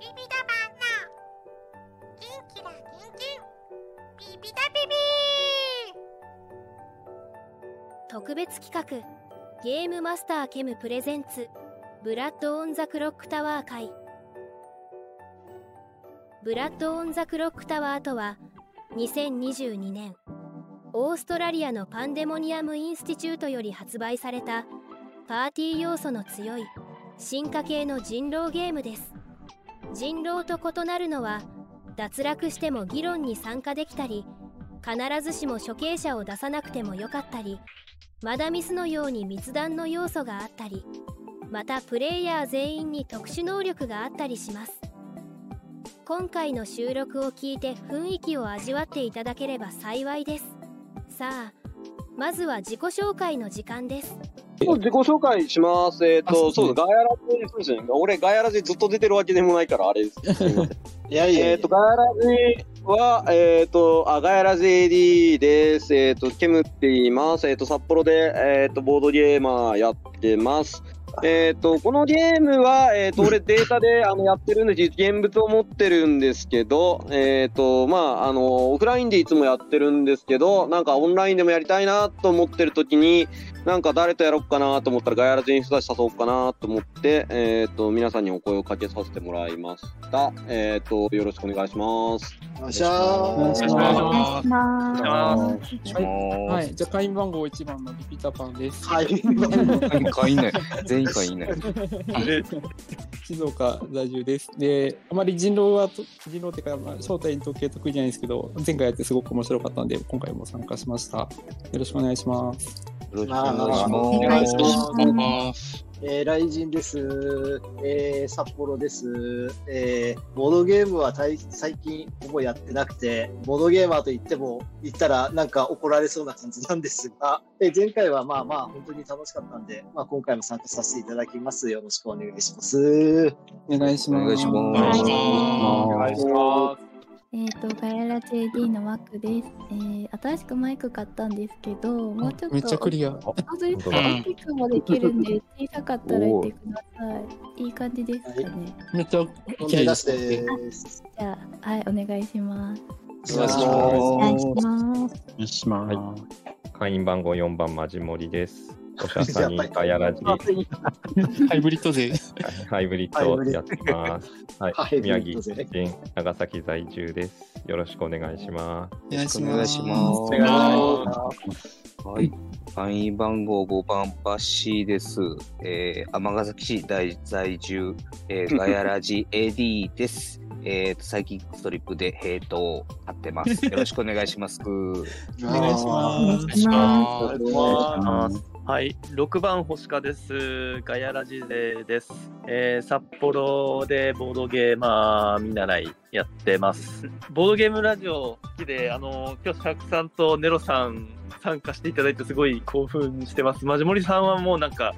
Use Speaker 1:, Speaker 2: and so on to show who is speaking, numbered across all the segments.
Speaker 1: ビビダバンナキンキラキンキンビビダビビ
Speaker 2: 特別企画ゲームマスターケムプレゼンツブラッド・オン・ザ・クロックタワー会ブラッド・オン・ザ・クロックタワーとは2022年オーストラリアのパンデモニアム・インスティチュートより発売されたパーティー要素の強い進化系の人狼ゲームです人狼と異なるのは脱落しても議論に参加できたり必ずしも処刑者を出さなくてもよかったりマダミスのように密談の要素があったりまたプレイヤー全員に特殊能力があったりします今回の収録を聞いて雰囲気を味わっていただければ幸いですさあまずは自己紹介の時間です
Speaker 3: もう自己紹介します。えっ、と、
Speaker 4: あ
Speaker 3: そ
Speaker 4: そうう
Speaker 3: だ、ガヤラジそうですね。俺、ガヤラジずっと出てるわけでもないから、あれです。すいません
Speaker 4: いやいやいや
Speaker 3: えっと、ガヤラジは、えっ、と、あ、ガヤラジ AD です。えっ、と、ケムって言います。えっ、と、札幌で、えっ、と、ボードゲーマーやってます。えっ、と、このゲームは、えっ、と、俺データで、あの、やってるんで、実現物を持ってるんですけど、えっ、と、まあ、あの、オフラインでいつもやってるんですけど、なんかオンラインでもやりたいなと思ってる時に、なんか誰とやろうかなと思ったら、ガヤラジに人たち誘おうかなと思って、えっ、と、皆さんにお声をかけさせてもらいました。えっ、と、よろしくお願いします。
Speaker 4: お願いします。
Speaker 5: お願いし
Speaker 4: は
Speaker 5: ま
Speaker 6: お願
Speaker 5: す。い
Speaker 6: し
Speaker 5: ます
Speaker 6: ま
Speaker 5: は
Speaker 6: す。
Speaker 5: い、じゃあ会員番号一番のビビタパンです。
Speaker 4: い。
Speaker 7: 会員ね。全員会員ね。
Speaker 5: 静岡在住です。で、あまり人狼はと、人狼っていうか、まあ、招待に時計得意じゃないんですけど、前回やってすごく面白かったんで、今回も参加しました。よろしくお願いします。
Speaker 7: よろしくお
Speaker 4: お願いし
Speaker 7: ます。
Speaker 4: えー、雷神です。えー、札幌です。えー、ボードゲームはたい最近ほぼやってなくて、ボードゲーマーと言っても、言ったらなんか怒られそうな感じなんですが、えー前回はまあまあ本当に楽しかったんで、まあ今回も参加させていただきます。よろしくお願いします。
Speaker 5: お願いし
Speaker 7: お願
Speaker 5: ます。
Speaker 7: いします。
Speaker 6: お願いします。
Speaker 8: えっ、と、ガヤラ JD のワックです。えー、新しくマイク買ったんですけど、もうちょっと。
Speaker 5: めっちゃクリア。
Speaker 8: 本当ですか
Speaker 6: 本当だ
Speaker 8: 大きくもできるんで、小さかったら言ってください。いい感じですかね。
Speaker 5: めっちゃ
Speaker 4: お
Speaker 5: 綺麗
Speaker 4: 願い
Speaker 5: で
Speaker 4: 出
Speaker 5: す。
Speaker 4: です。
Speaker 8: じゃあ、はい、お願いします。
Speaker 4: お願いします。
Speaker 8: お願いします。
Speaker 7: 願いしま
Speaker 6: は会員番号4番、マジモリです。おしゃさ
Speaker 4: やっ
Speaker 6: に
Speaker 4: ぱり
Speaker 6: ガヤラジ
Speaker 5: ハイブリッド勢。
Speaker 6: ハイブリッドをやってます。はい
Speaker 4: ハイ、ブリ
Speaker 6: 宮
Speaker 4: ッド
Speaker 6: 城
Speaker 4: 勢
Speaker 6: 出身、長崎在住です。よろしくお願いします。
Speaker 5: お願い
Speaker 7: お願いします。
Speaker 5: す。
Speaker 7: はい。会員番号5番、バッシーです。えー、尼崎市在在住、え ー、ガヤラジ AD です。えーと、サイキックストリップで、えーと、買って ます。よろしくお願いします。
Speaker 4: お
Speaker 5: お願いします。
Speaker 8: しま
Speaker 4: お願いしま
Speaker 9: はい、六番星香です。ガヤラジ勢です、えー札幌でボードゲーマー見習いやってます。ボードゲームラジオ好きで、あの今日シャークさんとネロさん参加していただいてすごい興奮してます。マジモリさんはもうなんか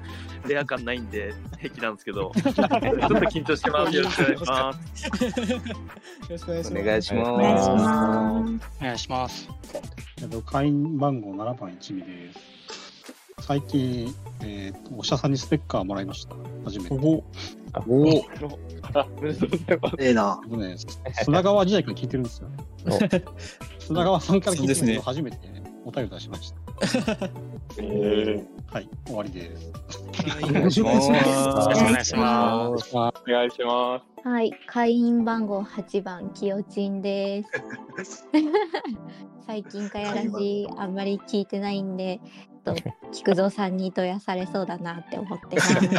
Speaker 9: レア感ないんで平気なんですけ ど、ちょっと緊張してます。よろしくお願いします。
Speaker 5: よろしくお願いしま
Speaker 7: お
Speaker 5: す。
Speaker 7: 願い
Speaker 8: お願
Speaker 7: し
Speaker 8: いし
Speaker 7: ま
Speaker 8: ます。
Speaker 10: お願いします。
Speaker 11: えっと会員番号7番一味です。最近、えーとお医者さんにステッカーもらいました。初めて。
Speaker 5: おお。
Speaker 4: おーええな。
Speaker 11: 僕ね、砂川時代から聞いてるんですよ。砂川さんから聞いてるんですけど、初めてお便り出しました。はい、終わりです。
Speaker 7: す。お願いします。
Speaker 10: お願いしま
Speaker 5: お
Speaker 6: お願いしま
Speaker 8: はい、会員番号8番、きよちん です。最近、かやらじあんまり聞いてないんで、ち ょっと菊蔵さんにとやされそうだなって思ってます。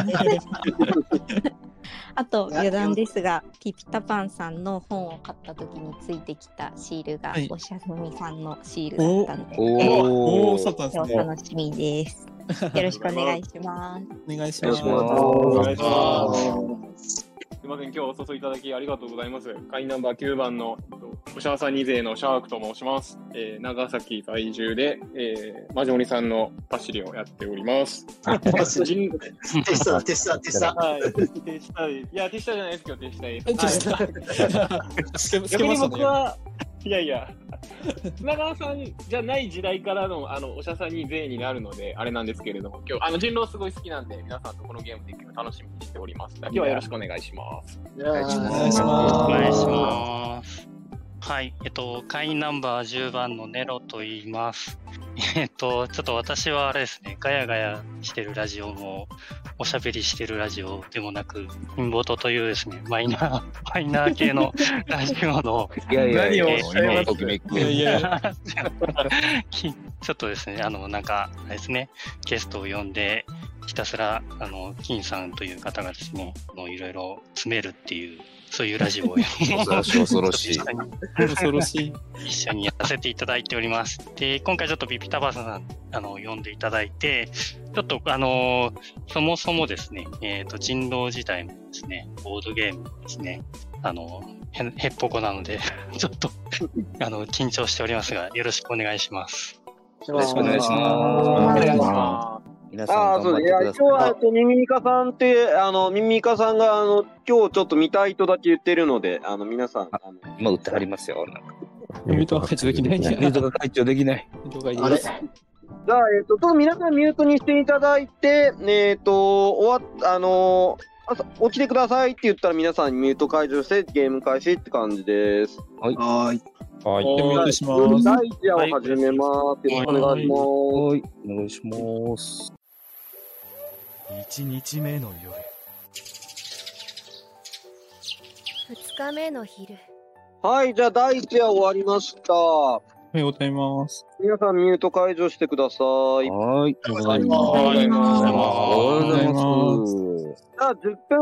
Speaker 8: あと、余談ですが、ピピタパンさんの本を買った時についてきたシールが、
Speaker 5: はい
Speaker 8: おしゃふみさんのシールだったので、
Speaker 5: お
Speaker 7: お
Speaker 5: お、そうだったん
Speaker 8: 今
Speaker 5: で
Speaker 8: 日
Speaker 5: す
Speaker 8: 楽
Speaker 5: ね。
Speaker 8: しみです。よろしくお願いします。
Speaker 5: お願いし
Speaker 7: お願
Speaker 5: ま
Speaker 7: いし。
Speaker 5: す
Speaker 7: ます。
Speaker 6: す。すみません、今日お誘いいただきありがとうございます。会員ナンバー9番の、えっとおしゃーさん2世のシャークと申します。えー、長崎在住で、えー、マジモリさんのパシリをやってお ります。人
Speaker 4: テスタだ、テスタ、テスタ。
Speaker 6: はい、手下でいや、手下じゃないですけど、手下で
Speaker 5: ちょっと
Speaker 6: はい
Speaker 5: つけつけ
Speaker 6: 逆
Speaker 5: ま
Speaker 6: に
Speaker 5: したね
Speaker 6: 僕は、いやいや、砂川さんじゃない時代からの、あの、おしゃさんに税になるので、あれなんですけれども、今日、あの、人狼すごい好きなんで、皆さんとこのゲームできるの楽しみにしております。今日はよろしくお願いします。
Speaker 4: お願いし
Speaker 9: お願いします。はい、えっと、会員ナンバー10番のネロと言います。 えっと、ちょっと私はあれですね、ガヤガヤしてるラジオも、おしゃべりしてるラジオでもなく、貧乏とというですね、マイナー、マイナー系のラジオの、
Speaker 7: いやいやいや、
Speaker 6: 何をおっしゃいます
Speaker 7: 今のときめき
Speaker 5: いやいやい や、
Speaker 9: き ちょっとですね、あの、なんか、あれですね、ゲストを呼んで、ひたすら、あの、金さんという方がですね、あのいろいろ詰めるっていう、そういうラジオを
Speaker 7: 恐ろしい恐ろしい
Speaker 5: 恐ろしい。
Speaker 9: 一緒にやらせていただいております。で、今回ちょっとビビタバーさん、あの、呼んでいただいて、ちょっと、あのそもそもですね、えっ、と、人狼自体もですね、ボードゲームもですね、あの、へへっぽこなので、ちょっと、あの、緊張しておりますが、よろしくお願いします。
Speaker 4: よろし
Speaker 7: お願いしま
Speaker 6: お
Speaker 7: す
Speaker 6: 願いしま
Speaker 7: 皆さん
Speaker 3: ああ、
Speaker 7: 頑
Speaker 3: そ
Speaker 7: 張
Speaker 3: う
Speaker 7: っ
Speaker 3: です
Speaker 7: て
Speaker 3: ね。いや、
Speaker 7: くだ
Speaker 3: 今日
Speaker 7: さい。
Speaker 3: は、あと、ミミミカさんって、あの、ミミミカさんが、あの、今日ちょっと見たいとだけ言ってるので、あの、皆さん、あの、
Speaker 7: 今売ってはりますよ。なんか
Speaker 5: 読みとは解除できないんじゃない
Speaker 7: トが解除できない。
Speaker 5: 了解
Speaker 4: あれ
Speaker 5: です。
Speaker 3: じゃあ、えっ、と、ちょっと皆さんミュートにしていただいて、えっ、と、終わっ、あのー朝起きてくださいって言ったら皆さんミュート解除してゲーム開始って感じです。
Speaker 4: はい。
Speaker 6: す。
Speaker 5: お
Speaker 6: お
Speaker 5: 願
Speaker 6: 願
Speaker 5: い
Speaker 6: い
Speaker 5: し
Speaker 3: 第
Speaker 5: ます。
Speaker 3: 1夜を始めます。よろしくお願いします。
Speaker 7: はい、お願いします。
Speaker 12: 1日目の夜
Speaker 2: 2日目の昼
Speaker 3: はい、じゃあ第1夜終わりました。
Speaker 5: おはようございます。
Speaker 3: 皆さんミュート解除してください。
Speaker 7: はい、お願いします。
Speaker 6: お願いし
Speaker 7: おは
Speaker 6: ま
Speaker 7: ようござい
Speaker 5: お
Speaker 7: ます。
Speaker 3: さあ、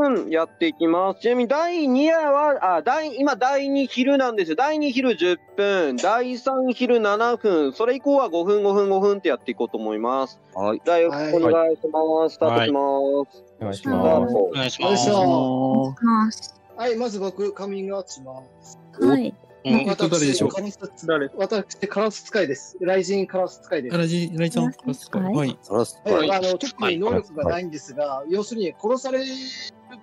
Speaker 3: 10分やっていきます。ちなみに第2夜は、あ、第、今第2昼なんですよ。第2昼10分、第3昼7分、それ以降は5分、5分、5分ってやっていこうと思います。
Speaker 7: はい、
Speaker 3: じゃあ、よろ
Speaker 4: は
Speaker 3: し
Speaker 4: い
Speaker 3: くお願いします。スタートします。
Speaker 12: お願いし
Speaker 3: じゃあ
Speaker 12: ます。
Speaker 3: も
Speaker 9: お願いし
Speaker 4: お願い
Speaker 9: ま
Speaker 4: し
Speaker 9: す。
Speaker 5: あ
Speaker 4: ま
Speaker 5: の
Speaker 13: ます。
Speaker 4: す。はい、まず僕、カミングアウトします。
Speaker 13: はい。
Speaker 5: うんえっと誰でしょう
Speaker 4: カラス
Speaker 6: 誰
Speaker 4: 私、カラス使いです。雷神カラス使いです
Speaker 5: ー、。ラジ、ラジさん、ラスカ
Speaker 13: はい
Speaker 5: はい。
Speaker 7: そらす
Speaker 4: はい、
Speaker 7: はい
Speaker 4: あの特に能力がないんですが、要するに殺される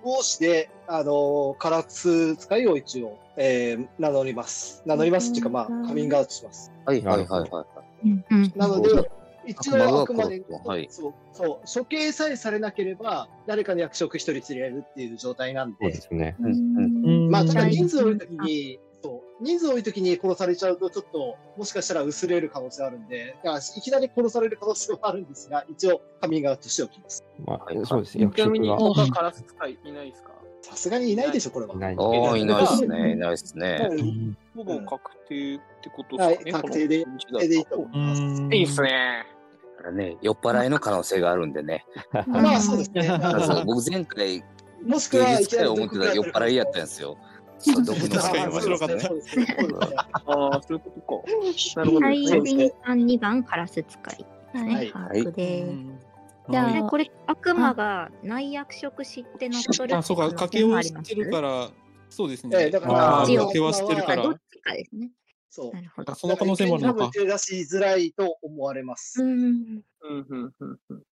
Speaker 4: 防止で、あのカラス使いを一応、えー名乗ります。名乗りますっていうか、まあ、カミングアウトします。
Speaker 7: はいはいはいはい。
Speaker 13: うんうん
Speaker 4: なの
Speaker 7: そう
Speaker 4: で、一応あくまで
Speaker 7: 悪魔が殺すとはい
Speaker 4: そうそう、処刑さえされなければ、誰かに役職一人連れられるっていう状態なん
Speaker 12: そうで
Speaker 4: で、
Speaker 12: すね。
Speaker 7: うんうん
Speaker 5: うん
Speaker 4: まあ、ただ人数多いときに、そう人数多いときに殺されちゃうと、ちょっと、もしかしたら薄れる可能性あるんで、いやいきなり殺される可能性はあるんですが、一応、カミングアウトしておきます。
Speaker 12: まあ、そうです。役
Speaker 6: ちな
Speaker 12: 職
Speaker 6: みに、
Speaker 12: が。
Speaker 6: 他カラス使いいないですか
Speaker 4: さすがにいないでしょ、これは。
Speaker 12: いない。
Speaker 7: おー、いないっすね、いないっすね。
Speaker 4: はい
Speaker 6: ほ
Speaker 4: ぼ
Speaker 6: 確定ってこと
Speaker 4: ですかねはい確定でそれでいいと思います。
Speaker 6: いいっすね。
Speaker 7: だからね、酔っ払いの可能性があるんでね。
Speaker 4: まあそうですね。
Speaker 7: だから僕前回、
Speaker 4: もしくは
Speaker 7: 芸術界を思ってたら酔っ払いやったんですよ。ちょっと毒の使いましたね。
Speaker 6: ああ、そういうことか。なるほど。
Speaker 13: は、
Speaker 6: はいい、
Speaker 4: そうですね
Speaker 13: さん2番カラス使いですね。
Speaker 4: はい
Speaker 13: 把握で。
Speaker 2: じゃあ
Speaker 13: でこれ悪魔が内役職知って乗っ取る。
Speaker 5: あ、そうか、家計を知ってるから、そうです
Speaker 4: え
Speaker 5: ね。
Speaker 4: えだから
Speaker 5: あー
Speaker 13: 一応
Speaker 5: 家計は知ってるか
Speaker 13: あ
Speaker 5: ら
Speaker 13: どっ。ちかですね。
Speaker 4: そう
Speaker 13: な。るほど
Speaker 5: あ。その可能性もあるの
Speaker 4: 多
Speaker 5: か
Speaker 4: 分。手出しづらいと思われます。
Speaker 13: うん。
Speaker 6: うんうんうんうん。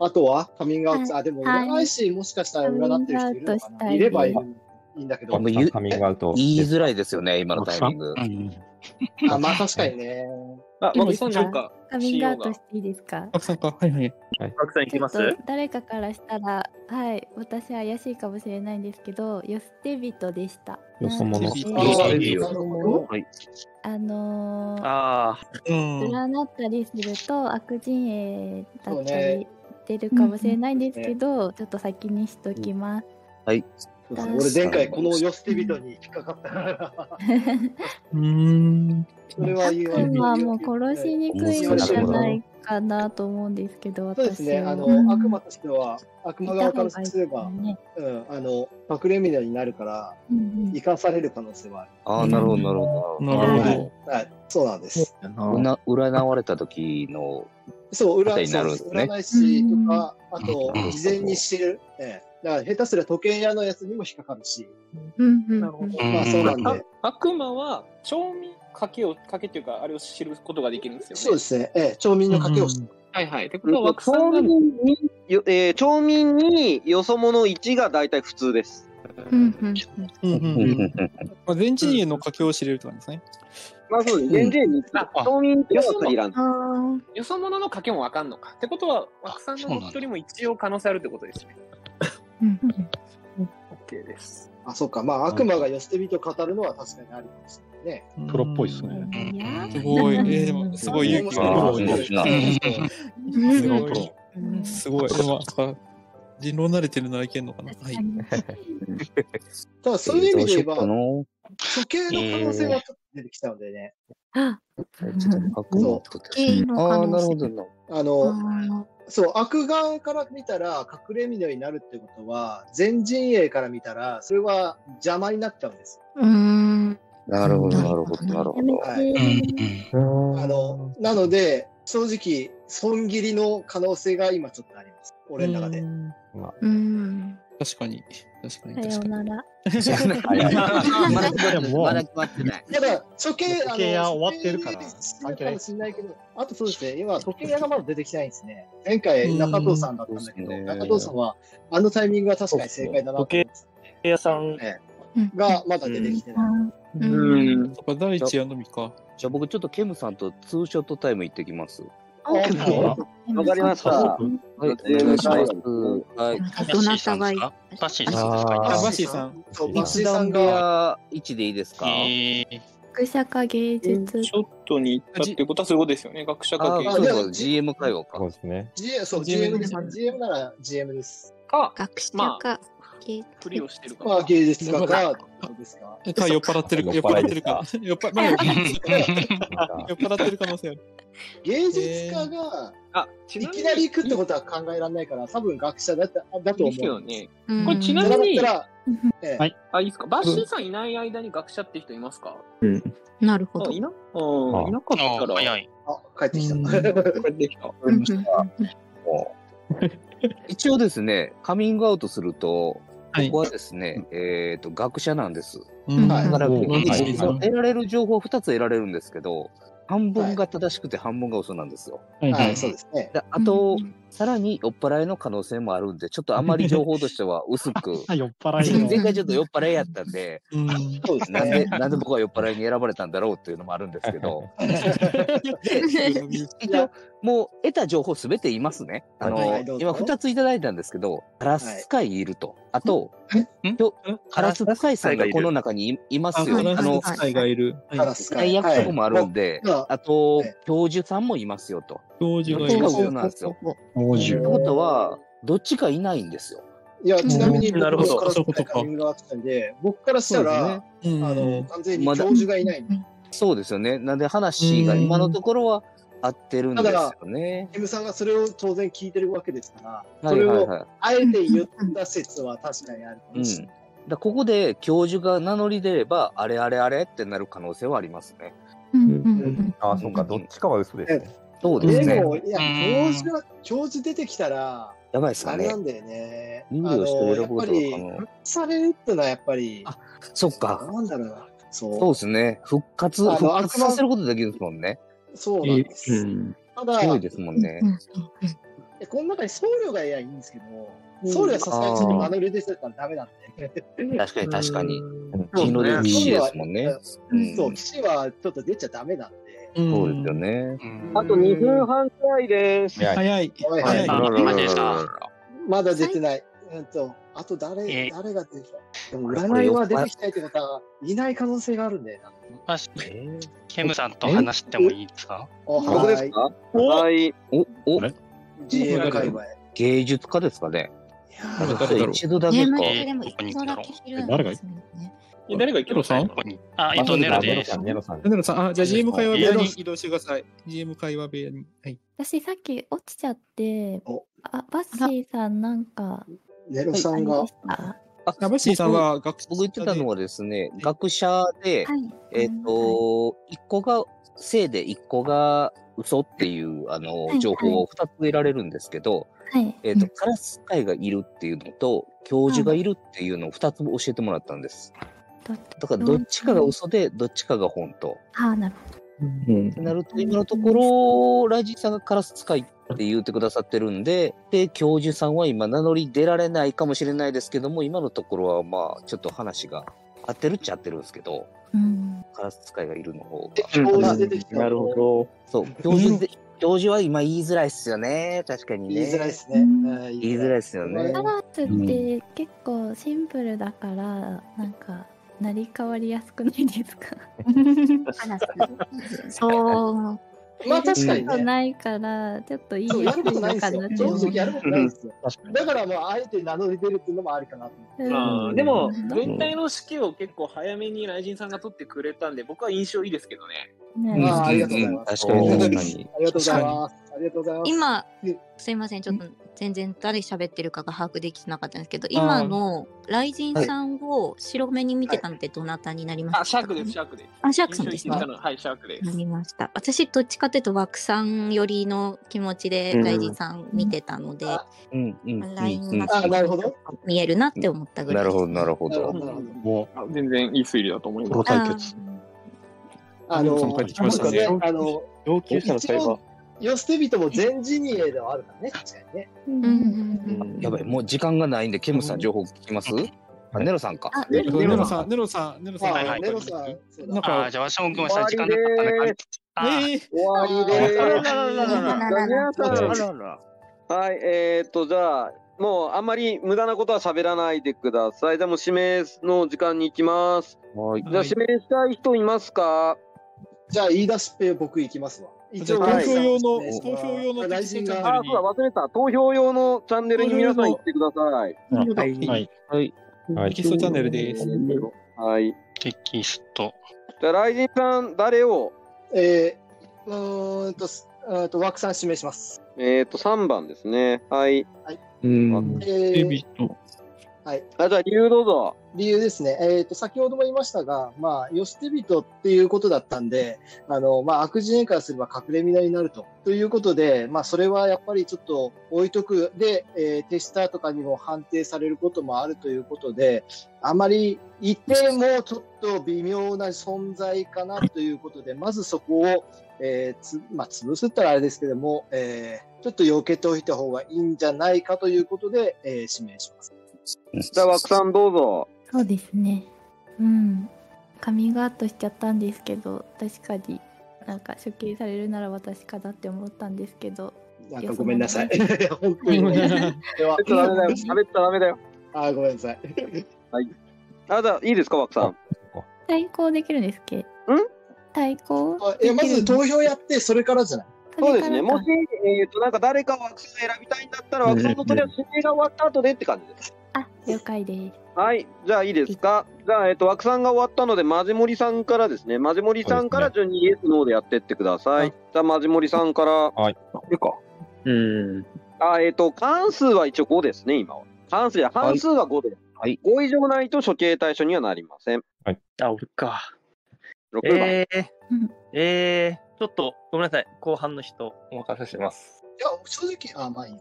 Speaker 4: あとはカミングアウト、
Speaker 2: は
Speaker 4: あ、でも
Speaker 2: はい
Speaker 4: 占い師もしかしたら占ってる人いるのか
Speaker 2: カ
Speaker 4: な。
Speaker 2: ミ
Speaker 4: い
Speaker 2: ン
Speaker 4: れ
Speaker 2: グ
Speaker 4: ば
Speaker 2: アウトしたい
Speaker 4: いいんだけど
Speaker 7: あ。もう言う
Speaker 12: カミングアウト。
Speaker 7: 言いづらいですよね、今のタイミング
Speaker 11: う。ん
Speaker 4: あ、まあ確かにね。
Speaker 6: あ、
Speaker 2: いい
Speaker 6: マ
Speaker 2: で
Speaker 6: キ
Speaker 2: すか
Speaker 6: さんなんか、
Speaker 2: カミングアウトしていいですか
Speaker 5: たくさんか。はいはい。
Speaker 14: マクさんい
Speaker 2: ち
Speaker 14: き
Speaker 2: ょ
Speaker 14: ま
Speaker 2: っと
Speaker 14: す
Speaker 2: 誰かからしたらはい私怪しいかもしれないんですけどよ捨て人でした
Speaker 12: よそ者
Speaker 2: なの
Speaker 4: あ
Speaker 2: で
Speaker 7: よそ
Speaker 4: ー
Speaker 7: いいよ
Speaker 4: なるほど
Speaker 7: はい。
Speaker 2: あのー
Speaker 14: あ
Speaker 5: うん。
Speaker 2: 占ったりすると悪陣営だ
Speaker 4: そう
Speaker 2: ったり
Speaker 4: ね
Speaker 2: 出るかもしれないんですけど、ちょっと先にしときます、
Speaker 7: はい。
Speaker 4: そうそう俺前回この寄捨て人に引っかかったから、
Speaker 5: うーん。
Speaker 4: それは言われ
Speaker 2: 悪魔はもう殺しにくいんじゃないかなと思うんですけど
Speaker 4: そうです
Speaker 2: 私
Speaker 4: ね。あ
Speaker 2: は
Speaker 4: の、悪魔としては、悪魔側からすれば、
Speaker 2: ね
Speaker 4: うん、あの、隠れみたいになるから、
Speaker 2: うんうん
Speaker 4: 生かされる可能性はある。
Speaker 7: ああ、なるほど、なるほど。
Speaker 5: なるほど。
Speaker 4: はい、そうなんです。
Speaker 7: うな占われた時の、
Speaker 4: そう、
Speaker 7: 方
Speaker 4: 占
Speaker 7: になるんですね
Speaker 4: 占い師とか、あ
Speaker 7: う
Speaker 4: と
Speaker 7: ん、
Speaker 4: 事前に知る。ええだから、下手すりゃ時計屋のやつにも引っかかるし。
Speaker 13: うんうん
Speaker 6: なるほど。
Speaker 4: まあ、そうなん
Speaker 6: あ
Speaker 4: で。
Speaker 6: 悪魔は、調味かけを、かけっていうか、あれを知ることができるんですよね。
Speaker 4: そうですね。ええ、町民の賭けをし
Speaker 6: はいはい。ってことは、枠さ
Speaker 3: 町
Speaker 6: んが
Speaker 3: 民に、よえー町民によそ者1が大体普通です。
Speaker 13: うんうん
Speaker 5: うんうんまあ、全知人の書きを知れるって感じですね。
Speaker 3: まあそうです。全知人に
Speaker 5: 町民
Speaker 3: とは限らん。
Speaker 6: よそ者の賭けもわかんのか。ってことは、枠さんの一人も一応可能性あるってことですね。OK です。
Speaker 4: あ、そうか。まあ、悪魔が寄捨て人と語るのは確かにありますね。
Speaker 11: プロっぽいですね。
Speaker 5: すごい、えー、でもすごい勇気が
Speaker 11: あー
Speaker 5: 出る。すごい。すごい。でも、なんか人狼慣れてるならいけんのかな。はい。
Speaker 4: ただ、そういう意味で言えば、
Speaker 7: 処
Speaker 4: 刑の可能性はちょっと出てきたのでね。
Speaker 7: そう
Speaker 4: 刑の可能性
Speaker 7: ああ、なるほどな。
Speaker 4: あの、そう、悪側から見たら隠れ蓑になるってことは、全陣営から見たら、それは邪魔になっちゃうんです。
Speaker 13: うん。
Speaker 7: なるほど、なるほど、なるほど。
Speaker 4: あの、なので、正直、損切りの可能性が今ちょっとあります。俺の中で。
Speaker 13: うん。
Speaker 5: 確かに。確かに。
Speaker 2: さよなら。
Speaker 11: まだ決まってないまだ
Speaker 7: 決まってない。
Speaker 4: ただ、処刑、
Speaker 11: 処刑は終わってるから
Speaker 4: 関係ないかもしれないけど、あとそうですね、今、時計屋がまだ出てきてないんですね。前回、中藤さんだったんだけど、中藤さんは、あのタイミングは確かに正解だなと思って
Speaker 14: 時計屋さん
Speaker 4: がまだ出てきてない。
Speaker 7: うん。
Speaker 5: そっか、第一夜のみか。
Speaker 7: じゃあ僕ちょっとケムさんとツーショットタイム行ってきます。
Speaker 4: わ
Speaker 3: かりました。
Speaker 7: はい、お願いします。はい。
Speaker 13: どなたがいい
Speaker 9: バッシ
Speaker 7: ーさんですかあーバッシーさ
Speaker 5: ん。
Speaker 7: そう、バッシーさんが1でいいですか
Speaker 13: 福坂芸術。
Speaker 6: ちょっとに行ったってことはそういうことですよね。学者
Speaker 7: あー
Speaker 6: 関係。
Speaker 7: そうそう、GM 会話か。そうですね。
Speaker 4: GM、そう、
Speaker 6: GM
Speaker 4: GM です。GM なら GM です。
Speaker 6: か、
Speaker 13: 学者
Speaker 6: ま
Speaker 13: か、
Speaker 6: ふりをしてるか。
Speaker 4: まあ、芸術家
Speaker 5: ま
Speaker 4: か
Speaker 5: あ、えか酔っ払ってるか、
Speaker 6: 酔
Speaker 5: 酔
Speaker 6: っ
Speaker 5: っ
Speaker 6: 払
Speaker 5: 払
Speaker 6: い
Speaker 5: っ
Speaker 6: で
Speaker 5: て
Speaker 6: す
Speaker 5: る
Speaker 6: か
Speaker 5: か。酔っ払まあ酔っ払ってる可能性ある。
Speaker 4: 芸術家が、いきなり行くってことは考えられないから、多分学者だっただと思う。
Speaker 6: ですよね
Speaker 4: うん。
Speaker 6: これちなみに
Speaker 4: だったら、ええ
Speaker 6: あ、いいですか。バッシーさんいない間に学者って人いますか
Speaker 13: なるほ
Speaker 6: あ
Speaker 13: ど。
Speaker 6: いなうん、いなかったら。早
Speaker 9: い。
Speaker 4: あ、帰ってき た。
Speaker 6: 帰ってきた。
Speaker 7: 一応ですね、カミングアウトすると、僕はですね、えっと、学者なんです。
Speaker 5: うん
Speaker 7: だから、
Speaker 5: うん
Speaker 7: 結局得られる情報2つ得られるんですけど、半分が正しくて半分が嘘なんですよ。
Speaker 4: はいはいそうですね。
Speaker 7: あと、さらに酔っ払いの可能性もあるんで、ちょっとあまり情報としては薄く。
Speaker 11: 酔っ払いの
Speaker 7: 前回ちょっと酔っ払いやったんで、
Speaker 4: そうです
Speaker 7: なんで、なんで僕は酔っ払いに選ばれたんだろうっていうのもあるんですけど。一応、もう得た情報すべて言いますね。あの、
Speaker 9: はいはいどうぞ
Speaker 7: 今2ついただいたんですけど、カラスカイいると。あと、
Speaker 5: 今
Speaker 7: 日カラスカイさんがこの中にいいますよ。
Speaker 5: あ
Speaker 7: あ
Speaker 5: カ
Speaker 7: の
Speaker 5: ラ、スカイがいる。はい
Speaker 7: 大役とかもあるんで、
Speaker 5: はい
Speaker 7: あと、教授さんもいますよと。
Speaker 5: 教授
Speaker 7: ど
Speaker 5: が
Speaker 7: っ
Speaker 5: いる
Speaker 7: ちが上なんですよ。
Speaker 11: 教
Speaker 7: ということは、どっちかいないんですよ。
Speaker 4: いや、ちなみに、
Speaker 7: なるほど
Speaker 4: 僕から
Speaker 7: そういうことか
Speaker 4: タイミングがあったんで、僕からしたら、
Speaker 5: あ
Speaker 4: の、完全に
Speaker 7: ま
Speaker 4: 教
Speaker 7: だ
Speaker 4: 授がいないんで。
Speaker 7: そうですよね。なんで話が今のところは合ってるん
Speaker 4: だ
Speaker 7: です
Speaker 4: か
Speaker 7: よ
Speaker 4: ら
Speaker 7: ね。、
Speaker 4: M さんがそれを当然聞いてるわけですから、
Speaker 7: は
Speaker 4: そ
Speaker 7: い
Speaker 4: れ
Speaker 7: はい
Speaker 4: を
Speaker 7: はい
Speaker 4: あえて言った説は確かにある。
Speaker 7: うん。だからここで教授が名乗り出れば、あれあれあれってなる可能性はありますね。ああ、そうか、どっちかは嘘ですね。そうですね。
Speaker 4: も、いや、教授が、教授出てきたら、
Speaker 7: やばいですか
Speaker 4: あ
Speaker 7: ね
Speaker 4: れな。んだよね。
Speaker 7: 人類をしてること
Speaker 4: あ
Speaker 7: が
Speaker 4: のやっ
Speaker 7: 可
Speaker 4: ぱり、復。
Speaker 7: 能
Speaker 4: 活されるってのはやっぱり、
Speaker 7: そっか。
Speaker 4: なんだろうな。そう。
Speaker 7: そうですね。復活、
Speaker 4: あの
Speaker 7: 復活させることできるですもんね。
Speaker 4: そうなんです。
Speaker 7: うん。
Speaker 4: ただ
Speaker 7: 強いですもんね。
Speaker 4: えこの中に僧侶がいやいいんですけど、僧侶はさすがにちょっと名乗り出てたらダメなんで。
Speaker 7: 確かに確かに。
Speaker 4: そう
Speaker 7: 人類の騎士ですもん
Speaker 4: 僧侶
Speaker 7: ね
Speaker 4: は。そう、騎士はちょっと出ちゃダメなんで。
Speaker 7: そうですよね。
Speaker 3: あと2分半くらいです。
Speaker 5: 早い。
Speaker 4: 早い
Speaker 7: あ
Speaker 4: 今でしたまだ出てない。うんと、あと誰、誰が出てきたでも占いは出てきたいってことは、いない可能性があるんだよな。
Speaker 9: バッシーケムさんと話してもいいですか
Speaker 4: 僕ですか
Speaker 3: はい。
Speaker 7: お、お、
Speaker 4: GM 界隈。
Speaker 7: 芸術家ですかね。一度だけか。
Speaker 11: 誰が
Speaker 6: 誰が行け
Speaker 5: ろさん
Speaker 9: あ、えっと、ネロです。
Speaker 5: ネロさん、あ、じゃあ GM 会話部
Speaker 9: ネ
Speaker 5: 屋
Speaker 9: ロ
Speaker 5: に移動してください。GM 会話部屋に。はい。
Speaker 15: 私さっき落ちちゃって、あ、バッシーさんなんか、
Speaker 4: ネ
Speaker 7: ロさんが
Speaker 15: ありました
Speaker 7: あ、
Speaker 5: バシーさんは学
Speaker 7: 僕言ってたのはですね、学者で、
Speaker 15: はい
Speaker 7: えっ、と、一個が正で一個が嘘っていう、あの、
Speaker 15: はい
Speaker 7: 情報を二つ得られるんですけど、
Speaker 15: はい。
Speaker 7: えっ、と、カラス会がいるっていうのと、教授がいるっていうのを二つ教えてもらったんです。
Speaker 15: だ
Speaker 7: から、どっちかが嘘で、どっちかが本当。
Speaker 15: ああ、なるほど。
Speaker 7: ってなると、今のところ、ライジンさんがカラス使いって言ってくださってるんで、で、教授さんは今名乗り出られないかもしれないですけども、今のところはまあ、ちょっと話が合ってるっちゃ合ってるんですけど、カラス使いがいるの方が。なるほど。そう、教授で、教授は今言いづらいっすよね。確かにね。
Speaker 4: 言いづらいっすね。うん
Speaker 7: 言いづらいっすよね。
Speaker 15: カラスって結構シンプルだから、なんか、成り変わりやすくないですか
Speaker 13: そう。
Speaker 4: まあ確かにね
Speaker 15: やることないから、ちょっといい
Speaker 4: そう、やることないんですよ。正直やることないんです
Speaker 15: よ。
Speaker 4: よ。だからまあ、あえて名乗り出るっていうのもありかなと思って。
Speaker 6: まあ、でも、全体の指揮を結構早めに雷神さんが取ってくれたんで、僕は印象いいですけどね。
Speaker 4: うんあーありがとうございます。
Speaker 7: うん確かに確かに
Speaker 4: ありがとうございます。ありがとうございます。
Speaker 13: 今、すいません、ちょっと全然誰喋ってるかが把握できてなかったんですけど、今の雷神さんを白目に見てたのってどなたになりま
Speaker 6: あ、
Speaker 13: し
Speaker 6: シ
Speaker 13: た
Speaker 6: ャ
Speaker 13: か
Speaker 6: ークです、シャークです。
Speaker 13: あシャークさんですね
Speaker 6: 印象いいのはい、シャークです。
Speaker 13: なりました。私、どっちかというと、枠さん寄りの気持ちで
Speaker 7: うん
Speaker 13: 雷神さん見てたので、
Speaker 7: うんうんうん
Speaker 13: ライン
Speaker 7: うん
Speaker 13: があなるほど見えるなって思ったぐらい
Speaker 7: なるほど、なるほど。
Speaker 11: も
Speaker 6: う全然いい推理だと思います。
Speaker 7: プロ対
Speaker 13: 決。
Speaker 4: あの、
Speaker 7: 皆さん帰ってきましたね
Speaker 4: なんかあの、
Speaker 7: 同級者の会話
Speaker 4: 一応。寄せ人も全陣営ではあるからね、確かにね。
Speaker 7: やばい、もう時間がないんで、ケムさん情報聞きますあ、ネロさんか。
Speaker 5: ネロさん、ネロさん、ネロさん。
Speaker 7: はいはいネロさ
Speaker 4: ん。
Speaker 5: なんか、
Speaker 9: あーじゃあ、わしもごめんなさい、時間なかったんで帰って。あー
Speaker 3: 終わりです。
Speaker 9: あらららららら
Speaker 3: 皆さん
Speaker 9: あらら
Speaker 3: はい、えー、っと、じゃあ、もうあんまり無駄なことは喋らないでください。じゃあもう指名の時間に行きます。
Speaker 7: はい。
Speaker 3: じゃあ指名したい人いますか
Speaker 4: じゃあ、言い出すペ僕行きますわ。一応、
Speaker 3: 投票
Speaker 4: 用の大臣が。
Speaker 3: あ、そうだ、忘れた。投票用のチャンネルに皆さん行ってください。
Speaker 5: はい。はい。
Speaker 7: はい。
Speaker 5: テキストチャンネルです。
Speaker 3: はい。
Speaker 9: テキスト。
Speaker 3: じゃあ、雷神さん、誰を
Speaker 4: えー、うーんと、すうーんと、枠さん指名します。
Speaker 3: えー、っと、3番ですね。はい。
Speaker 4: はい。
Speaker 7: うん。
Speaker 4: えーデビッ
Speaker 7: ト。
Speaker 4: はい。
Speaker 3: あ、じゃあ、理由どうぞ。
Speaker 4: 理由ですね。えっ、と、先ほども言いましたが、まあ、ヨシテビトっていうことだったんで、あの、まあ、悪人からすれば隠れ皆になると。ということで、まあ、それはやっぱりちょっと置いとく。で、えー手下とかにも判定されることもあるということで、あまりいてもちょっと微妙な存在かなということで、まずそこを、えーつ、まあ、潰すったらあれですけども、えーちょっと避けておいた方がいいんじゃないかということで、えー指名します。
Speaker 3: じゃあ、枠さん、どうぞ。
Speaker 15: そうですね。うん。カミングアウトしちゃったんですけど、確かになんか処刑されるなら私かなって思ったんですけど。
Speaker 4: なんかごめんな さい。本当
Speaker 15: に
Speaker 4: に
Speaker 15: ご
Speaker 4: ご
Speaker 15: め
Speaker 4: め
Speaker 15: ん
Speaker 4: んな
Speaker 15: なさ
Speaker 4: さ
Speaker 15: い
Speaker 4: い。
Speaker 3: 喋っちゃダメだよ。喋っちゃダメだよ。
Speaker 4: あー、ごめんなさい。
Speaker 3: はい。あ、じゃあ、いいですか、枠さん。
Speaker 15: 対抗できるんですっけん対抗
Speaker 4: え、まず投票やって、それからじゃない
Speaker 3: そうですね。もし、えっ、と、なんか誰か枠さん選びたいんだったら、枠さんのとりあえず指名が終わった後でって感じです。
Speaker 15: 了解です。
Speaker 3: はい、じゃあいいですか。じゃあ、えっ、と、枠さんが終わったので、マジモリさんからですね。マジモリさんから順にイエス、ノーでやってってください。じゃあ、マジモリさんから。
Speaker 12: はい。
Speaker 3: か。
Speaker 7: うん。
Speaker 3: あ、えっ、と、関数は一応5ですね、今は。関数や半数は5です。
Speaker 7: はい。
Speaker 3: 5以上ないと処刑対象にはなりません。
Speaker 12: はい。
Speaker 14: あ、俺か。
Speaker 3: 6番。
Speaker 14: えー、えー、ちょっとごめんなさい、後半の人お任せします。
Speaker 4: や、正直、あ、まあいい。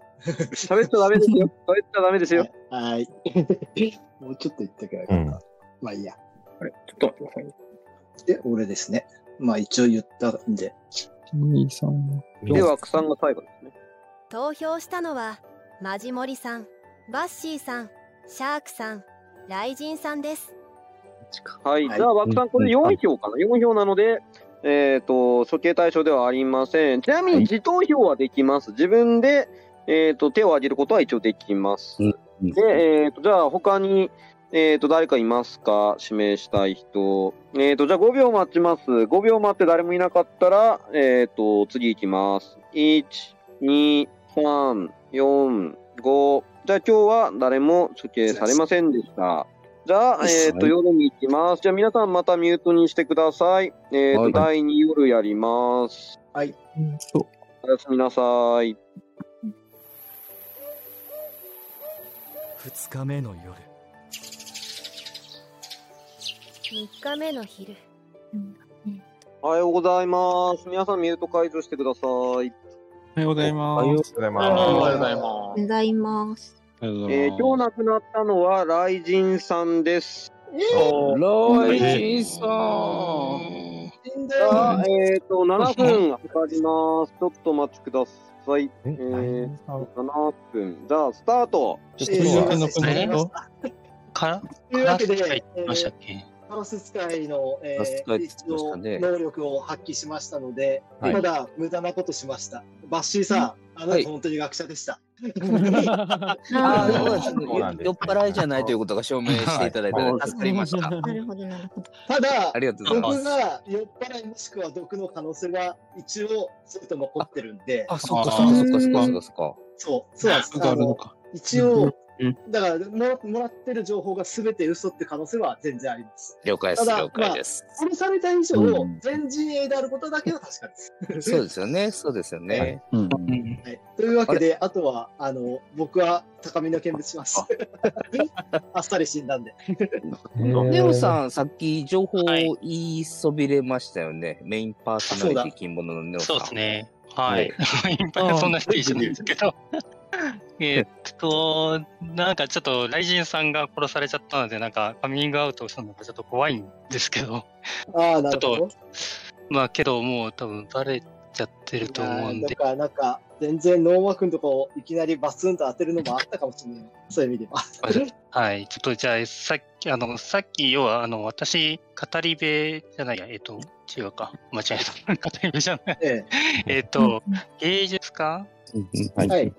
Speaker 3: 喋っちゃダメですよ。喋っちゃダメですよ。
Speaker 4: はい。 もうちょっと言ったけど、まあいいや。
Speaker 6: あれ、ちょっと待ってくださいね。
Speaker 4: で、俺ですね。まあ一応言ったんで。
Speaker 5: 2、3、
Speaker 3: で、枠さんが最後ですね。
Speaker 16: 投票したのはマジモリさんバッシーさんシャークさん雷神さんです
Speaker 3: はい。じゃあ、枠さん、これ4票かな ?4 票なので、えっ、と、処刑対象ではありません。ちなみに、自投票はできます。自分で、えっ、と、手を挙げることは一応できます。で、えっ、と、じゃあ、他に、えっ、と、誰かいますか指名したい人。えっ、と、じゃあ、5秒待ちます。5秒待って誰もいなかったら、えっ、と、次行きます。1、2、3、4、5。じゃあ、今日は誰も処刑されませんでした。じゃあ、えっ、と、夜に行きます。じゃあ、皆さんまたミュートにしてください。えっ、と、
Speaker 5: はい
Speaker 3: 第2夜やります。
Speaker 4: はい。
Speaker 3: おやすみなさい。
Speaker 12: 二日目の夜。
Speaker 16: 3日目の昼
Speaker 3: おはようございます。皆さんミュート解除してください。おはよ
Speaker 5: うございます。おはようござい
Speaker 3: ますおはようござい
Speaker 13: お願います。
Speaker 3: えー、今日亡くなったのは雷神さんです。
Speaker 4: え
Speaker 3: 雷
Speaker 4: さん。え
Speaker 3: さあ、えっ、ー、と、7分かかります。ちょっとお待ちください。えー、7分。じゃあ、スタート。
Speaker 5: ちょっと今分の分
Speaker 9: えーから
Speaker 4: というわけで、え
Speaker 9: いましたっ
Speaker 4: ー、
Speaker 9: け
Speaker 4: カロス使いの、え
Speaker 9: カロス
Speaker 4: ー、
Speaker 9: 使いって
Speaker 4: 一
Speaker 9: 言ってました
Speaker 4: 応
Speaker 9: ね
Speaker 4: 能力を発揮しましたので、
Speaker 9: はい
Speaker 4: ただ無駄なことしました。バッシーさん、あなた本当に学者でした。
Speaker 7: ああ、そうですね。酔っ払いじゃないということが証明していただいて、助かりました。
Speaker 4: なるほど、なるほど。ただ、
Speaker 7: ありがとうござ
Speaker 4: 毒
Speaker 7: います
Speaker 4: が酔っ払いもしくは毒の可能性が一応ずっと残ってるんで。
Speaker 7: あ、そっかそっかそっかそっかそっかそっか。
Speaker 4: そう、そうなんです。
Speaker 7: 毒あ
Speaker 4: あ
Speaker 7: るの
Speaker 4: の一応、だからももらってる情報が全て嘘って可能性は全然あります。
Speaker 7: 了解です
Speaker 4: ただ
Speaker 7: 了解です
Speaker 4: まあ殺された以上、
Speaker 7: うん
Speaker 4: 全陣営であることだけは確かです。
Speaker 7: そうですよね、そうですよね。
Speaker 4: はい、というわけで、あとは、あの、僕は高みの見物します。 あっさり死んだんで。
Speaker 7: レオさん、さっき情報を言いそびれましたよね。メインパーソナリティ金物のネオさ
Speaker 9: そ
Speaker 7: ん。
Speaker 9: うですね。はい。いっぱ いそんな人いるんですけど。えーっと、なんかちょっと、雷神さんが殺されちゃったので、なんかカミングアウトするのがちょっと怖いんですけど、
Speaker 4: ああ、な
Speaker 9: ちょ
Speaker 4: る
Speaker 9: っ
Speaker 4: ほど
Speaker 9: と。、まあけどもう多分バレちゃってると思うん
Speaker 4: だ
Speaker 9: で、
Speaker 4: から、なんか、全然ノーマー君とかをいきなりバツンと当てるのもあったかもしれない。そういう意味では。
Speaker 9: はい。ちょっとじゃあ、さっき、あの、さっき、要は、あの、私、語り部じゃないや、えっと、違うか、間違えた。語り部じゃない。 えっと、芸術家
Speaker 4: はい。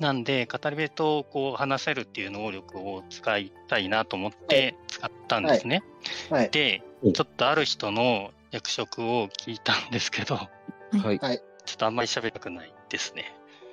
Speaker 9: なんで、語り部とこう話せるっていう能力を使いたいなと思って使ったんですね。
Speaker 4: はい。
Speaker 9: で、ちょっとある人の役職を聞いたんですけど、
Speaker 7: は
Speaker 9: ち
Speaker 7: い。
Speaker 9: ょっとあんまり喋りたくないですね。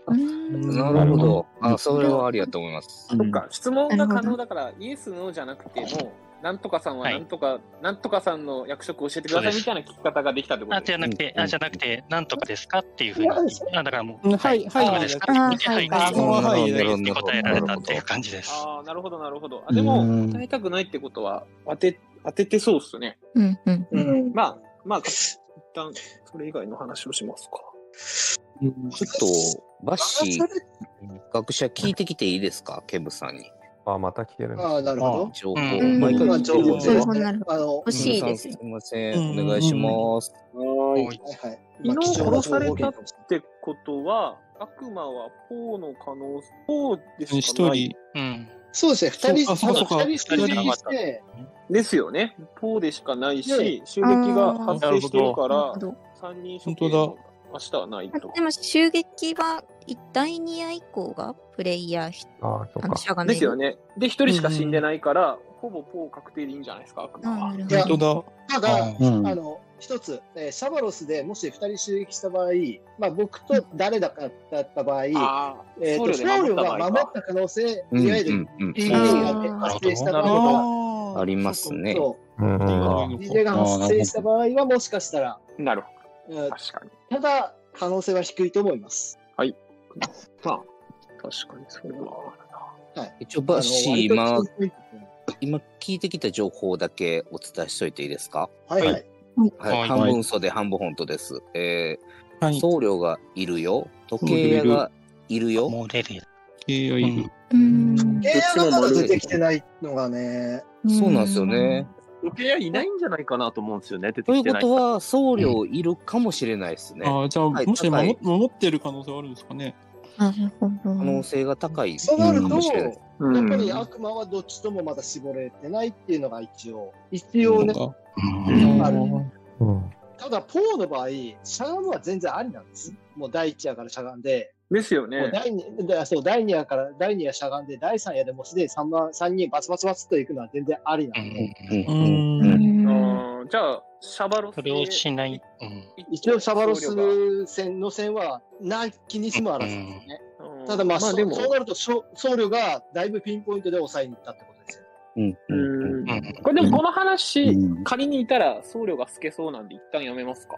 Speaker 7: なるほど。あ、それはありだと思います。
Speaker 6: そっか、質問が可能だから、イエス、ノーじゃなくても、なんとかさんはなんとか、なんとかさんの役職を教えてくださいみたいな聞き方ができたってこと
Speaker 9: あ、じゃなくて、あ、じゃなくて、なんとかですかっていうふうに、あ、だからもう、
Speaker 5: はい、
Speaker 9: はい、
Speaker 5: はい
Speaker 9: そうですか
Speaker 5: あ
Speaker 9: って言って、
Speaker 5: はい
Speaker 9: はい、
Speaker 5: 質問ははい
Speaker 9: はいって答えられたっていう感じです。
Speaker 6: ああ、なるほど、なるほど。あでも、答えたくないってことは、当て、当ててそうっすね。
Speaker 13: うんうん
Speaker 6: うん。まあ、まあ、一旦、それ以外の話をしますか。
Speaker 7: ちょっと、バッシー、学者聞いてきていいですか、ケブさんに。
Speaker 17: あ、また聞けるんです
Speaker 4: ああ、なるほど。
Speaker 7: 情報、
Speaker 4: うん
Speaker 7: 毎回
Speaker 4: まあ
Speaker 7: 聞いて
Speaker 4: 情
Speaker 7: る
Speaker 4: 報ですね
Speaker 7: あの
Speaker 4: あの欲しいです
Speaker 7: ケブさんすみません、お願いします。。
Speaker 3: はい
Speaker 4: はい。
Speaker 6: 昨日殺されたってことは、悪魔はポーの可能性、ポーですか
Speaker 5: 一人。
Speaker 9: うん。
Speaker 4: そうですね、二人、
Speaker 6: あそうかそうか
Speaker 4: 二人出陣して、
Speaker 6: ですよね。ポーでしかないし
Speaker 4: ね、
Speaker 6: 襲撃が発生してるか
Speaker 8: な
Speaker 6: ら
Speaker 8: るほど、
Speaker 6: 三人
Speaker 5: 本当だ。
Speaker 6: 明日はないと。
Speaker 8: でも襲撃は第2夜以降がプレイヤーひ
Speaker 17: ああ、そ
Speaker 8: あのしゃが
Speaker 6: で
Speaker 8: ない
Speaker 6: すよね。で、一人しか死んでないから、ほぼポー確定でいいんじゃないですか、悪魔は。
Speaker 4: いや
Speaker 5: だ。
Speaker 4: ただ、
Speaker 5: うん
Speaker 4: あの、一つ、えーシャバロスでもし二人襲撃した場合、まあ、僕と誰だかだった場合、え
Speaker 6: あー
Speaker 4: ーと、
Speaker 6: 僧
Speaker 4: 僧
Speaker 6: 侶
Speaker 4: 侶
Speaker 6: が
Speaker 4: が
Speaker 6: 守った場合か
Speaker 4: 守った可能性、
Speaker 7: うん
Speaker 4: いわゆ
Speaker 7: う
Speaker 4: る
Speaker 7: んうん、
Speaker 4: 事件が発生した場合
Speaker 7: ありますね。
Speaker 4: そ
Speaker 7: うん
Speaker 4: と、事件が発生した場合は、もしかしたら、
Speaker 6: なるほ
Speaker 4: うん
Speaker 6: 確かに。
Speaker 4: ただ、可能性は低いと思います。
Speaker 6: はい。まあ、確かにそれは。
Speaker 7: 一応、バッシー、
Speaker 4: あの
Speaker 7: 今
Speaker 4: 割と、
Speaker 7: 今聞いてきた情報だけお伝えしといていいですか
Speaker 4: はいはい。
Speaker 7: はい
Speaker 4: はい
Speaker 7: 半分袖、半分本当です。えー
Speaker 5: はい
Speaker 7: 僧侶がいるよ。時計屋がいるよ。
Speaker 5: いやいる。
Speaker 4: 契約がまだ出てきてないのがね、
Speaker 7: そうなんですよね。
Speaker 17: 時計屋いないんじゃないかなと思うんですよね、出て
Speaker 7: とい
Speaker 17: き
Speaker 7: う
Speaker 17: て
Speaker 7: こ
Speaker 17: ない。
Speaker 7: とは、僧侶いるかもしれないですね。
Speaker 5: あーじゃあ、
Speaker 7: はい
Speaker 5: もし
Speaker 7: 高
Speaker 5: 守
Speaker 7: い
Speaker 5: 守ってる可能性はあるんですかね。
Speaker 8: なるほ
Speaker 7: 可能性が高い
Speaker 4: そうなる
Speaker 7: か
Speaker 4: と、
Speaker 7: もしれ
Speaker 4: や
Speaker 7: な
Speaker 4: っ
Speaker 7: い。
Speaker 4: ぱり悪魔はどっちともまだ絞れてないっていうのが一応、一応ね、ある。ただ、ポーの場合、しゃがむは全然ありなんです。もう第一夜からしゃがんで、
Speaker 6: ですよ
Speaker 4: もう
Speaker 6: ね。
Speaker 4: 第二だそう第二夜から第二夜しゃがんで、第三夜でもうすでに三番三人バツバツバツと行くのは全然ありなんで、
Speaker 6: うんじゃあ、シャバロス
Speaker 9: それをしない。うん。
Speaker 4: 一応シャバロス戦の戦はない気にしもあらずですね。ただまあ、
Speaker 6: まあ
Speaker 4: そ
Speaker 6: でも
Speaker 4: そうなるとしょ僧侶がだいぶピンポイントで抑えに行ったってことですよ。
Speaker 6: うんこれでもこの話、仮にいたら僧侶が透けそうなんで一旦やめますか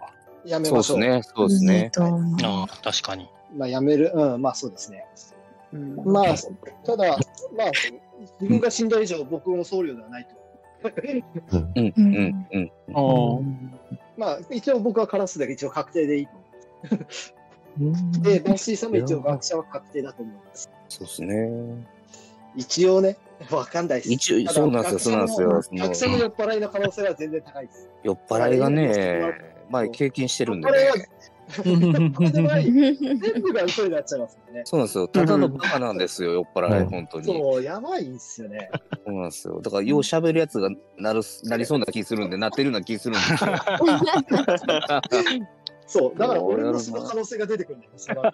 Speaker 4: やめましょう。
Speaker 7: そうですね。
Speaker 9: ああ、確かに。
Speaker 4: まあやめる、うん、まあそうですね。まあ、ただ、まあ、自分が死んだ以上、僕も僧侶ではないと。
Speaker 7: うんうんうん。
Speaker 4: まあ、一応僕はカラスだけ一応確定 でいいと思う。で、バッシーさんも一応学者は確定だと思います。
Speaker 7: そうですね。
Speaker 4: 一応ね、わかんないです。
Speaker 7: 一
Speaker 4: た
Speaker 7: 応
Speaker 4: だ
Speaker 7: そうなんで
Speaker 4: 学
Speaker 7: すよ
Speaker 4: 者の
Speaker 7: そうなんですよ
Speaker 4: 学者の酔っ払いの可能性は全然高いです。
Speaker 7: 酔っ払いがね、まあ経験してるんで
Speaker 4: これ
Speaker 7: ね。
Speaker 4: は、 これの場合全部が嘘になっちゃいますもんね。
Speaker 7: そうなんですよ。ただのバカなんですよ、酔っ払い、本当に。そ
Speaker 4: そう、やばいんですよね。
Speaker 7: うなんですよ。だから、よう喋るやつがなる、なりそうな気するんで、なってるような気するんですよ。
Speaker 4: そう、だから 俺もその可能性が出てくるんだよ。その
Speaker 7: そ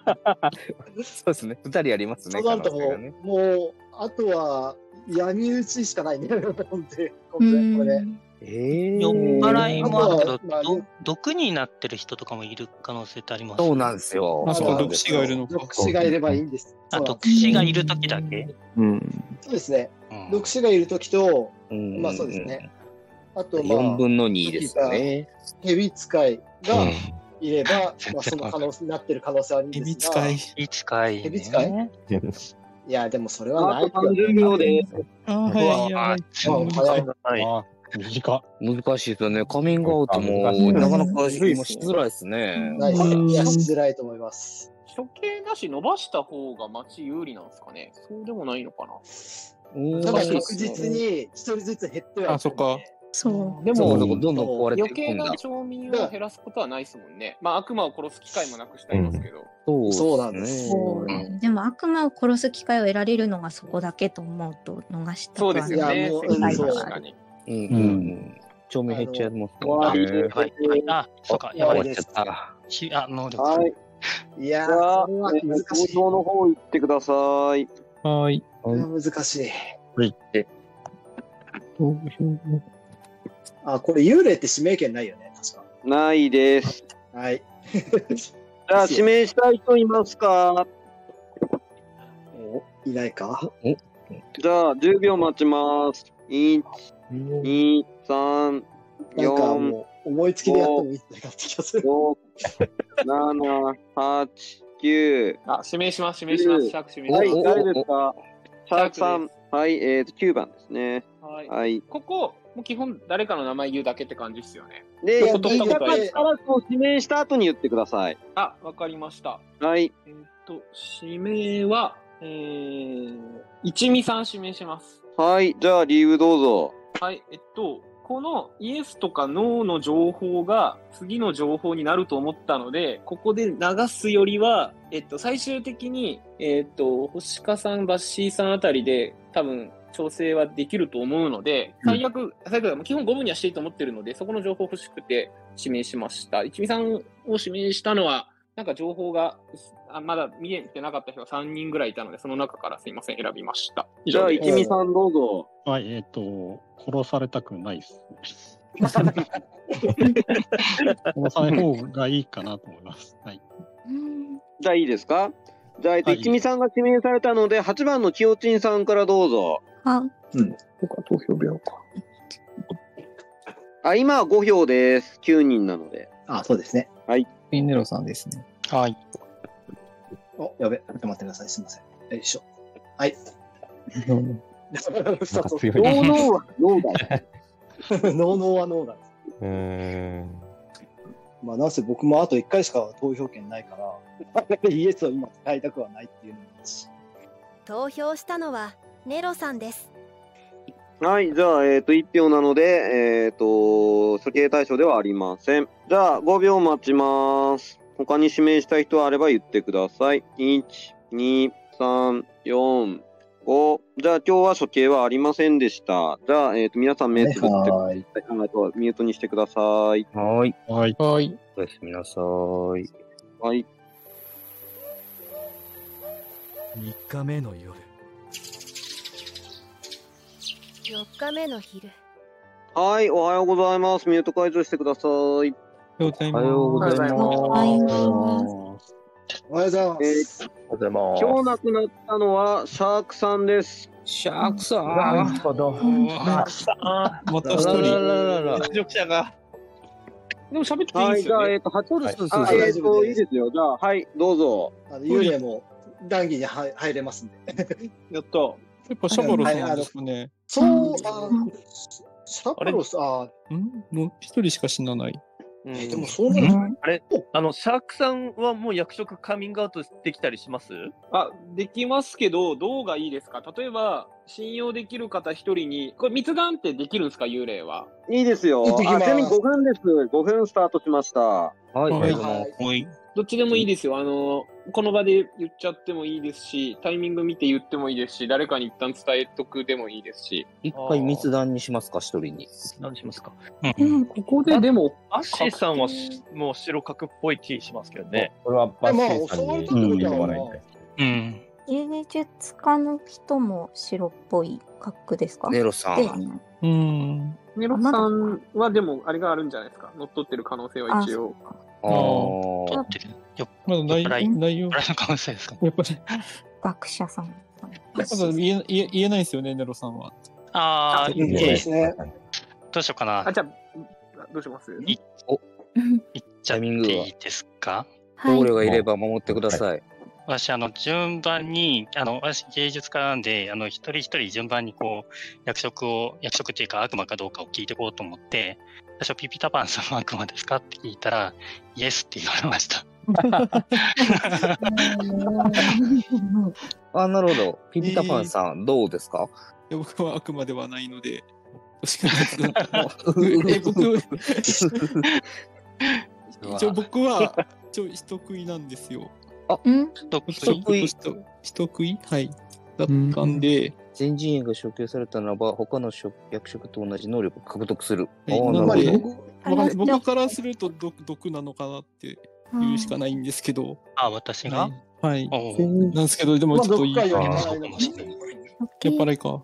Speaker 7: うですね。二人ありますね。
Speaker 4: そうなるとも
Speaker 7: 可能性が
Speaker 4: う、
Speaker 7: ね
Speaker 4: もう、あとは、闇討ちしかないね、ほんで、これでこれで。
Speaker 7: え
Speaker 9: 酔っ払いもあるけ
Speaker 4: あ
Speaker 9: ど、
Speaker 4: とは
Speaker 9: ど毒になってる人とかもいる可能性ってあります
Speaker 7: そうなんですよ。
Speaker 4: あそうか毒死がいる
Speaker 7: の
Speaker 4: か。毒死がいればいいんです。
Speaker 9: あ、毒死がいるときだけ
Speaker 4: そうですね。毒死がいるときと、
Speaker 7: ん
Speaker 4: まあそうですね。あと、まあ、
Speaker 7: 4分の2ですよね。
Speaker 4: 蛇使いがいれ ば、まあその可能性、なってる可能性はあるんですが。蛇使い。
Speaker 9: 蛇使い。
Speaker 4: 蛇使いいや、でもそれはない。
Speaker 3: あと30秒で。
Speaker 4: あ
Speaker 7: あ
Speaker 11: 短
Speaker 7: 難しいですよね。カミングアウトも、なかなかしづらいですね。
Speaker 4: ないです。いや、しづらいと思います。
Speaker 6: 処刑なし伸ばした方が町有利なんですかねそうでもないのかな
Speaker 4: ただ確実に一人ずつ減ってはい
Speaker 6: あそっか
Speaker 4: そう
Speaker 6: でも
Speaker 7: どんどん壊れていく
Speaker 6: 余計
Speaker 7: んだ
Speaker 6: な。町民を減らすことはないですもんね。まあ悪魔を殺す機会もなくしたいますけど。
Speaker 7: そう
Speaker 4: そうなんです。
Speaker 8: そうでも悪魔を殺す機会を得られるのがそこだけと思うと逃したくはない
Speaker 4: いやもううんそう確かに
Speaker 7: うんうん。調味減っちゃいますもん
Speaker 9: あ、は
Speaker 7: ね
Speaker 9: い、はい。あ、そうか、
Speaker 7: 終
Speaker 9: やば
Speaker 7: わ
Speaker 9: い
Speaker 7: っ
Speaker 9: で
Speaker 7: ちゃ
Speaker 9: す
Speaker 7: っ。た。
Speaker 9: しあ、能力。
Speaker 3: はい。
Speaker 4: いや
Speaker 3: ー、
Speaker 4: それは難しい
Speaker 3: えー投票の方行ってください。
Speaker 5: はい。
Speaker 4: 難しい。
Speaker 5: はい。
Speaker 4: あ、これ幽霊って指名権ないよね、確か。
Speaker 3: ないです。
Speaker 4: はい。
Speaker 3: じゃあ、指名したい人いますか
Speaker 4: いないか
Speaker 3: じゃあ、10秒待ちます。1、2、
Speaker 4: な
Speaker 3: 3、
Speaker 4: んか
Speaker 3: 4
Speaker 4: も、う思いつきでやってもいいってなってきまする。
Speaker 3: 5、7、8、9。
Speaker 6: あ、指名します、指名します。シャーク指名
Speaker 3: はい、
Speaker 6: します。
Speaker 3: 誰ですかシャークさん。はい、えっと、9番ですね。
Speaker 6: はい。
Speaker 3: はい。
Speaker 6: ここ、もう基本誰かの名前言うだけって感じですよね。
Speaker 3: で、
Speaker 6: ここ
Speaker 3: 言
Speaker 6: 取
Speaker 3: い
Speaker 6: った
Speaker 3: 方か
Speaker 6: ことあ
Speaker 3: ら
Speaker 6: るですか
Speaker 3: こう指名した後に言ってください。
Speaker 6: あ、わかりました。
Speaker 3: はい。
Speaker 6: えーっと、指名は、えー、一味さん指名します。
Speaker 3: はい、じゃあ、理由どうぞ。
Speaker 6: はい、えっと、このイエスとかノーの情報が次の情報になると思ったので、ここで流すよりは、えっと、最終的に、えっと、星香さん、バッシーさんあたりで、多分、調整はできると思うので、最悪、最悪、基本5分にはしていいと思ってるので、そこの情報欲しくて指名しました。一味さんを指名したのは、なんか情報が、あまだ見えてなかった人が3人ぐらいいたので、その中からすいません、選びました。以
Speaker 3: じゃ
Speaker 6: 上
Speaker 3: あ、
Speaker 6: で
Speaker 3: 一味さんどうぞ。
Speaker 11: はい、えっ、と、殺されたくないっす。殺さない方がいいかなと思います。はい。
Speaker 3: じゃあ、いいですかじゃあ、えっと、一味さんが指名されたので、8番のきよちんさんからどうぞ。
Speaker 8: あ
Speaker 3: 投票秒か。あ、今は5票です。9人なので。
Speaker 4: あ、そうですね。
Speaker 3: はい。
Speaker 10: ピンネロさんですね。はい。
Speaker 4: お、やべ、ちょっと待ってください。すみません。よいしょ。はい。
Speaker 10: なんか強い
Speaker 4: 脳脳は脳だよ。脳脳は脳だよ。
Speaker 10: うん。
Speaker 4: まあ、なんせ僕もあと1回しか投票権ないから、 イエスを今使いたくはないっていうのもあるし。
Speaker 16: 投票したのはネロさんです
Speaker 3: はい、じゃあ、えっ、と、1票なので、えっ、と、処刑対象ではありません。じゃあ、5秒待ちます。他に指名したい人あれば言ってください。1、2、3、4、5。じゃあ、今日は処刑はありませんでした。じゃあ、えっ、と、皆さん目つぶってください。あとはミュートにしてください。
Speaker 7: はい。
Speaker 11: はい。
Speaker 5: はい。
Speaker 7: おやすみなさい。
Speaker 3: はい。
Speaker 12: 3日目の夜
Speaker 16: 4日目の昼
Speaker 3: はい、おはようございます。ミュート解除してください。おはよ
Speaker 5: うござい
Speaker 3: ま
Speaker 7: お
Speaker 3: す。
Speaker 7: はようございますおはようご
Speaker 4: お
Speaker 3: す。
Speaker 4: はようございます。
Speaker 7: おはようございま
Speaker 3: 今日亡くなったのはシャークさんです。シャークさん。なるほど。
Speaker 5: ま
Speaker 3: た一人
Speaker 7: あらららら
Speaker 3: 実力者が。
Speaker 6: でも喋って
Speaker 4: いいんですよね
Speaker 3: はい、じゃあ、えっ、と、八
Speaker 4: はい
Speaker 3: です。
Speaker 4: そうそう
Speaker 3: あえっ、と、いいですよ。じゃあ、はい、どうぞ。
Speaker 4: あの幽霊も談義に入入れますんで。
Speaker 6: やった。や
Speaker 5: っぱシャボロさんですかね。
Speaker 4: そう、あ、シャプロス、あ、
Speaker 5: んもう一人しか死なない。
Speaker 14: え
Speaker 18: でもそうなる
Speaker 14: あれ、あの、シャークさんはもう役職カミングアウトできたりします
Speaker 6: あ、できますけど、どうがいいですか例えば、信用できる方一人に、これ、密談ってできるんですか幽霊は。
Speaker 3: いいですよ。
Speaker 6: 行ってきま
Speaker 3: あ
Speaker 6: す
Speaker 3: ちなみに5分です。5分スタートしました。はい
Speaker 6: はい
Speaker 3: い。
Speaker 6: どっちでもいいですよ。あの、この場で言っちゃってもいいですし、タイミング見て言ってもいいですし、誰かに一旦伝えとくでもいいですし。
Speaker 7: 一回密談にしますか、一人に。
Speaker 14: 何しますか。
Speaker 6: うん、ここででも、
Speaker 14: アッシーさんはしもう白角っぽい気しますけどね。
Speaker 10: これは
Speaker 14: バ
Speaker 10: ッシーさんにまあ教わるってことはないんで
Speaker 14: うん。
Speaker 8: 芸術家の人も白っぽい格ですか
Speaker 7: ネロさん
Speaker 8: ではない
Speaker 5: うん。
Speaker 6: メロさんはでも、あれがあるんじゃないですか。乗っ取ってる可能性は一応。
Speaker 7: ああ。
Speaker 5: まだ内内容。やっぱり、
Speaker 8: 学者さん。
Speaker 5: まだ言え言え言えないですよね、ネロさんは。
Speaker 9: ああ、
Speaker 5: そうです
Speaker 9: ね。どうしようかな。
Speaker 6: あ、じゃあ、どうします
Speaker 9: い
Speaker 7: お
Speaker 9: タイミングいいですか
Speaker 7: 同僚がいれば守ってください。
Speaker 9: 私、あの、順番に、あの、私、芸術家なんで、あの、一人一人順番にこう、役職を、役職っていうか悪魔かどうかを聞いていこうと思って、最初、ピピタパンさんは悪魔ですかって聞いたら、イエスって言われました。
Speaker 7: あ、なるほど。ピピタパンさん、どうですか
Speaker 5: いや 僕は悪魔ではないので、しかないですけどえ僕、一応僕 は、一応人食いなんですよ。
Speaker 7: あ、
Speaker 9: 人
Speaker 7: 食い
Speaker 5: 人人食いはい。だったんで、
Speaker 7: 全人員が処刑されたならば、他の職役職と同じ能力を獲得する。あ
Speaker 5: はい
Speaker 7: あ、
Speaker 5: なの
Speaker 7: なるほ
Speaker 5: で
Speaker 7: ど。
Speaker 5: わかんない僕からすると毒毒なのかなって言うしかないんですけど。
Speaker 9: あ、私が
Speaker 5: はい。
Speaker 9: なん
Speaker 5: ですけど、でもちょっといい。
Speaker 4: まあ
Speaker 5: や
Speaker 4: どっか
Speaker 5: っ
Speaker 4: 酔っ払いの
Speaker 5: ぱりか。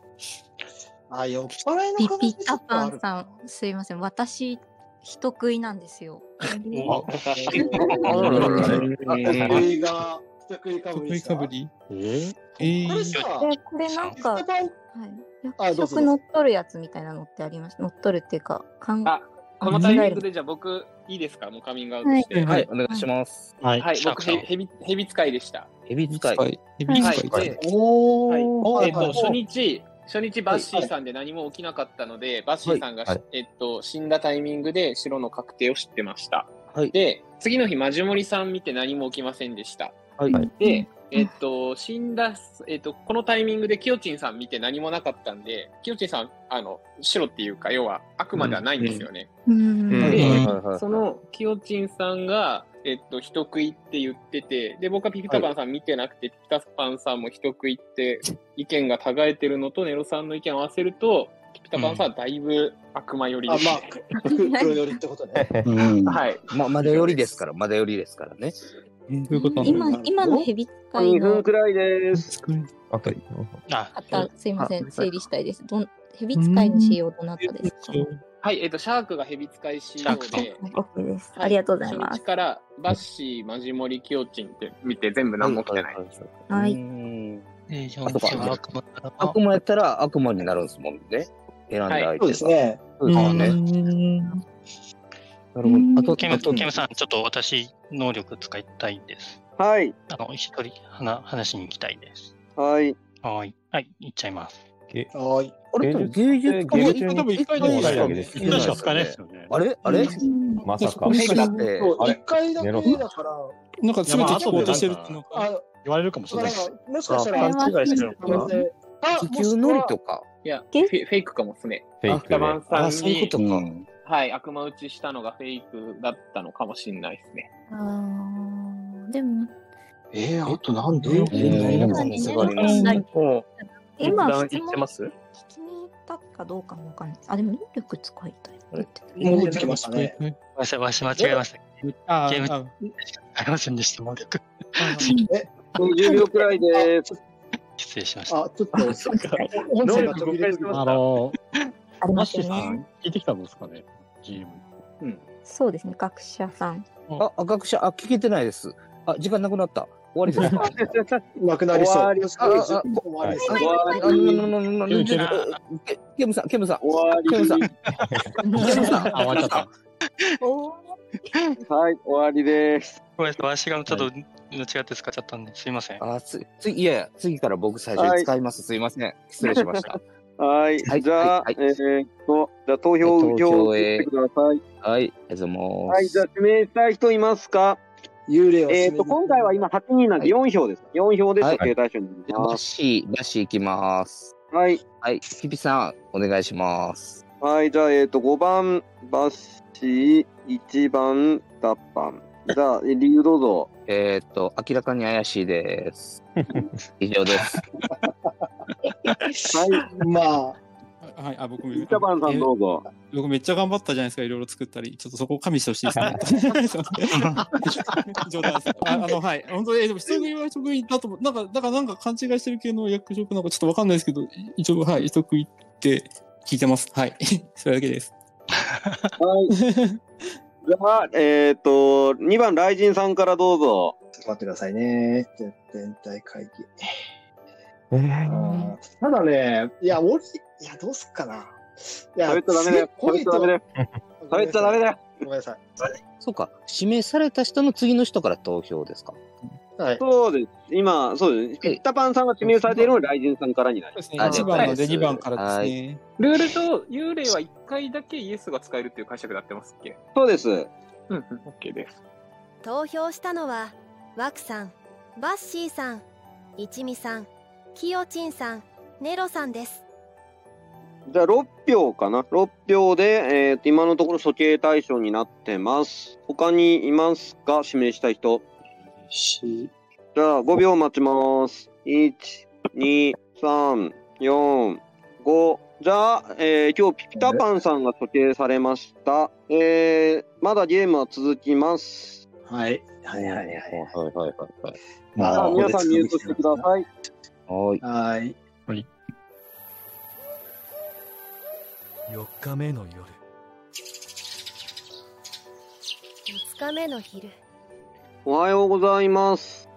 Speaker 4: あ、酔っ払いの
Speaker 8: ピピタパンさん、すいません。私、人食いなんですよ。
Speaker 4: 映画、人食いかぶりですか。
Speaker 5: え
Speaker 4: これさ、
Speaker 8: でこれなんか、はい、
Speaker 4: あどう
Speaker 8: 役
Speaker 4: ぞ
Speaker 8: 職乗っ取るやつみたいなのってあります乗っ取るっていうか、かんあ
Speaker 6: このタイミングで、じゃあ僕、いいですかもうカミングアウトして。
Speaker 7: はいはいお願いします
Speaker 6: は、
Speaker 7: はいい
Speaker 6: 僕、へヘビ、ヘビ使いでした。
Speaker 7: ヘビ使い。
Speaker 5: ヘ
Speaker 6: ビ使い
Speaker 7: は
Speaker 6: はい
Speaker 4: お
Speaker 6: はい
Speaker 7: おー
Speaker 6: えっと、初日、初日、バッシーさんで何も起きなかったので、バッシーさんが、
Speaker 7: はい
Speaker 6: えっと、死んだタイミングで白の確定を知ってました。
Speaker 7: はい
Speaker 6: で、次の日、マジモリさん見て何も起きませんでした。
Speaker 7: はい。
Speaker 6: で、えっと、死んだ、えっと、このタイミングでキヨチンさん見て何もなかったんで、キヨチンさん、あの、白っていうか、要は悪魔ではないんですよね。
Speaker 7: で
Speaker 6: そのキヨチンさんが、えっと、人食いって言ってて、で、僕はピピタパンさん見てなくて、ピピタパンさんも人食いって意見が違えてるのと、ネロさんの意見を合わせると、ピピタパンさんはだいぶ悪魔寄りです、ね
Speaker 4: 黒寄りってことね。
Speaker 6: はい。
Speaker 7: ま、まだよりですから、まだよりですからね。
Speaker 5: どういうこと
Speaker 8: 今、今のヘビ使いの
Speaker 3: くらいです。
Speaker 10: あと、
Speaker 8: 方、すいません、
Speaker 6: あ
Speaker 8: 整理したいです。どんヘビ使いの仕様どなたですか
Speaker 6: はい、えっと、シャークがヘビ使い仕様で、
Speaker 8: OK です。ありがとうございま
Speaker 6: 初
Speaker 8: す
Speaker 6: 日。からバッシー、マジモリ、キヨチンって見て全部何も起きてない。
Speaker 8: はい。
Speaker 9: えじゃ
Speaker 7: あそう
Speaker 9: は
Speaker 7: か。悪魔やったら悪魔になるんですもんね。選んだ相手が。
Speaker 9: はいそうです
Speaker 4: ね。
Speaker 7: そうですよね。なるほど。あと、
Speaker 9: ケ
Speaker 7: あ
Speaker 9: ム
Speaker 7: と
Speaker 9: ケムさん、ちょっと私、能力使いたいです。
Speaker 3: はい。
Speaker 9: あの、一人、話話しに行きたいです。
Speaker 3: はい。
Speaker 9: はい。はい、行っちゃいます。
Speaker 4: はい。
Speaker 7: あれ、芸
Speaker 9: 芸
Speaker 7: 術家も
Speaker 9: 術
Speaker 7: 一
Speaker 9: 多分一回
Speaker 7: 一
Speaker 9: だけ
Speaker 7: で
Speaker 9: ですす一回しか使えないですよね
Speaker 7: あれあれ
Speaker 10: まさか。
Speaker 7: だって
Speaker 4: そう
Speaker 10: あれ
Speaker 4: 一回だけ
Speaker 10: ネロ
Speaker 4: だから。
Speaker 5: なんか全て聞こうとしてるっていうの
Speaker 4: あ、
Speaker 11: 言われるかもしれないです。
Speaker 4: もしかしたら、
Speaker 11: 勘違いしてるのかな
Speaker 4: あ、もしくは
Speaker 7: か。
Speaker 6: いや、フェフェイクかもっすね。
Speaker 10: フェイクで
Speaker 6: 北番さんに
Speaker 7: あそういうことか
Speaker 6: はい、悪魔打ちしたのがフェイクだったのかもしれないですね。
Speaker 15: あーでも
Speaker 4: えー、あとなんで
Speaker 8: 今
Speaker 14: 今、言ってます
Speaker 8: だかどうかもわかんないです。あ、でも能力使いたい。
Speaker 4: 戻ってきましたね。
Speaker 9: わし、わし間違えました。
Speaker 5: あ
Speaker 9: ゲーム、ありませんでした、能力。
Speaker 4: え、
Speaker 3: 20秒くらいです。
Speaker 9: 失礼しました。
Speaker 4: あ、ちょっと、そうか音
Speaker 11: 能
Speaker 4: 声が
Speaker 11: 力
Speaker 4: 途
Speaker 11: 誤
Speaker 4: 切れ
Speaker 11: 解し
Speaker 4: て
Speaker 11: て
Speaker 4: る
Speaker 11: ました。あの、
Speaker 8: あり
Speaker 11: マ
Speaker 8: ま
Speaker 11: ッ
Speaker 8: す
Speaker 11: シ
Speaker 8: よ
Speaker 11: ーさ
Speaker 8: ね。
Speaker 11: ん、聞いてきたんですかね、GM。
Speaker 8: そうですね、学者さん。
Speaker 7: あ、あ学者、あ、聞けてないです。あ、時間なくなった。終わりですか
Speaker 4: なくなりそう
Speaker 7: 終わり
Speaker 4: あああ
Speaker 7: 終わり
Speaker 4: 終わり
Speaker 7: ああののののの
Speaker 4: いけるいけ
Speaker 7: ケケムさん、ケムさん。
Speaker 3: 終わり
Speaker 7: ケムさん。
Speaker 11: あ、終わっちゃった。
Speaker 3: はい、終わりです。
Speaker 9: ごめんなさい、わしがちょっと、間違って使っちゃったんで、すいません。
Speaker 7: あ、つ、つ、いやいや、次から僕最初に使います。すいません。失礼しました。
Speaker 3: はい。じゃあ、えーっと、じゃあ投
Speaker 7: 投
Speaker 3: 票、
Speaker 7: 票
Speaker 3: 移っ
Speaker 7: へ
Speaker 3: てください。
Speaker 7: はい、ありがとうござ
Speaker 3: はいい、じゃあ指名したい人いますか
Speaker 4: 幽霊
Speaker 7: を指名
Speaker 3: えっ、と、今回は今8人なんで4票です。4票で
Speaker 7: ます。
Speaker 3: 査定対象になり
Speaker 7: じゃあ
Speaker 3: ま
Speaker 7: バッ
Speaker 3: す。
Speaker 7: シー、バッシーいきます。
Speaker 3: はい。
Speaker 7: はい、ピピさん、お願いします。
Speaker 3: はい、じゃあ、えっ、と、5番、バッシー、1番、ダッパン。じ ゃあ、え理由どうぞ。
Speaker 7: えーっと、明らかに怪しいです。以上です。
Speaker 4: はい、 ま
Speaker 5: あ、はい、あ、僕も。
Speaker 3: 板番さんどうぞ。
Speaker 5: 僕めっちゃ頑張ったじゃないですか、いろいろ作ったり、ちょっとそこを加味してほしいですね。 冗談です。ああの、はい、本当に、えでも、人食いは人食いだと思う、なんか、だから、なんか勘違いしてる系の役職なんか、ちょっとわかんないですけど、一応、はい、人食いって聞いてます。はい、 それだけです。
Speaker 3: はい。 じゃあ、えっ、と、2番、雷神さんからどうぞ。
Speaker 4: ちょっと待ってくださいね。全体会議。
Speaker 10: え
Speaker 4: ー、ただね、いや、俺、いや、どうすっかな。いや、
Speaker 7: 食べちゃダメだよ
Speaker 4: すっごいと
Speaker 7: 食べちゃダメだよ。
Speaker 4: 食べちゃダメだよ。ごめんなさい。
Speaker 7: そうか、指名された人の次の人から投票ですか。
Speaker 3: そうです。今、そうです。ピッタパンさんが指名されているので、雷神さんからになります。
Speaker 5: あ一番ので二番からですね。
Speaker 6: ルール上、幽霊は1回だけイエスが使えるっていう解釈になってますっけ
Speaker 3: そうです。
Speaker 6: うんうん、OK です。
Speaker 16: 投票したのはワクさんバッシーさん一味さんキヨチンさんネロさんです
Speaker 3: じゃあ6票かな6票で、えーと今のところ処刑対象になってます他にいますか指名したい人じゃあ5秒待ちます12345じゃあ、えー今日ピピタパンさんが処刑されましたえー、まだゲームは続きます
Speaker 4: はい。
Speaker 7: はいはいはいはいはいはい。
Speaker 3: じゃあ皆さんミュートしてください
Speaker 7: はい。
Speaker 4: はい。
Speaker 11: はい。
Speaker 12: 4日目の夜
Speaker 16: 5日目の昼
Speaker 3: おはようございます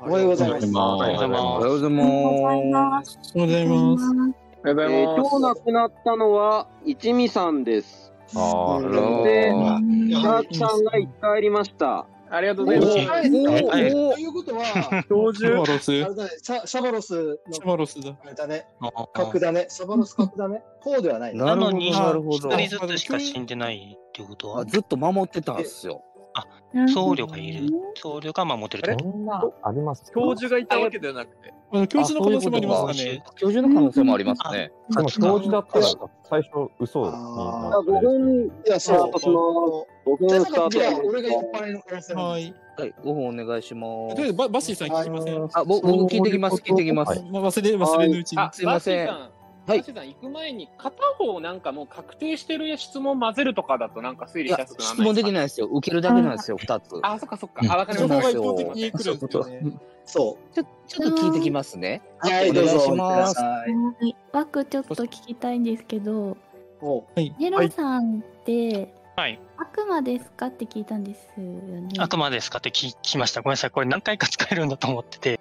Speaker 4: おはようございます
Speaker 7: おはようございますおはようございますおはようございます
Speaker 5: おはようございます
Speaker 3: えー今日亡くなったのは一味さんです
Speaker 10: あ
Speaker 3: そして、シャークさんが生き返りました。
Speaker 6: ありがと
Speaker 4: うございますおーおー
Speaker 3: と
Speaker 4: いうことは、
Speaker 5: 標
Speaker 4: シャバロ
Speaker 5: ロス。
Speaker 4: ス。ササバロスの。
Speaker 5: シャバロスだ。
Speaker 4: あれだね。
Speaker 5: 角
Speaker 4: 角だね。サバロス角だね。こうではない。
Speaker 9: なのに、
Speaker 4: なるほど
Speaker 9: 一人ずつしか死んでないっていうことは。
Speaker 7: ずっと守ってたんですよ。
Speaker 9: あ、僧侶がいる。僧侶が守ってるってこと。
Speaker 7: あります。
Speaker 9: 教
Speaker 17: 授がいたわけではなくて。
Speaker 5: 教授の可能性もありますかね。
Speaker 7: 教授の可能性もありますね。
Speaker 10: でも教授だったら最初嘘になって
Speaker 3: 5分、い
Speaker 4: や、
Speaker 7: そう
Speaker 3: スタートします。5分スタートします。
Speaker 4: 俺が酔っ払いの可能性も
Speaker 5: はい。
Speaker 7: はい、5分お願いします。
Speaker 5: とりあえずババッシーさん聞きません。
Speaker 7: あ、僕僕聞いてきます、聞いてきます。
Speaker 5: ま忘れ忘れぬうちに。
Speaker 6: あ、バッシーさんバッシーさん行く前に片方なんかもう確定してる質問混ぜるとかだとなんか推
Speaker 7: い
Speaker 6: 理し
Speaker 7: や
Speaker 6: やす、くなら
Speaker 7: 質
Speaker 6: ない
Speaker 7: 問できないですよ。受けるだけなんですよ、2つ。
Speaker 6: あ、そっかそっか。あ、わかり
Speaker 7: そうな
Speaker 6: ま
Speaker 7: んで
Speaker 6: し
Speaker 7: す
Speaker 6: た。
Speaker 7: よ
Speaker 4: そう。
Speaker 7: ちょちょっと聞いてきますね。
Speaker 4: はい、
Speaker 7: お
Speaker 4: どうぞ
Speaker 7: 願いします。
Speaker 15: はいバックちょっと聞きたいんですけど、
Speaker 5: はい。
Speaker 15: ネロさんって
Speaker 9: はい。
Speaker 15: 悪魔ですかって聞いたんですよね。
Speaker 9: 悪魔ですかって聞きました。ごめんなさい。これ何回か使えるんだと思ってて。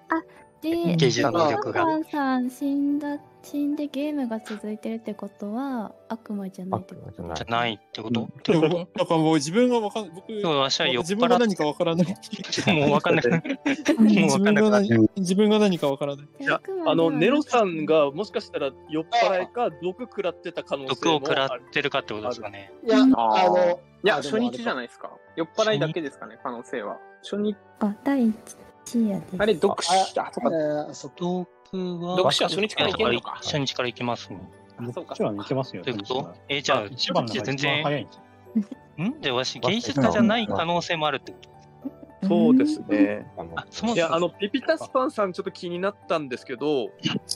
Speaker 15: で、
Speaker 9: ゲージの能力が
Speaker 15: パンさん死んだ死んでゲームが続いてるってことは悪魔じゃないってこと。
Speaker 9: じゃないってこと
Speaker 5: でもなんかもう自分がわかん僕
Speaker 9: そうわしは酔っ払って
Speaker 5: 自分が何かわからない。
Speaker 9: もうわかんなくなる。もうわ
Speaker 5: 自
Speaker 9: かん
Speaker 5: 分
Speaker 9: なく
Speaker 5: が
Speaker 9: な
Speaker 5: 何
Speaker 9: る。
Speaker 5: 自分が何かわからない。
Speaker 17: いやあのネロさんがもしかしたら酔っ払いか毒食らってた可能性
Speaker 9: 毒
Speaker 17: も
Speaker 9: を食らってるかってことですかね。
Speaker 4: いや、
Speaker 6: あ
Speaker 4: の、
Speaker 6: いや、初日じゃないですか。酔っ払いだけですかね、可能性は。初日。
Speaker 15: あ、第一夜です。
Speaker 6: あれ、毒死。あ、そっか。
Speaker 9: 毒は
Speaker 6: 読書は初日からいけるのか
Speaker 9: 初日からいけますね。
Speaker 6: そうか。
Speaker 11: 一番似てますよ。
Speaker 9: ということえー、じゃあ、
Speaker 11: 一番のが
Speaker 9: 全
Speaker 11: 一番早い
Speaker 9: 然
Speaker 11: ん。ですよ。
Speaker 9: んで、わし、芸術家じゃない可能性もあるってこと
Speaker 17: そうですね。
Speaker 9: そもそも
Speaker 17: いや、あの、ピピタスパンさん、ちょっと気になったんですけど、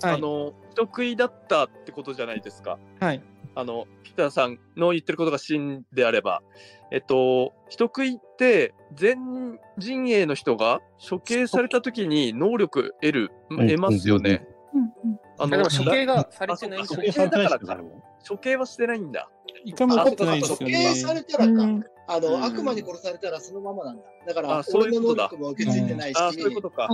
Speaker 17: あの、人食いだったってことじゃないですか。
Speaker 5: はい。
Speaker 17: あの、ピピタさんの言ってることが真であれば。えっと、人食いって、全陣営の人が処刑された時に能力得る、
Speaker 10: ん
Speaker 17: 得ますよね。あ
Speaker 6: でも処刑がされてない
Speaker 17: あそうか処刑だからか。処刑はしてないんだ。
Speaker 5: 一
Speaker 4: あそっか、処刑されたらか。あの、悪魔に殺されたらそのままなんだ。だから
Speaker 17: あ、そう
Speaker 4: 俺
Speaker 17: いう
Speaker 4: の
Speaker 17: こと
Speaker 4: 能
Speaker 17: だ
Speaker 4: 力も受け継いでないし。
Speaker 17: あそういうことか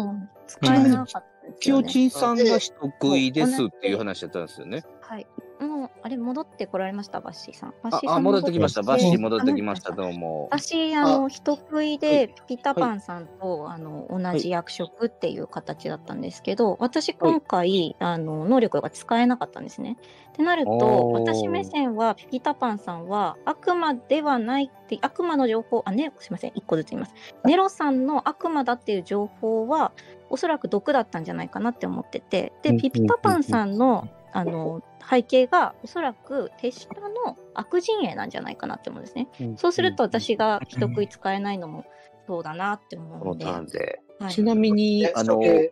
Speaker 7: 使えな
Speaker 4: かった
Speaker 7: きよちんさんが人食いですっていう話だったんですよね。
Speaker 13: はい。もう
Speaker 8: の、あれ、戻ってこられました、バッシーさん。バッ
Speaker 7: あ
Speaker 8: シーさ
Speaker 7: あ、
Speaker 8: ん
Speaker 7: 戻ってきました。バッシー戻ってき
Speaker 8: し
Speaker 7: ました。どうも。
Speaker 8: 私、あの、人食いで、ピタパンさんと、あの、同じ役職っていう形だったんですけど、私、今回、あの、能力が使えなかったんですね。ってなると、
Speaker 16: おー
Speaker 8: 私目線は、ピタパンさんは、悪魔ではないって、悪魔の情報、あ、ね、すいません、一個ずつ言います。ネロさんの悪魔だっていう情報は、おそらく毒だったんじゃないかなって思ってて、で、ピピタパンさんの、あの、背景が、おそらく、手下の悪陣営なんじゃないかなって思うんですね。
Speaker 7: うん
Speaker 8: そうすると私が人食い使えないのもそうだなって思う
Speaker 7: この
Speaker 8: の
Speaker 7: タ
Speaker 8: で。
Speaker 7: ーンで。
Speaker 8: はい
Speaker 7: ちなみに、あの、
Speaker 4: えい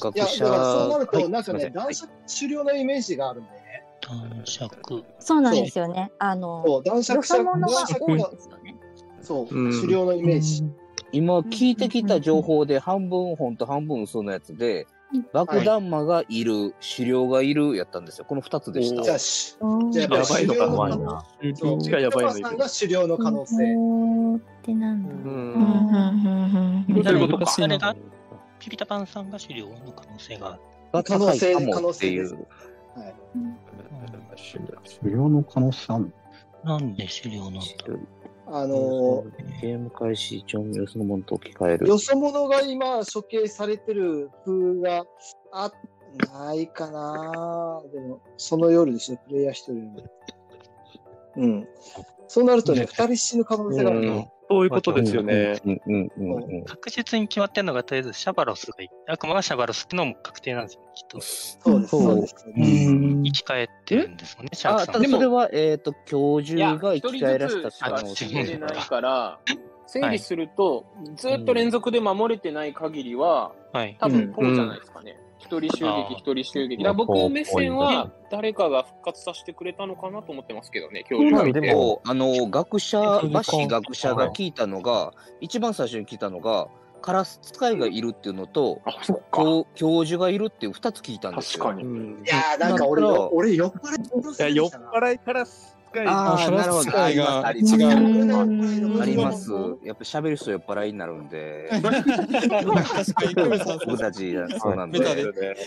Speaker 7: 学
Speaker 4: や、だ
Speaker 7: 者、
Speaker 4: からそうなる
Speaker 7: は
Speaker 4: と、な
Speaker 7: い
Speaker 4: んか
Speaker 7: す
Speaker 4: ね
Speaker 7: い、ま
Speaker 4: 男爵狩猟のイメージがあるんだよね。
Speaker 12: 男爵。
Speaker 8: そうなんですよね。あの、
Speaker 4: そう、男爵
Speaker 8: 若者が
Speaker 4: 男爵
Speaker 8: 多いんですよね。
Speaker 4: そう、
Speaker 7: うん
Speaker 4: 狩猟のイメージ。
Speaker 7: 今聞いてきた情報で半分本と半分嘘のやつで
Speaker 8: うん、
Speaker 7: 爆弾魔がいる、狩猟がいるやったんですよ。この二つでした。
Speaker 4: じゃあし
Speaker 15: じ
Speaker 4: ゃあやっぱり狩猟の可能性
Speaker 7: どっちがやばいのい
Speaker 4: さん
Speaker 7: る
Speaker 4: が狩猟の可能性。
Speaker 15: おーってなんだ。
Speaker 9: どういうこと
Speaker 15: か
Speaker 9: あれが、ピピタパンさんが資料の可能性がある。
Speaker 7: が
Speaker 4: 可能性
Speaker 7: 高いかもっていう
Speaker 4: 可能性
Speaker 11: 狩猟の可能性ある
Speaker 9: なんで狩猟なんだ
Speaker 4: あの
Speaker 7: ゲーム開始、調味料そのものと置き換える。
Speaker 4: よそ者が今処刑されてる風があないかなでも、その夜ですね、プレイヤー一人の。うん。そうなるとね、二人死ぬ可能性があるの。
Speaker 9: そういうことですよ
Speaker 7: ね。うんうんうんうん。
Speaker 9: 確実に決まってるのが、とりあえずシャバロスがいい、悪魔がシャバロスってのも確定なんですよね、きっと。
Speaker 4: そうです。
Speaker 7: そう
Speaker 4: です。
Speaker 9: 生き返ってるんですもんね、シャーク
Speaker 7: あ、
Speaker 9: さ
Speaker 7: た
Speaker 9: ん
Speaker 7: だそれは、えっと、教授が
Speaker 6: 一
Speaker 7: 生
Speaker 6: 人
Speaker 7: き
Speaker 6: ず
Speaker 7: 返らせた
Speaker 6: つし
Speaker 7: 可
Speaker 6: か
Speaker 7: 能
Speaker 6: 死
Speaker 7: 性
Speaker 6: んでないから、整理すると、ずっと連続で守れてない限りは、
Speaker 9: はい。
Speaker 6: 多分ポロじゃないですかね。一、人襲撃、一人襲撃。だから僕目線は、誰かが復活させてくれたのかなと思ってますけどね、教
Speaker 7: そう
Speaker 6: 授
Speaker 7: な
Speaker 6: が
Speaker 7: ん
Speaker 6: 見
Speaker 7: で
Speaker 6: て。
Speaker 7: も、あの、学者、バシ学者が聞いたのが、一番最初に聞いたのが、カラス使いがいるっていうのと、教教授がいるっていう二つ聞いたんですよ。
Speaker 6: 確か
Speaker 7: に。い
Speaker 4: やーなんか俺俺酔っ払い
Speaker 7: いや、酔っ
Speaker 17: 払いカラス使
Speaker 7: いあーなるほど。ありますありますあります。やっぱ喋る人酔っ払いになるんで。僕たち、そうなんで。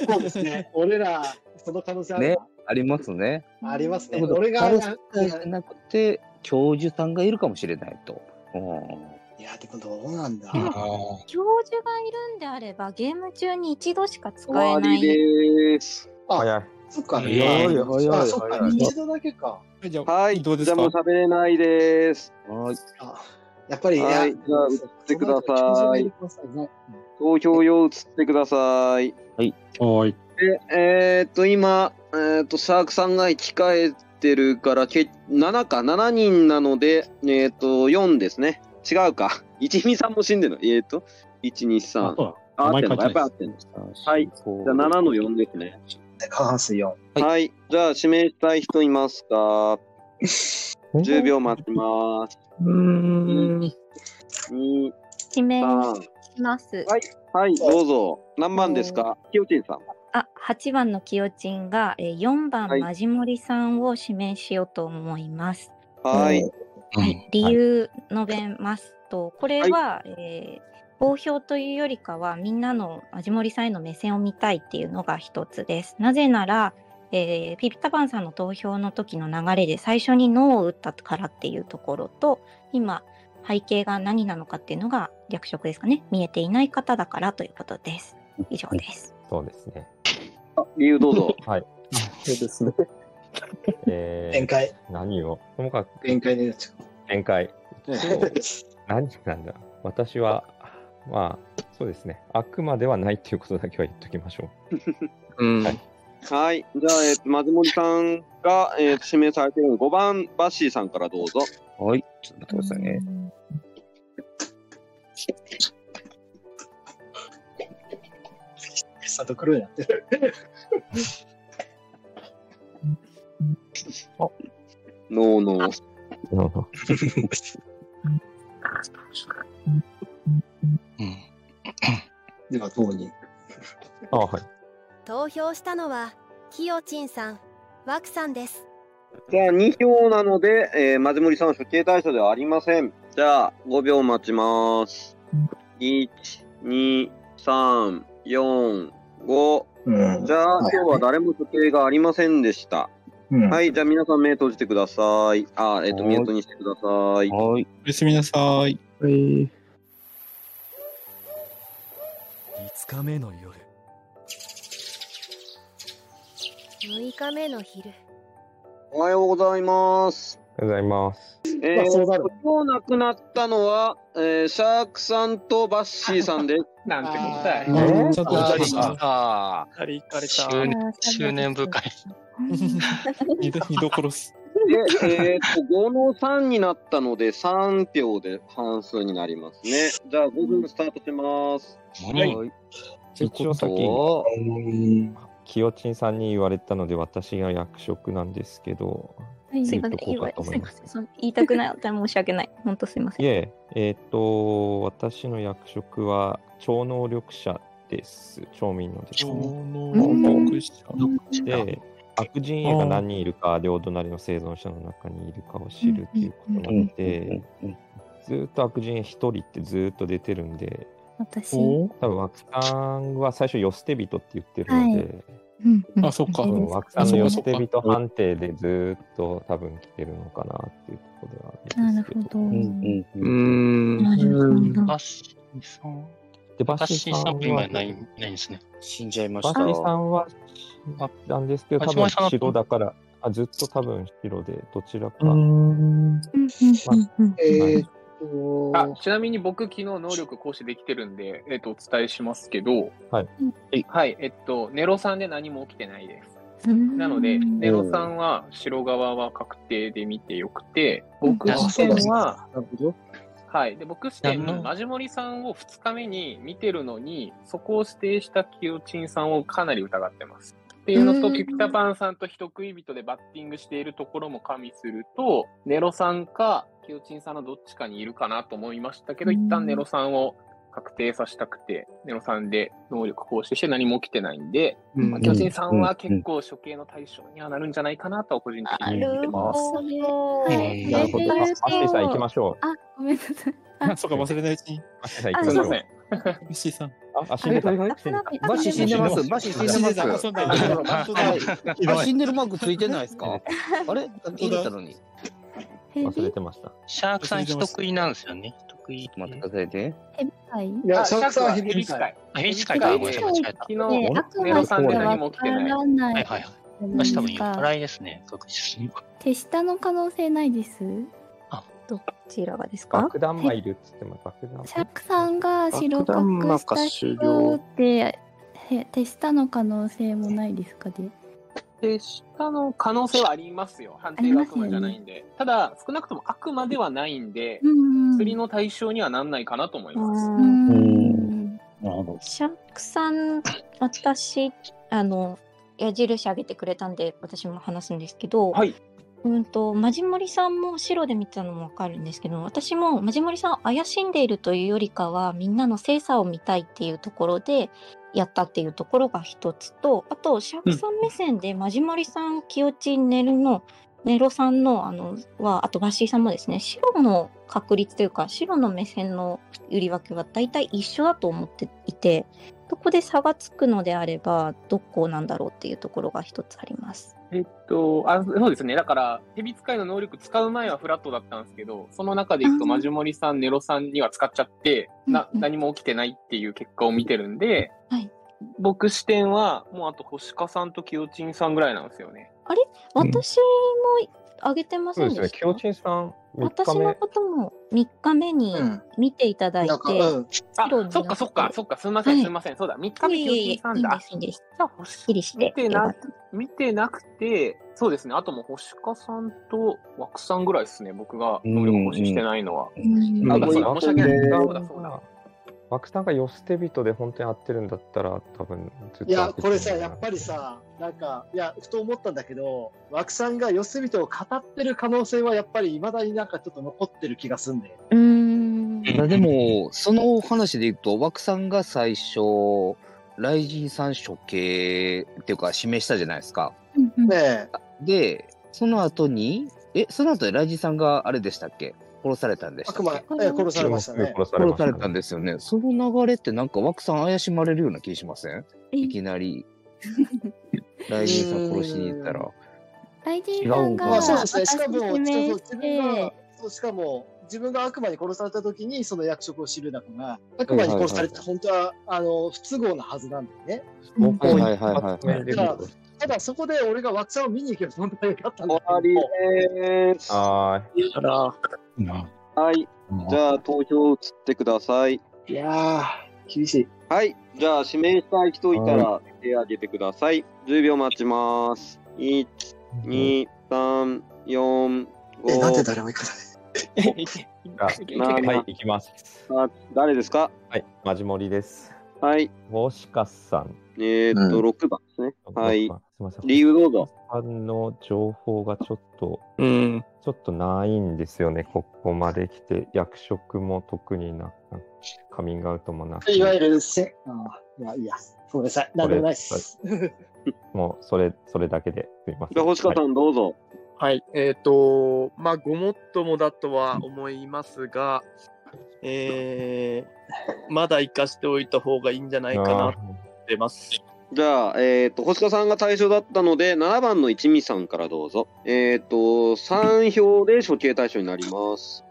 Speaker 4: そうですね。俺ら、その可能性あるな
Speaker 7: ね、ありますね。
Speaker 4: ありますね。
Speaker 7: だから
Speaker 4: 俺が、
Speaker 7: カ
Speaker 4: い
Speaker 7: ラス使いじゃなくて、教授さんがいるかもしれないと。うん
Speaker 4: や、でもどうなんだ。
Speaker 8: 教授がいるんであれば、ゲーム中に一度しか使えない。
Speaker 3: でーす。
Speaker 4: 早い。そっか。
Speaker 3: えー
Speaker 4: あ
Speaker 3: 早い早い
Speaker 4: あそっか
Speaker 3: 早。い
Speaker 4: 一度だけか。
Speaker 3: はい、どうですかじゃあもう喋れないです。
Speaker 7: はい。
Speaker 4: やっぱり、
Speaker 3: はいい、
Speaker 4: や
Speaker 3: じゃあ映ってください。
Speaker 4: ね
Speaker 3: 投票用映ってください。
Speaker 7: はい。
Speaker 11: はい。
Speaker 3: で、えーっと、今、えーっと、シャークさんが生き返ってるから、け7か、7人なので、えーっと、4ですね。違うか。1、2、3も死んでるの。えーっと、1、2、3。
Speaker 11: あ、
Speaker 3: 合ってんの
Speaker 4: 名前書いてない
Speaker 3: やっぱり合ってんの。はい。じゃあ7の4ですね。
Speaker 4: 過半数4。
Speaker 3: はい、じゃあ指名したい人いますか ?10 秒待ちます。
Speaker 17: うん。
Speaker 3: 2、
Speaker 8: 指名
Speaker 3: 3。
Speaker 8: します。
Speaker 3: はい、どうぞ。何番ですかきよちんさん。
Speaker 8: あ、8番のキヨチンが、えー、4番
Speaker 3: はい
Speaker 8: マジモリさんを指名しようと思います。
Speaker 3: はい。
Speaker 8: 理由述べますと、これは、えー公表というよりかはみんなの味森さんへの目線を見たいっていうのが一つです。なぜなら、えーピピタパンさんの投票の時の流れで最初にノーを打ったからっていうところと今背景が何なのかっていうのが略職ですかね見えていない方だからということです。以上です。
Speaker 10: そうですね。
Speaker 3: 理由どうぞ。
Speaker 10: はい。そうですね。えー、
Speaker 4: 展開。
Speaker 10: 何をともかく
Speaker 4: 展開になっちゃ
Speaker 10: 展開。
Speaker 4: う。
Speaker 10: 何なんだ私は、まあ、そうですね。あくまではないということだけは言っときましょう。うん。はい。
Speaker 3: はい。じゃあ、えっと、まずもりさんが、えっと、指名されている5番、バッシーさんからどうぞ。
Speaker 7: はい。ちょっと待ってくださいね。
Speaker 4: さと黒いなってる。
Speaker 3: ノーノー。
Speaker 10: ノーノ
Speaker 4: では、当人。
Speaker 10: あ、はい。
Speaker 16: 投票したのはきよちんさんわくさんです
Speaker 3: じゃあ、2票なので、えー、まずもりさんは処刑対象ではありません。じゃあ、5秒待ちます。1、2、3、4、5。じゃあ、今日は誰も処刑がありませんでした。
Speaker 4: うん
Speaker 3: はい、じゃあ皆さん目閉じてください。あ、えっ、と、ミュートにしてください。
Speaker 7: はい。
Speaker 5: おやすみなさい。
Speaker 12: 5日目の夜
Speaker 16: 6日目の昼
Speaker 3: おはようございます。
Speaker 10: おはようございます。
Speaker 3: えー、今日亡くなったのは、えー、シャークさんとバッシーさんです。なんてもったい。
Speaker 10: うん
Speaker 3: ちょっと
Speaker 7: あ
Speaker 10: あ
Speaker 14: あ、りかれ
Speaker 3: た
Speaker 9: 周年深い。
Speaker 5: 二度二度殺す。
Speaker 3: で、えー、っと、5の3になったので、3票で半数になりますね。じゃあ、5分スタートします。
Speaker 10: はい。一応さっき、きよちんさんに言われたので、私が役職なんですけど、
Speaker 8: はい、す
Speaker 10: 言
Speaker 8: い
Speaker 10: っ
Speaker 8: ませ
Speaker 10: と
Speaker 8: ん。
Speaker 10: こ
Speaker 8: 言
Speaker 10: う
Speaker 8: わす
Speaker 10: かと思
Speaker 8: い
Speaker 10: い
Speaker 8: ま
Speaker 10: ま
Speaker 8: せ
Speaker 10: す。
Speaker 8: ん。その言いたくない。申し訳ない。本当すいません。
Speaker 10: いえ、えっ、と、私の役職は超能力者です。町民のですね。
Speaker 5: 能力者。
Speaker 10: で、悪人英が何人いるか、両隣の生存者の中にいるかを知るっていうことなので、ずーっと悪人一人ってずーっと出てるんで、
Speaker 15: 私。
Speaker 10: 多分枠さんは最初、よ捨て人って言ってるので、
Speaker 15: うん。
Speaker 5: あ、そっか。
Speaker 10: うん枠さんのよ捨て人判定でずーっと多分来てるのかなっていうところではあるん
Speaker 15: なるほど。
Speaker 10: ですけど。
Speaker 17: うん
Speaker 9: バッシーさん。
Speaker 10: で、
Speaker 9: バ
Speaker 10: バ
Speaker 9: ッ
Speaker 10: ッ
Speaker 9: シ
Speaker 10: シ
Speaker 9: ー
Speaker 10: ー
Speaker 9: さん
Speaker 10: さん
Speaker 9: は
Speaker 10: は
Speaker 9: 今ないないんですね。
Speaker 7: 死んじゃいま
Speaker 10: バッシーさんはなんですけど、
Speaker 9: あ
Speaker 10: 多
Speaker 9: 島
Speaker 10: 分
Speaker 9: 井さんは
Speaker 10: 白だから、あずっと多分白で、どちらか。
Speaker 6: え
Speaker 10: ー
Speaker 6: あちなみに僕、昨日能力行使できてるんで、えっと、お伝えしますけど、
Speaker 10: はい。
Speaker 6: はい、えっと、ネロさんで何も起きてないです。
Speaker 15: うん
Speaker 6: なので、ネロさんは白側は確定で見てよくて、僕視点は、
Speaker 4: なるほど。
Speaker 6: はい、で僕視点
Speaker 4: な
Speaker 6: の
Speaker 4: ん
Speaker 6: マジモリさんを2日目に見てるのに、そこを指定したキヨチンさんをかなり疑ってます。っていうの
Speaker 4: う
Speaker 6: と、
Speaker 4: ん
Speaker 6: ピピタパンさんと人食い人でバッティングしているところも加味すると、ネロさんかキヨチンさんのどっちかにいるかなと思いましたけど、
Speaker 15: うん
Speaker 6: 一旦ネロさんを確定させたくて、ネロさんで能力行使して何も起きてないんで、
Speaker 7: うん
Speaker 6: まあ、キヨチンさん
Speaker 7: う
Speaker 6: は
Speaker 7: ん
Speaker 6: 結構処刑の対象にはなるんじゃないかなとは個人的に
Speaker 10: な
Speaker 6: 見て
Speaker 10: る
Speaker 6: ます。
Speaker 10: はいなるほど。あバッシーさん行きましょう。
Speaker 15: あ、ごめんなさい。
Speaker 5: あ、そうか、忘れないうちに。
Speaker 10: バッシーさ
Speaker 15: あ
Speaker 10: ん行きましょう。
Speaker 15: そう
Speaker 5: バッシーさん。
Speaker 10: あ、死んでた。
Speaker 15: はいはい
Speaker 10: 死んでた
Speaker 15: バッシー死んでます
Speaker 5: バッシー死んでます
Speaker 7: バッシー死んでます
Speaker 5: ひどい
Speaker 7: あ死んでるマークついてないですかあれ入れたのに。
Speaker 10: 忘れてました。
Speaker 9: シャークさん人食いなんですよね。人食い。
Speaker 7: 待ってくださいね。
Speaker 15: ヘビ界
Speaker 9: いやシャークさんは
Speaker 15: あ
Speaker 9: ヘビ界
Speaker 15: あ
Speaker 9: ヘビ界かごめんなさい間違えた
Speaker 15: ヘビ
Speaker 9: 昨日
Speaker 15: 界って
Speaker 9: ネロさんで何も起きてない
Speaker 15: 悪魔はわからな
Speaker 9: はい
Speaker 15: い
Speaker 9: はいはい。
Speaker 15: で
Speaker 9: 私
Speaker 15: すか
Speaker 9: 多分酔っ払いですね。確実に。
Speaker 15: 手下の可能性ないです。
Speaker 8: どちらがですか
Speaker 10: 爆弾魔いるっつっても爆弾魔。
Speaker 15: シャークさんが白隠した人ってへ手下の可能性もないですかで。
Speaker 6: で下の可能性はありますよ。判定が悪魔じゃないんで。ただ、少なくとも悪魔ではないんで、薬の対象にはなんないかなと思います。
Speaker 11: なるほど。
Speaker 8: シャークさん、私、あの、矢印上げてくれたんで、私も話すんですけど、うんと、マジモリさんも白で見たのもわかるんですけど、私もマジモリさんを怪しんでいるというよりかは、みんなの精査を見たいっていうところで、やったっていうところが一つと、あと、シャークさん目線で、マジモリさん、キヨチン、ネルの、ネロさんの、あの、は、あとバッシーさんもですね、白の確率というか、白の目線の売り分けは大体一緒だと思っていて、そこで差がつくのであれば、どこなんだろうっていうところが一つあります。
Speaker 6: えっと、あそうですね。だから、蛇使いの能力使う前はフラットだったんですけど、その中でいくと、マジモリさん、ネロさんには使っちゃって、な何も起きてないっていう結果を見てるんで、僕視点は、もうあと星香さんとキヨチンさんぐらいなんですよね。
Speaker 8: あれ私も上げてませんでした、
Speaker 10: きよちんさん、
Speaker 8: 私のことも3日目に見ていただいて、
Speaker 6: あ、そっかそっか、そっか、すみません、すみません。そうだ、3日目キヨチンさんだ。
Speaker 8: いいんです、いいんです。
Speaker 6: じゃあ、
Speaker 8: っきりして
Speaker 6: 見。て
Speaker 8: よか
Speaker 6: な
Speaker 8: っ
Speaker 6: 見てなくて、そうですね、あともう星香さんと枠さんぐらいですね、僕が能力行使してないのは。
Speaker 10: ん
Speaker 6: あ、ごめん
Speaker 10: う
Speaker 6: 申
Speaker 10: ん
Speaker 6: し訳ない。
Speaker 10: うん
Speaker 6: そうだ、そうだ。
Speaker 10: 枠さんがよ捨て人で本当に合ってるんだったら、多分ずっと。
Speaker 4: いや、これさ、やっぱりさ、なんか、いや、ふと思ったんだけど、枠さんが四隅とを語ってる可能性は、やっぱり未だになんかちょっと残ってる気がすんで。
Speaker 7: いやでも、そのお話でいくと、枠さんが最初、雷神さん処刑っていうか、示したじゃないですか。
Speaker 4: ね
Speaker 7: で、その後に、え、その後で雷神さんがあれでしたっけ殺されたんでしたっけ
Speaker 4: 悪魔え殺されましたね
Speaker 7: 殺されましたね殺されたんですよね。その流れってなんか枠さん怪しまれるような気しませんいきなり、雷神さん殺しに行ったら。
Speaker 15: 大臣さんが
Speaker 4: まあそうで
Speaker 15: 私
Speaker 4: すね。しかも、
Speaker 15: 指名し
Speaker 4: 自分が
Speaker 15: て、
Speaker 4: そうしかも、自分が悪魔に殺された時にその役職を知るだから、悪魔に殺されて本当は、あの、不都合なはずなんだよね。
Speaker 10: はいはいはい
Speaker 4: はい
Speaker 10: じゃあ
Speaker 4: ただそこで俺が枠さんを見に行けば問題があったんだ
Speaker 3: 終わりです。
Speaker 10: は
Speaker 3: はい。じゃあ、投票移ってください。
Speaker 4: いやー、厳しい。
Speaker 3: はい。じゃあ、指名したい人いたら手挙げてください。10秒待ちます。1、2、3、4、5。え、なんで誰も行か ない
Speaker 10: はい、行きます。
Speaker 3: あ誰ですか
Speaker 10: はい、マジモリです。
Speaker 3: はい。
Speaker 10: 星カスさん。
Speaker 3: えーっと、6番ですね。はい。
Speaker 10: すみません。
Speaker 3: 理由どうぞ。
Speaker 10: さんの情報がちょっと、
Speaker 3: うん
Speaker 10: ちょっとないんですよね、ここまで来て、役職も特になく、カミングアウトもなく、
Speaker 4: いわゆるせ、あーいや、いや、ごめんなさい。なんでもないっす。
Speaker 10: もうそれそれだけですいません。
Speaker 3: じゃあ、星川さん、どうぞ。
Speaker 17: はい、えっ、と、まあ、ごもっともだとは思いますが、えー、まだ生かしておいた方がいいんじゃないかなと思ってます。
Speaker 3: じゃあ、えーっと、星川さんが対象だったので、7番の一味さんからどうぞ。えーっと、3票で処刑対象になります。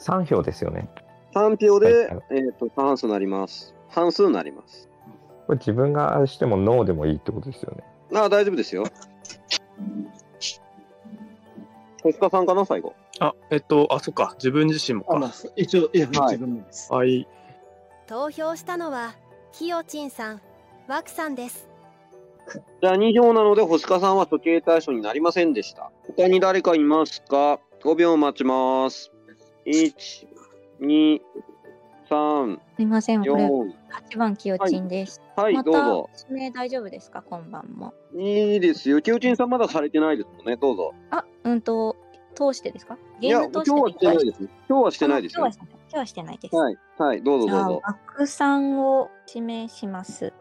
Speaker 10: 3票ですよね。
Speaker 3: 3票で、えーっと、過半数になります。半数になります。
Speaker 10: これ自分があれしてもノーでもいいってことですよね。
Speaker 3: ああ、大丈夫ですよ。星川さんかな、最後。
Speaker 17: あ、えっ、と、あ、そっか、自分自身もか。
Speaker 4: 一応、
Speaker 17: はい、はい。
Speaker 16: 投票したのはきよちんさんわくさんです
Speaker 3: じゃあ2票なので星川さんは処刑対象になりませんでした。他に誰かいますか ?5 秒待ちます。1、2、3、
Speaker 8: すいません、これ
Speaker 3: 4。
Speaker 8: 8番きよちんです。
Speaker 3: はい
Speaker 8: ま
Speaker 3: どうぞ
Speaker 8: た指名大丈夫ですか、今晩も。
Speaker 3: いいですよ。キウチンさんまだされてないですもんね。どうぞ。
Speaker 8: あ、うんと、通してですか
Speaker 3: い
Speaker 8: ゲー
Speaker 3: や、
Speaker 8: ム
Speaker 3: 今
Speaker 8: 通
Speaker 3: 日
Speaker 8: して
Speaker 3: はしてないです。今日はしてないです
Speaker 8: 今
Speaker 3: よ
Speaker 8: 日は。してない今日はしてないです。
Speaker 3: はい。はい。どうぞ
Speaker 8: じ
Speaker 3: ど
Speaker 8: ゃ
Speaker 3: う
Speaker 8: あ、
Speaker 3: ぞ。
Speaker 8: バクさんを指名します。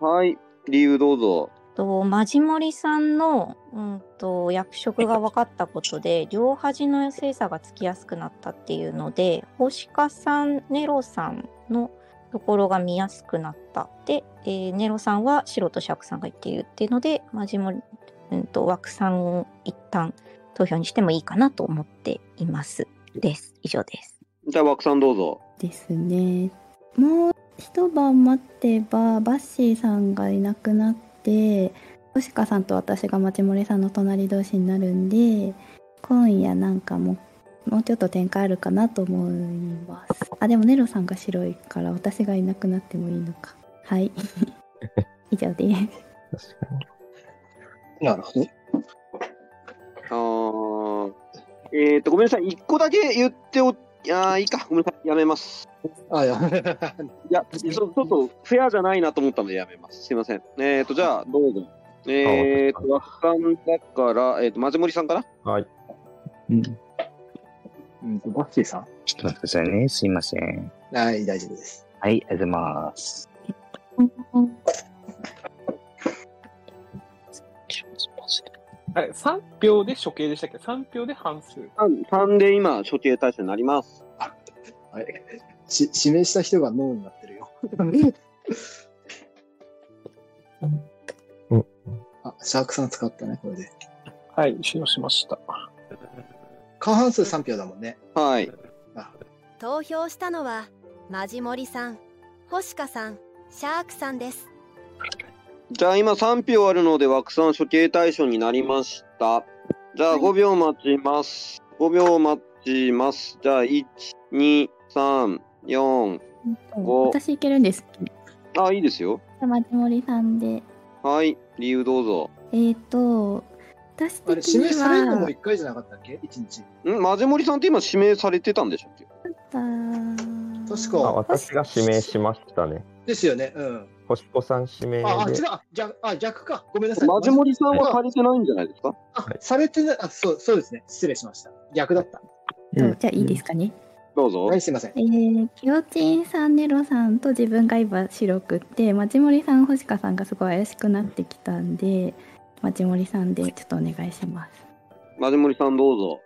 Speaker 3: はい。理由どうぞ。
Speaker 8: とマジモリさんの、うん、と役職が分かったことで両端の精査がつきやすくなったっていうので星香さんネロさんのところが見やすくなったで、えーネロさんは白と釈さんが言っているっていうのでマジモリ、うん、と枠さんを一旦投票にしてもいいかなと思っていますです以上です
Speaker 3: じゃあ、枠さんどうぞ。
Speaker 15: ですねもう一晩待ってばバッシーさんがいなくなって星香さんと私が町森さんの隣同士になるんで今夜なんかももうちょっと展開あるかなと思いますあでもネロさんが白いから私がいなくなってもいいのかはい以上です
Speaker 4: なるほど。
Speaker 3: あーえっ、と、ごめんなさい。一個だけ言っておき、ああ、いいか。ごめんなさい。やめます。
Speaker 4: あ、やめ
Speaker 3: いや、ちょちょっとフェアじゃないなと思ったのでやめます。すいません。えっ、と、じゃあ、どうぞ。えっ、と、わかんだから、えっ、と、まぜもりさんかな
Speaker 10: はい。
Speaker 4: うんと、バッシーさん。
Speaker 7: ちょっと待ってくださいね。すいません。
Speaker 4: はい、大丈夫です。
Speaker 7: はい、ありがとうございます。
Speaker 6: あれ、3票で処刑でしたっけ ?3 票で半数。
Speaker 3: 3, 3で今、処刑対象になります。
Speaker 4: し指名した人がノーになってるよ。あ、シャークさん使ったね、これで。
Speaker 6: はい、使用しました。
Speaker 4: 過半数3票だもんね。
Speaker 3: はい。
Speaker 16: 投票したのはマジモリさん星香さんシャークさんです
Speaker 3: じゃあ、今3票あるので、枠さん処刑対象になりました。じゃあ、5秒待ちます。5秒待ちます。じゃあ、1、2、3、4、お
Speaker 15: 私いけるんです
Speaker 3: あ、いいですよ。
Speaker 15: 町森さんで
Speaker 3: はい。理由どうぞ。
Speaker 15: えっ、と私
Speaker 4: あれ、
Speaker 15: 的
Speaker 4: 指名
Speaker 15: に
Speaker 4: されるのも
Speaker 15: は
Speaker 4: 1回じゃなかったっけ ?1 日。
Speaker 3: んマジモリさんって今指名されてたんでしょ
Speaker 4: 確
Speaker 10: あ
Speaker 4: か。
Speaker 10: 私が指名しましたね。
Speaker 4: ですよね。うん。
Speaker 10: 星子さん指名で。
Speaker 4: あ、あ違う。あ逆あ、逆か。ごめんなさい。
Speaker 3: マジモリさんは
Speaker 4: さ
Speaker 3: さ
Speaker 4: れ
Speaker 3: れてないんじゃないですか
Speaker 4: されてない。あ、そう、そうですね。失礼しました。逆だった。
Speaker 15: そうじゃあいいですかね、
Speaker 3: どうぞ。
Speaker 4: はい、すいません。
Speaker 15: えー、キヨチンさんネロさんと自分が今白くって町森さん星香さんがすごい怪しくなってきたんで町森さんでちょっとお願いします
Speaker 3: マジモリさんどうぞ。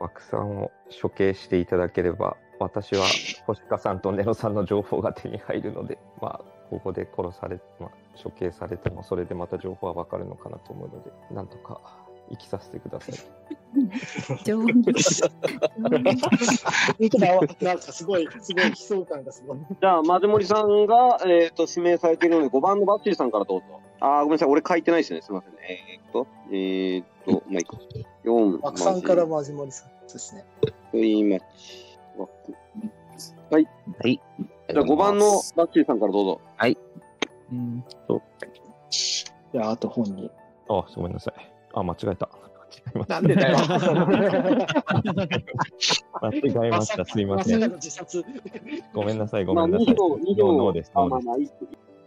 Speaker 10: 枠さんを処刑していただければ、私は星香さんとネロさんの情報が手に入るので、まあ、ここで殺され、まあ、処刑されても、それでまた情報はわかるのかなと思うので、なんとか生きさせてください。
Speaker 15: 常
Speaker 4: 温 なんかすごい、すごい悲壮感がすごい。
Speaker 3: じゃあ、マジモリさんが、えっと指名されているので、5番のバッチリさんからどうぞ。あー、ごめんなさい、俺書いてないですね。すみませんね。えーっと、えーっと、まあ、いいか。4、
Speaker 4: 枠さんからマジモリさん。そうですね。
Speaker 3: いマッチ。枠はい。
Speaker 7: はい。
Speaker 3: じゃあ、5番のバッチリさんからどうぞ。
Speaker 7: はい。
Speaker 4: うん。
Speaker 10: そう。
Speaker 4: じゃあ、あと本人。
Speaker 10: あ、ごめんなさい。あ、間違えた。 間違えました。
Speaker 4: なんでだよ
Speaker 10: 間違えました。すいませ
Speaker 4: まさか
Speaker 10: ん
Speaker 4: の。自殺。
Speaker 10: ごめんなさい、ごめんなさい。
Speaker 3: まあ二票
Speaker 10: ノーです。ノーです。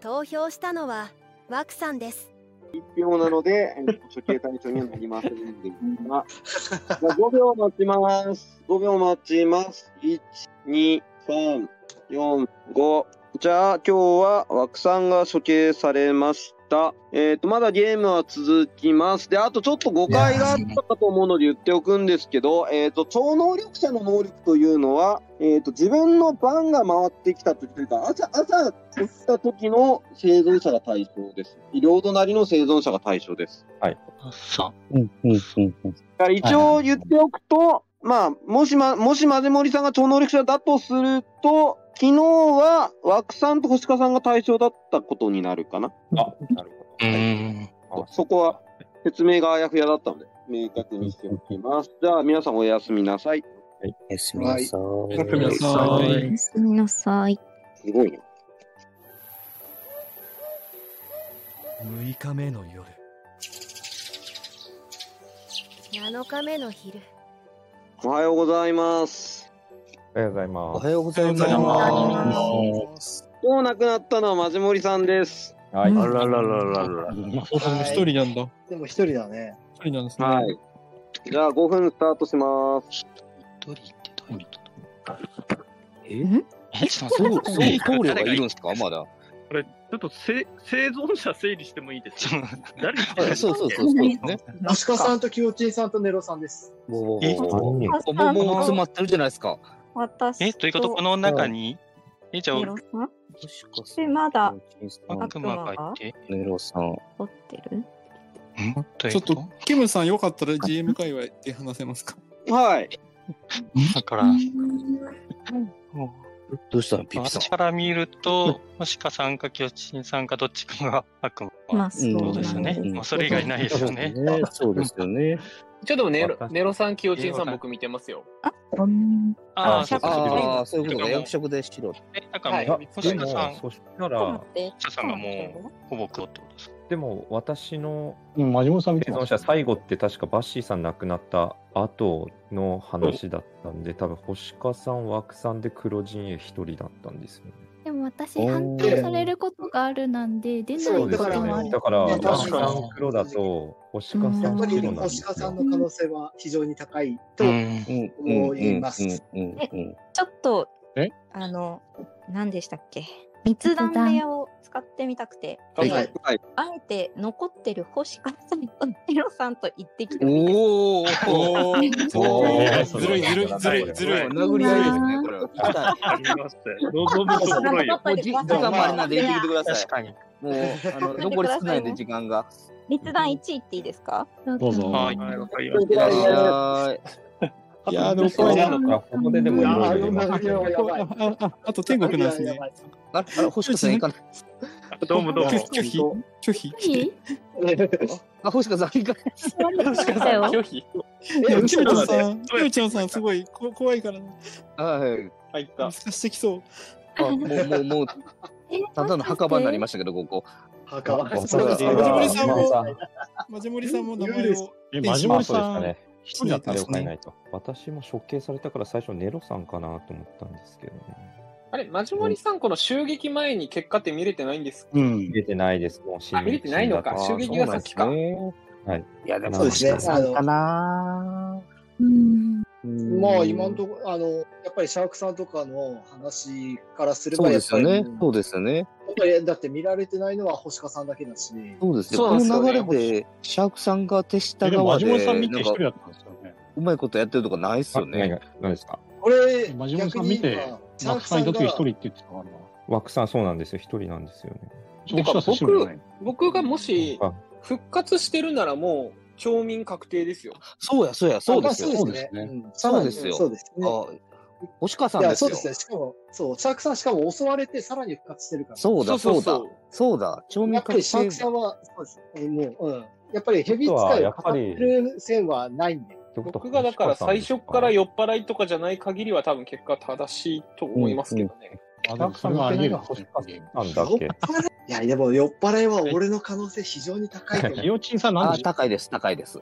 Speaker 16: 投票したのはワクさんです
Speaker 3: 1票なので、えーと処刑対象にはなりませんでした。じゃあ、5秒待ちます。5秒待ちます。1、2、3、4、5。じゃあ、今日は枠さんが処刑されました。えっ、と、まだゲームは続きます。で、あとちょっと誤解があったかと思うので言っておくんですけど、えっ、と、超能力者の能力というのは、えっ、と、自分の番が回ってきた時というか、朝、朝起きた時の生存者が対象です。領土なりの生存者が対象です。
Speaker 10: はい。
Speaker 7: うんうんうんうん。
Speaker 3: だから一応言っておくと、まあ、もしま、もしまぜもりさんが超能力者だとすると、昨日は枠さんと星川さんが対象だったことになるかな。
Speaker 10: あ、なる
Speaker 3: ほど。はい、そこは説明があやふやだったので、明確にしておきます。じゃあ、皆さんおやすみなさい。
Speaker 7: はい、おやすみなさい。お
Speaker 3: やすみな
Speaker 13: お
Speaker 3: さ
Speaker 13: や。すみなさい。
Speaker 3: すごいね。
Speaker 12: 6日目の夜
Speaker 16: 7日目の昼
Speaker 3: おはようございます。
Speaker 10: おはようございます。お
Speaker 7: はようござい
Speaker 3: ますおはようござい今日亡くなったのはまじもりさんです。
Speaker 10: はい。
Speaker 7: あらららららら。
Speaker 5: 一人なんだ。
Speaker 4: でも一人だね。
Speaker 5: 一人なんですね。
Speaker 3: はい。じゃあ、5分スタートします。
Speaker 7: え
Speaker 9: えちょっと待って
Speaker 7: 僧僧侶がいるんですかまだ。
Speaker 14: これ、ちょっとせ生存者整理してもいいですか誰に
Speaker 7: あそうそうそうそうですね。
Speaker 4: アシカさんとキヨチンさんとネロさんです。
Speaker 7: もうもう
Speaker 9: え
Speaker 7: もう
Speaker 9: 何人
Speaker 7: もうもう詰まってるじゃないですか。
Speaker 8: 私
Speaker 9: え、ということ、この中に、え、じゃあ、
Speaker 8: ネロさんで、まだ
Speaker 9: 悪魔がいて、
Speaker 7: ネロさん。
Speaker 8: 怒ってる
Speaker 5: ちょっと、キムさんよかったら GM 界隈で話せますか
Speaker 3: はい。
Speaker 9: だから、
Speaker 7: どうしたのピピさん
Speaker 9: 私。から見ると、星かさんか清ンさんかどっちかが悪魔。
Speaker 8: まあ
Speaker 9: そうですよね。まあ、それ以外いないですよね。
Speaker 7: そうですよね。
Speaker 6: ちょっとネロ
Speaker 9: 私
Speaker 6: ネロさん、キヨチン
Speaker 9: ネ
Speaker 6: さ
Speaker 9: ロ
Speaker 6: ん、
Speaker 9: さん
Speaker 6: 僕見てますよ。
Speaker 7: ああ、そう
Speaker 6: そ
Speaker 7: う
Speaker 6: か
Speaker 7: ああそういうことか。
Speaker 6: だからもう
Speaker 7: 役職で白。
Speaker 9: だからもう、星かさん、
Speaker 10: そしたら、
Speaker 9: 星かさんがもう、ほぼ黒ってことですか。
Speaker 10: でも私の
Speaker 11: うん、マジモリさん見
Speaker 10: 生
Speaker 11: て
Speaker 10: 存
Speaker 11: ます。
Speaker 10: 者最後って確かバッシーさん亡くなった後の話だったんで、多分星香さん、枠さんで黒陣営一人だったんですよね。
Speaker 15: でも私
Speaker 10: おー
Speaker 15: 反対されることがあるなんで出ない
Speaker 10: そう
Speaker 15: こ
Speaker 10: です
Speaker 15: ともあ
Speaker 10: よ
Speaker 15: る
Speaker 10: ね。だから、
Speaker 4: ね
Speaker 10: 枠
Speaker 4: 確かに
Speaker 10: さん黒だと、星香さ
Speaker 4: やっ
Speaker 10: ん
Speaker 4: ぱり
Speaker 10: 白なんで
Speaker 4: 星
Speaker 10: す
Speaker 4: 川さ
Speaker 10: よ
Speaker 4: んの可能性は非常に高いと。
Speaker 7: うんうんうんうんうんうん。
Speaker 8: ちょっと
Speaker 11: え、
Speaker 8: あの、何でしたっけ密談部屋を使ってみたくて、
Speaker 7: はい
Speaker 8: で
Speaker 3: はい。
Speaker 8: あえて残ってる星川さんとネロさんと行ってきてもいいですか
Speaker 7: おお
Speaker 5: おーおーずるいずるいずるいずるい
Speaker 7: 殴り合いですね、これは。
Speaker 14: ありましたよ。望むところよ。
Speaker 7: もうじ時間もあれなんで入れてきてください。
Speaker 9: かに。
Speaker 7: もう、あの、残り少ないんで、時間が。
Speaker 8: 密談1位っていいですか
Speaker 11: どうぞ。
Speaker 9: はい。
Speaker 7: いらっしゃい。
Speaker 5: いやー、でも怖いな。
Speaker 10: なんか、ここででもいろいろ今。
Speaker 5: あああと天国なんですね。
Speaker 7: あれ、あれ、星川さんいかない。
Speaker 14: どうもどうも。
Speaker 5: 拒否拒否
Speaker 15: 何
Speaker 7: あ、星川さんいかない。
Speaker 14: 星川さん、拒否。
Speaker 5: いや、キムチョンさん、キムチョンさん、すごいこ怖いからな。
Speaker 7: はい。
Speaker 6: 入った。
Speaker 5: 難してきそう。
Speaker 7: あ、もう、もう、もう、ただの墓場になりましたけど、ここ。
Speaker 4: 墓場。
Speaker 5: そうですね。マジモリさんも、 マジモリさんも名前を。
Speaker 11: え、マジモリさ
Speaker 10: そうでした
Speaker 11: ん、
Speaker 10: ね。
Speaker 11: 一人だったん
Speaker 10: あ
Speaker 11: で
Speaker 10: れを
Speaker 11: す
Speaker 10: 変えな
Speaker 11: ね。
Speaker 10: いと。私も処刑されたから最初ネロさんかなと思ったんですけどね。
Speaker 6: あれ、マジモリさん、この襲撃前に結果って見れてないんですか
Speaker 11: うん。
Speaker 10: 出てないです。もう死
Speaker 6: あ見れてないのか襲撃が先か
Speaker 10: そうなんですねはい。
Speaker 7: いや、で
Speaker 10: も
Speaker 7: も、
Speaker 10: そうで
Speaker 7: 星
Speaker 10: すね
Speaker 7: 川さんかな。
Speaker 4: まあ今のとこあのやっぱりシャークさんとかの話からすれ
Speaker 7: そう
Speaker 4: ばや
Speaker 7: で
Speaker 4: っ
Speaker 7: す
Speaker 4: ぱ
Speaker 7: よ
Speaker 4: り
Speaker 7: ね。そうですよね。
Speaker 4: やっぱりだって見られてないのは星川さんだけだし。
Speaker 7: そうですよ。
Speaker 6: そうなんですよ
Speaker 7: この
Speaker 6: ね
Speaker 7: 流れで、シャークさんが手下
Speaker 11: えでも、マ
Speaker 7: 側で、
Speaker 11: ジモリさん見て一人だったんですよね。
Speaker 7: うまいことやってるとかないっすよね。
Speaker 10: 何ですか
Speaker 4: 俺
Speaker 11: マジモリさん見て、
Speaker 4: シャ
Speaker 11: マッ
Speaker 4: ーク
Speaker 11: ク
Speaker 4: さ
Speaker 11: さ
Speaker 4: ん
Speaker 11: ん
Speaker 4: が
Speaker 11: いた時一人って言ってたからな。
Speaker 10: 枠さん、そうなんですよ。一人なんですよね。
Speaker 11: ちょっと星川さん白じゃない
Speaker 6: 僕がもし
Speaker 10: あ
Speaker 6: 復活してるならもう、町民確定ですよ。
Speaker 7: そうや、そうや、そうですよ。
Speaker 6: あそうですねうん
Speaker 7: そうですよ。
Speaker 4: そうですね
Speaker 7: あ星川さん
Speaker 4: い
Speaker 7: で
Speaker 4: や、
Speaker 7: す
Speaker 4: そう
Speaker 7: よ。
Speaker 4: ですね。しかも、そう、シャークさんしかも襲われてさらに復活してるから。
Speaker 7: そうだ、そうだ。そうだ、町民
Speaker 4: やっぱ
Speaker 7: 確
Speaker 4: りシャー
Speaker 7: 定
Speaker 4: ク。さんは、そうです。えーもう、うん。やっぱりヘビー使いを語ってる線はないんで。
Speaker 6: 僕がだから最初から酔っ払いとかじゃない限りは多分結果正しいと思いますけどね。
Speaker 10: あでもそれはあり得る星川さんなんだっけ
Speaker 4: いや、でも酔っ払いは俺の可能性非常に高いと思う。
Speaker 7: 幼稚さん
Speaker 4: なんで
Speaker 7: あ、高いです、高いです。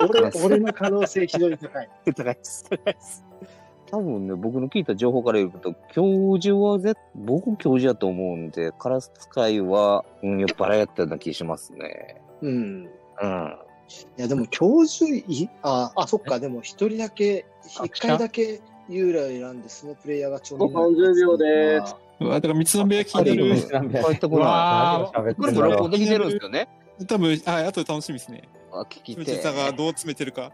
Speaker 4: 俺俺の可能性非常に高い。
Speaker 7: 高いです、高いです。多分ね、僕の聞いた情報から言うと、教授はぜ、僕教授やと思うんで、カラス使いは、うん、酔っ払いやったような気しますね。
Speaker 4: うん。
Speaker 7: うん。
Speaker 4: いや、でも教授い、あ、あ、そっか、でも一人だけ、一回だけ幽霊選んで、そのプレイヤーがちょうど。
Speaker 3: 30秒です。
Speaker 5: うわ、だから三つの部屋気にな
Speaker 7: あ
Speaker 5: る。
Speaker 7: 三つの部屋
Speaker 5: うわー
Speaker 7: これも録音できてるんですよね。
Speaker 5: 多分、はい、あとで楽しみですね。
Speaker 7: 聞きて
Speaker 5: 藤田がどう詰めてるか。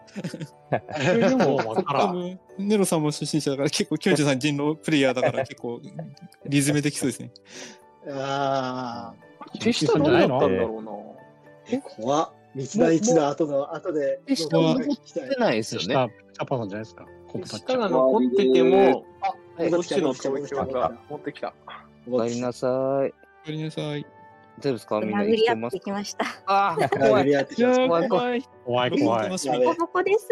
Speaker 7: でも
Speaker 5: 多
Speaker 7: わからん
Speaker 5: 分ネロさんも初心者だから、結構、キョンチさん人狼プレイヤーだから、結構、リズムできそうですね。
Speaker 4: ああ。
Speaker 5: 手下どうなったんだろ
Speaker 4: うな。え、怖っ。三田一の後の後で。
Speaker 6: 手下は
Speaker 4: 聞きたい。
Speaker 7: ないです
Speaker 11: よね。下、チャパさんじゃないですか。コプタッチ
Speaker 6: 下が残ってても、
Speaker 7: はい
Speaker 6: どっちの投票か持ってきた。
Speaker 7: おかえりなさい。おか
Speaker 5: えりなさい。
Speaker 7: 大丈夫ですかみんな
Speaker 8: 殴
Speaker 7: 生き
Speaker 8: り
Speaker 7: て
Speaker 8: 合っ
Speaker 7: ます
Speaker 8: てきました。
Speaker 7: ああ
Speaker 4: 殴り合ってきました
Speaker 7: 怖い怖い怖い怖い
Speaker 8: ボコボコです。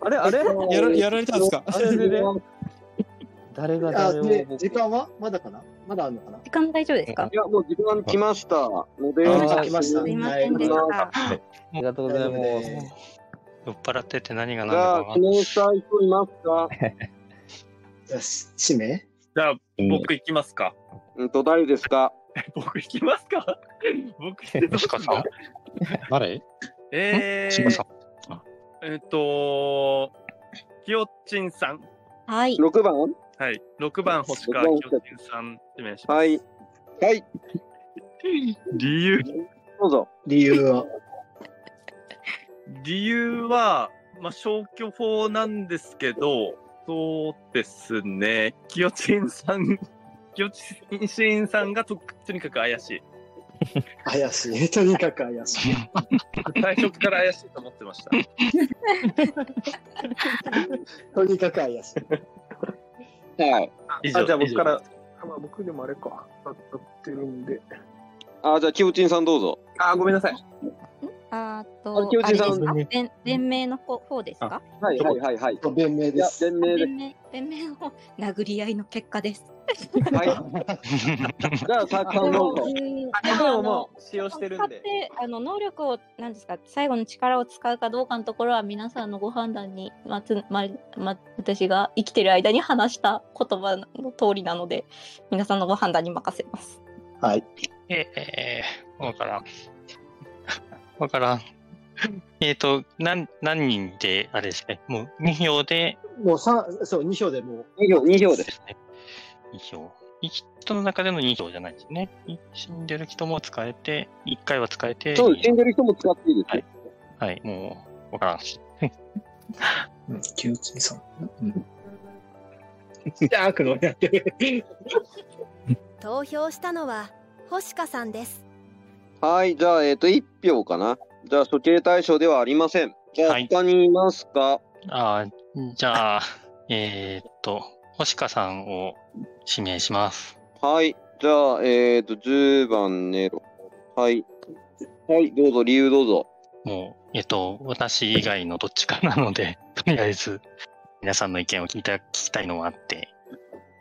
Speaker 7: あれあれ
Speaker 4: やらやられたんですか
Speaker 7: あれれれ誰が
Speaker 4: あ、
Speaker 7: 誰を
Speaker 4: で、時間はまだかなまだあるのかな
Speaker 8: 時間大丈夫ですか
Speaker 4: いや、もう時間
Speaker 3: 来ましたので、
Speaker 4: あ来ました
Speaker 3: は
Speaker 4: す
Speaker 3: い
Speaker 4: いま
Speaker 3: は
Speaker 4: せんでした
Speaker 3: い
Speaker 7: ありがとうございます。
Speaker 9: 酔っ払ってて何が
Speaker 3: じゃ
Speaker 9: 何
Speaker 3: あ、
Speaker 9: だ
Speaker 3: 記
Speaker 9: か
Speaker 3: 念したい人いますか
Speaker 4: じゃあ、指名
Speaker 14: じゃあ、僕行きますか。
Speaker 3: うんと、誰ですか
Speaker 14: 僕行きます か僕行ってどうすんだ
Speaker 11: 誰ん
Speaker 14: えー、
Speaker 11: シムさん
Speaker 14: えっと、きよちんさん。
Speaker 8: はい。
Speaker 3: 6番は
Speaker 14: はい。6番星川きよちんさん、指名します。
Speaker 3: い。はい。
Speaker 14: 理由
Speaker 3: どうぞ。
Speaker 4: 理由は。
Speaker 14: 理由は、まあ、消去法なんですけど、そうですね、きよちんさん、きよちんさんがととにかく怪しい。
Speaker 4: 怪しい。 とにかく怪しい。
Speaker 14: 最初から怪しいと思ってま した。
Speaker 4: とにかく怪し
Speaker 3: い。はい。
Speaker 6: あじ
Speaker 3: 以上
Speaker 6: ゃあ僕から
Speaker 3: 以上、
Speaker 6: あまあ、僕でもあれか、当たってるんで。
Speaker 3: あ、じゃあ、キヨチンさんどうぞ。
Speaker 6: あ、ごめんなさい。
Speaker 8: あと、
Speaker 3: あ清
Speaker 8: あ
Speaker 3: 志
Speaker 8: れで
Speaker 3: さん
Speaker 8: すか連連盟の方方ですか
Speaker 3: はいはいはいはい。
Speaker 4: 弁明
Speaker 3: です。弁明です
Speaker 8: 連。盟連盟の方殴り合いの結果です。
Speaker 3: はい。じゃあ、サークさんどうぞ。
Speaker 6: あでももう使用してるんで。
Speaker 8: で、あの能力をなんですか最後の力を使うかどうかのところは皆さんのご判断にまつまま私が生きてる間に話した言葉の通りなので皆さんのご判断に任せます。
Speaker 4: はい。
Speaker 9: ええー、わからん。 わからん。えっ、と、なん、何人で、あれですね。もう2票で、
Speaker 4: い。もう三、そう、二票でもう。
Speaker 3: 二票、二票です。
Speaker 9: 2票。人の中での2票じゃないですね。死んでる人も使えて、1回は使えて、
Speaker 3: そうです、死んでる人も使っていいです。
Speaker 9: はい、もう、わからんし。
Speaker 4: うん、キヨチン さん。うん。シャークのやってる。
Speaker 16: 投票したのは星香さんです
Speaker 3: はい。じゃあ、えっと、一票かな。じゃあ、処刑対象ではありません。じゃあ、他にいますか
Speaker 9: あーじゃあ、えーっと、星香さんを指名します。
Speaker 3: はい。じゃあ、えっと、10番ネロ。はい。はい、どうぞ、理由どうぞ。
Speaker 9: もう、えっと、私以外のどっちかなので、 とりあえず、皆さんの意見を聞いた、聞きたいのもあって、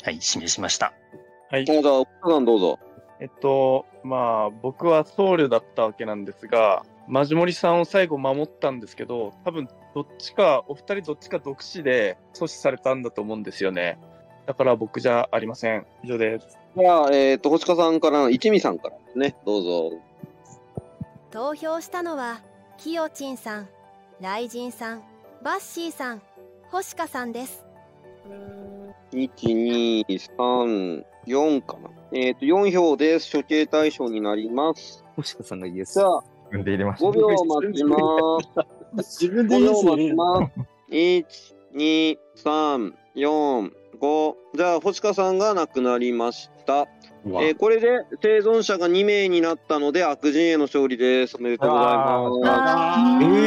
Speaker 9: はい、指名しました。
Speaker 14: はい。
Speaker 3: じゃあ、奥さんどうぞ。
Speaker 14: えっと、まあ、僕は僧侶だったわけなんですが、マジモリさんを最後守ったんですけど、多分どっちか、お二人どっちか独死で阻止されたんだと思うんですよね。だから僕じゃありません。以上です。
Speaker 3: じゃあ、えっと、星香さんからの、一味さんからですね。どうぞ。
Speaker 16: 投票したのはきよちんさん雷神さんバッシーさん星香さんです
Speaker 3: 1,2,3,4かな。えっ、と、4票です。処刑対象になります。
Speaker 7: 星香さんがイエス。
Speaker 3: じゃあ、
Speaker 10: 自分で入れました。
Speaker 3: 5秒待ちます。自分で秒待ちます。1、2、3、4、5。じゃあ、星香さんが亡くなりました。した。えーこれで生存者が2名になったので悪人への勝利です。おめでとうございます。えー、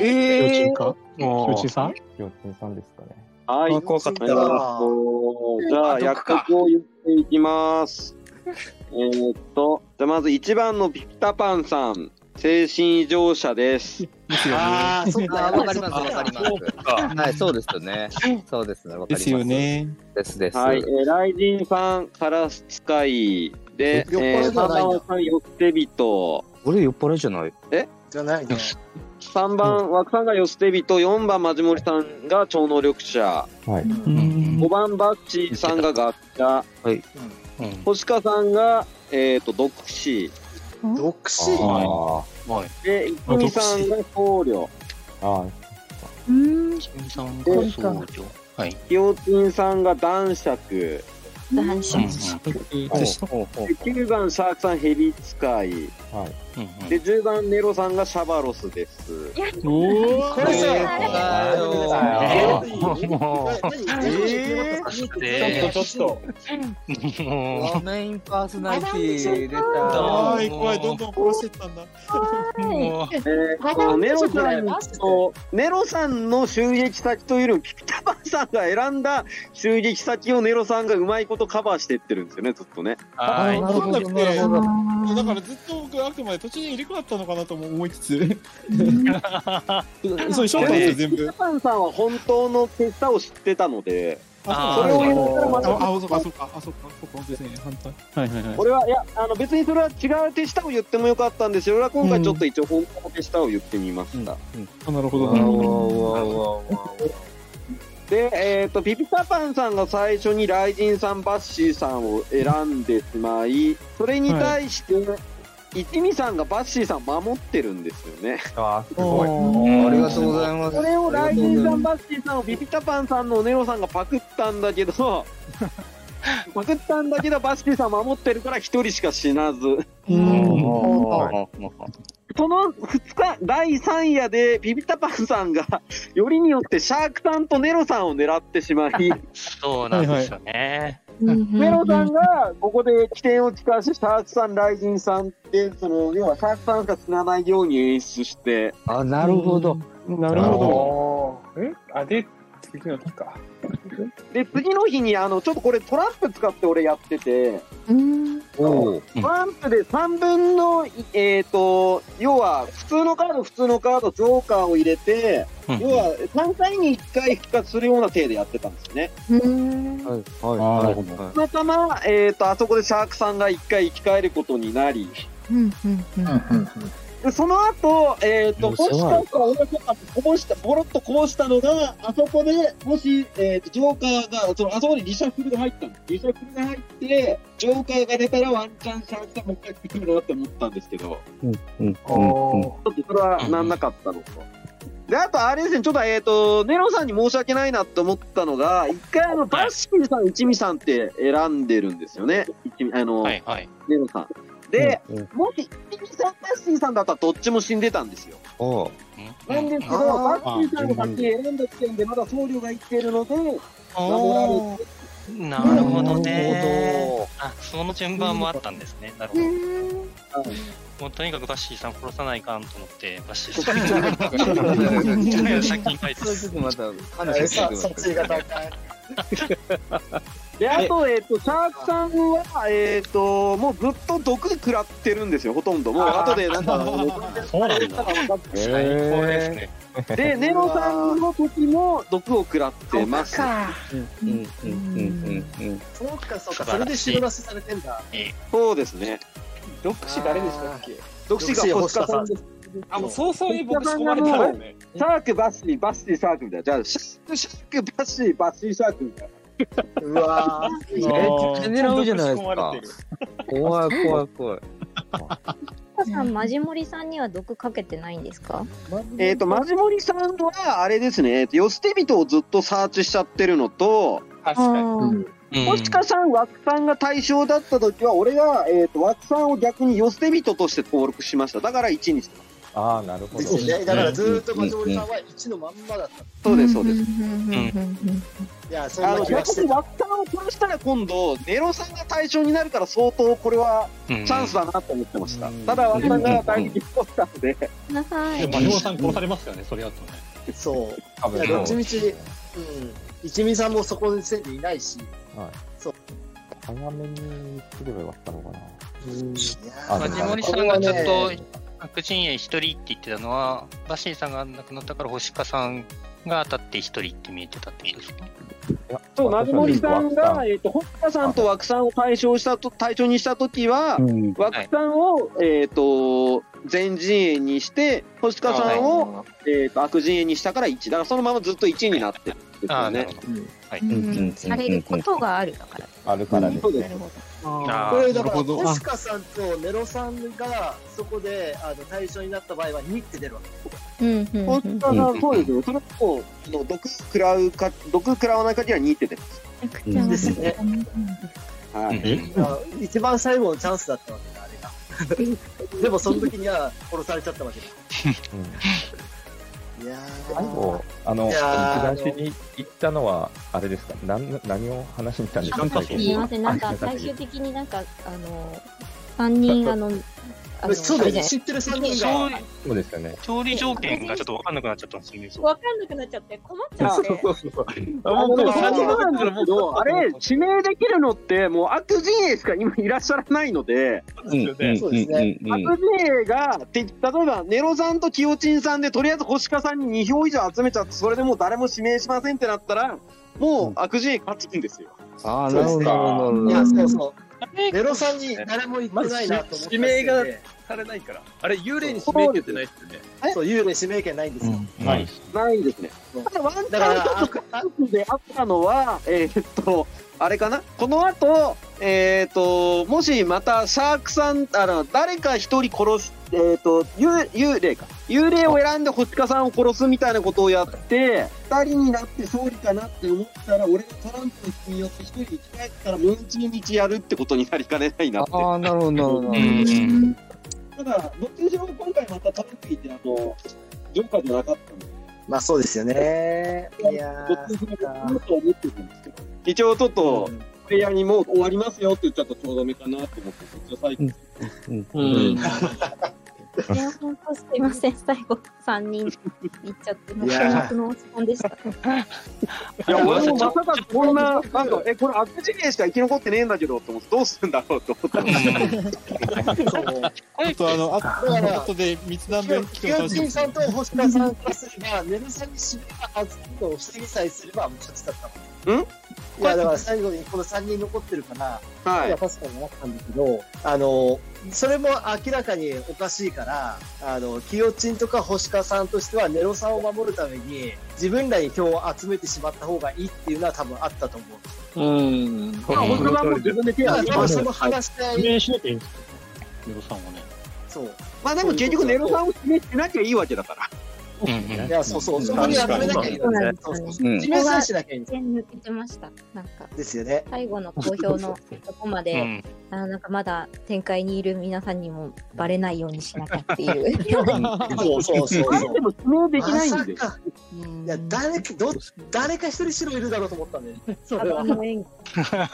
Speaker 11: え
Speaker 3: え
Speaker 11: ー、か
Speaker 10: もう
Speaker 11: ちさん
Speaker 10: 幼稚園さんですかね。
Speaker 3: はい。
Speaker 10: あ怖かった
Speaker 3: ありがとうじゃあ、約束を言っていき ます。えーっと、じゃあまず1番のピピタパンさん、精神異常者です。
Speaker 7: ああ、そう
Speaker 4: か
Speaker 7: わかります、わかります。はい、そうですよね。そうですね、わかります。
Speaker 3: ですよ
Speaker 5: ね。
Speaker 7: ですです。
Speaker 3: はい、えー、雷神さん、カラス使いで、
Speaker 7: 酔っ払いじゃないな
Speaker 3: えー三番さん、よって人。
Speaker 7: あれ、酔っ払いじゃない
Speaker 3: え
Speaker 4: じゃないね。
Speaker 3: 3番、枠さんがよ捨て人、4番、まじもりさんが超能力者、
Speaker 10: はい。
Speaker 3: 5番、バッチーさんが学者、
Speaker 7: はい。
Speaker 3: 星香さんが、えっ、と、毒師。
Speaker 4: 毒師
Speaker 10: あ
Speaker 3: で、一味さんが僧侶。
Speaker 10: あ。ああ。
Speaker 15: うん。
Speaker 9: さん
Speaker 3: が
Speaker 9: 僧侶。はい。
Speaker 3: ひよちんさんが男爵。
Speaker 9: 男爵
Speaker 3: で9番、シャークさん、ヘビ使い。で、10番、ネロさんがシャバロスです。
Speaker 11: お
Speaker 3: これさ
Speaker 9: あ
Speaker 7: え
Speaker 3: え
Speaker 7: ー
Speaker 3: ちょっとちょっ
Speaker 7: と。メインパーソナリティ出た。
Speaker 11: 怖い怖い、どんどん殺してったんだ。
Speaker 3: えーとネロさんとネロさんの襲撃先というよりもピピタパンさんが選んだ襲撃先をネロさんがうまいことカバーしてってるんですよねずっとね。
Speaker 11: はい。わかんなくて、だからずっと僕、あくまで途中に入れ替わったのかなとも思いつ つ、そういう正体ですよ、全
Speaker 3: ピ
Speaker 11: 部
Speaker 3: ピ。タパンさんは本当の手下を知ってたので
Speaker 11: あ
Speaker 3: それを言ったらまた
Speaker 11: あ、そうか、そうか、あ、そうか、そうか、ですね、反対。はいはいはい。
Speaker 3: 俺はいやあの別にそれは違う手下を言ってもよかったんですよ俺は今回ちょっと一応本当の手下を言ってみました。
Speaker 11: あなるほど、なる
Speaker 7: わ
Speaker 11: ほ
Speaker 7: わ
Speaker 3: で、えー、とピピタパンさんが最初に雷神さんバッシーさんを選んでしまいそれに対して、一味さんがバッシーさんを守ってるんですよね。
Speaker 10: あす
Speaker 7: ごい。ありがとうございます。
Speaker 3: これを雷神さん、
Speaker 7: あ
Speaker 3: バッシーさんをビビタパンさんのおネロさんがパクったんだけ ど、パクったんだけど、バッシーさん守ってるから一人しか死なず。その2日、第3夜で、ビビタパンさんが、よりによってシャークさんとネロさんを狙ってしまい、
Speaker 9: そうなんですよね。
Speaker 3: ネロさんがここで起点を使わせて、シャークさん、雷神さんって、その、要はシャークさんしか死なないように演出して、
Speaker 7: あ、なるほど。
Speaker 10: な
Speaker 3: るほ
Speaker 6: ど。えあ、で、次の日か。
Speaker 3: で、次の日に、あの、ちょっとこれトランプ使って俺やってて、
Speaker 7: お
Speaker 3: トランプで3分の、いえっ、と、要は、普通のカード、普通のカード、ジョーカーを入れて、
Speaker 7: うん
Speaker 3: 要は、3回に1回復活するような体でやってたんですよね。
Speaker 7: はい、はい、なるほ
Speaker 3: たまたま、えっ、と、あそこでシャークさんが1回生き返ることになり、でその後、えっ、と、
Speaker 7: もう
Speaker 3: 星
Speaker 7: 世話
Speaker 3: 川から俺がこぼした、ボロっとこぼしたのが、あそこで、もし、えっ、と、ジョーカーが、その、あそこにリシャッフルが入ったんです。リシャッフルが入って、ジョーカーが出たらワンチャンシャークさんもう一回来てくるなって思ったんですけど、
Speaker 7: うん、
Speaker 3: ちょっとそれはなんなかったのと。で、あと、あれですね、ちょっと、えっ、と、ネロさんに申し訳ないなって思ったのが、一回、あの、バッシーさん、一味さんって選んでるんですよね。一味、あの、ネロさん。で、もし、一味さん、バッシーさんだったら、どっちも死んでたんですよ。
Speaker 10: お
Speaker 3: なんですけど、バッシーさんが先に選んだ時点で、まだ僧侶が生きているので、守られて、
Speaker 9: なるほどね。あ、その順番もあったんですね。なるほど。もうとにかくバッシーさん殺さないかんと思って、バッシーさん。借金返す。
Speaker 7: また、かな
Speaker 4: りさ殺意が高い。
Speaker 3: で、あと、えっ、と、シャークさんは、えっ、と、もうずっと毒食らってるんですよ、ほとんど。もう、後で、なんか、
Speaker 10: そうなん
Speaker 3: だ。
Speaker 10: 最
Speaker 3: 高です
Speaker 10: ね。
Speaker 3: で、ネロさんの時も毒を食らってます。
Speaker 7: うん、うん、うん、うん。
Speaker 4: そうか、そうか、それでシドラスされてんだ。
Speaker 3: そうですね。
Speaker 6: 独死誰でしたっけ
Speaker 3: 独死が星川さんです。
Speaker 6: あ、もう早々に僕仕込まれたの ね。
Speaker 3: シャーク、バッシー、バッシー、シャークみたいな。じゃあ、シャーク、シャーク、バッシー、バッシー、シャークみたいな。う
Speaker 4: わ
Speaker 7: めっちゃ狙うじゃないですか。怖い、怖い、怖い。
Speaker 8: お母さん、マジモリさんには毒かけてないんですか
Speaker 3: えっ、と、マジモリさんは、あれですね、えっと寄捨て人をずっとサーチしちゃってるのと、
Speaker 6: 確か
Speaker 3: に。星香さん、枠さんが対象だった時は、俺が、えっ、と、枠さんを逆に寄捨て人として登録しました。だから1にしてます。
Speaker 10: ああ、なるほど。
Speaker 4: ですよね。だからずーっと町森さんは1のまんまだった。
Speaker 3: そうです、そうです。
Speaker 4: いや、そん
Speaker 3: あ
Speaker 4: な
Speaker 3: の
Speaker 4: 気がし
Speaker 3: 逆
Speaker 4: て
Speaker 3: にワッタンを殺したら今度、ネロさんが対象になるから相当これはチャンスだなと思ってました。ただ、ワッタンが大事に取ったので、
Speaker 15: なさ
Speaker 18: でも、両さん殺されますよね、それだとね。
Speaker 4: そう。
Speaker 18: 多分
Speaker 4: いやどっちみち、うん、一味さんもそこの時点でいないし、
Speaker 10: はい。
Speaker 4: そう。
Speaker 10: 早めに来ればよかったのかな。
Speaker 9: まあ、地森さんがちょっと、白陣営一人って言ってたのは、バシーさんが亡くなったから、星香さんが当たって一人って見えてたってことですね。
Speaker 3: そう、ナズモリさんが、えっ、と、ホッカさんと枠さんを対象したと、対象にしたときは、
Speaker 7: うん
Speaker 3: 枠さんを、えっ、と、全陣営にして、星川さんを、えっ、と、悪陣営にしたから1。だからそのままずっと1になってるんですよね。
Speaker 9: はい
Speaker 13: うんされることがあるだから。
Speaker 10: あるから
Speaker 3: ね。
Speaker 13: なるほど。
Speaker 4: これだから、星香さんとネロさんがそこであの対象になった場合は2って出るわけ
Speaker 13: うんうん
Speaker 3: ホッカさん、そうですよ。それはもう、あの毒食らうか、毒食らわない限りは2って出ます。
Speaker 4: ですよね。
Speaker 3: はい。
Speaker 4: あ一番最後のチャンスだったわけだ、あれが。 でもその時には殺されちゃったわけだ。いや
Speaker 10: 最後、あの、
Speaker 4: い
Speaker 10: 一
Speaker 4: やー
Speaker 10: 番最初に行ったのは、あれですか、なん何を話しに行ったんですか
Speaker 13: あすみません、なんか最終的になんか、あの、3人、あの、あの
Speaker 4: そうだよ
Speaker 13: あれじゃ
Speaker 4: ね
Speaker 13: ない
Speaker 4: 知ってる三人
Speaker 9: 調
Speaker 4: が
Speaker 9: 理
Speaker 10: そうですよね。
Speaker 9: 調理条件がちょっと分かんなくなっちゃったんですよね。
Speaker 19: わかんなくなっちゃって困っちゃっ
Speaker 3: そう
Speaker 19: て。
Speaker 3: そうそう。あのでも先ほどなんですけど、あれ、指名できるのって、もう悪陣営しか今いらっしゃらないので、
Speaker 4: そうですね。
Speaker 3: 悪陣営が、て例えば、ネロさんとキヨチンさんで、とりあえず星香さんに2票以上集めちゃって、それでもう誰も指名しませんってなったら、もう悪陣営勝つんですよ。
Speaker 7: ああ、
Speaker 3: そう
Speaker 7: なるほ
Speaker 3: ですね
Speaker 7: どなるほど。。
Speaker 4: いや、そうそうう。ネロさんに誰も言ってないなと思ったんで
Speaker 17: 指名がされないから。あれ、幽霊に指名権ってないっすよね。
Speaker 4: そう、幽霊指名権ないんですよ。
Speaker 3: ないないですね。ただワンチ
Speaker 4: だか
Speaker 3: ャン
Speaker 4: ら
Speaker 3: ちょっとカップであったのは、えーっと、あれかなこの後、えーっと、もしまたシャークさん、あの、誰か一人殺す、えーっと、幽幽霊か。幽霊を選んで星香さんを殺すみたいなことをやって、 二人になって勝利かなって思ったら、俺がトランプの引きによって一人生き返ったら、もう一日やるってことになりかねないなって。
Speaker 7: ああ、なるほど、なるほど。
Speaker 3: ただ、どっちにしろ今回またトランプって、あの、ジョーカーじゃなかったので
Speaker 4: まあそうですよね。いやー
Speaker 3: 一応ちょっと、プレイヤーにもう終わりますよって言っちゃったらちょうどめかなと思って、一応最近。
Speaker 7: うん。
Speaker 13: いや、本当すいません、最後3人行っちゃって、もう
Speaker 3: いやー
Speaker 13: 困惑のお時間で した。
Speaker 3: いや、俺もまさかこんな、なんか、え、これ悪事件しか生き残ってねえんだけど、と思って、どうするんだろうと思った。
Speaker 11: ちょっとあの、 あと後で密談弁聞
Speaker 4: キ
Speaker 11: くの
Speaker 4: ヨ
Speaker 11: 楽し
Speaker 4: チ
Speaker 11: み
Speaker 4: ン
Speaker 11: ですね
Speaker 4: さんと星川さんからすれば、ネロさんに指名が外すのを防ぎさえすれば、もう勝ちだった
Speaker 3: の。
Speaker 4: んいや、だから最後にこの3人残ってるから、
Speaker 3: はい
Speaker 4: や、確かに思ったんだけど、あの、それも明らかにおかしいから、あの、キヨチンとか星川さんとしては、ネロさんを守るために、自分らに票を集めてしまった方がいいっていうのは多分あったと思う。
Speaker 11: うん。
Speaker 4: まあ僕はもう自分で手を挙げてますその話し合い
Speaker 18: 指名しなきゃいいんですよ。ネロさんはね。
Speaker 4: そう。
Speaker 3: まあでも結局、ネロさんを指名しなきゃいいわけだから。
Speaker 4: いや、そうそう、そこに集めなきゃいいのにそうそうそう
Speaker 3: うん
Speaker 4: 指名さえしなきゃいいの
Speaker 13: 全然抜けてました。なんか、
Speaker 4: ですよね。
Speaker 13: 最後の公表のとこま
Speaker 4: う
Speaker 13: で
Speaker 4: ん、
Speaker 13: あなんかまだ展開にいる皆さんにもバレないようにしなきゃっていう。
Speaker 4: そうそうそうそう。
Speaker 3: でも指名で
Speaker 13: きないん
Speaker 4: で。いや誰かど誰か一人白いるだろうと思ったんだよね。 それは。
Speaker 13: 頭の演技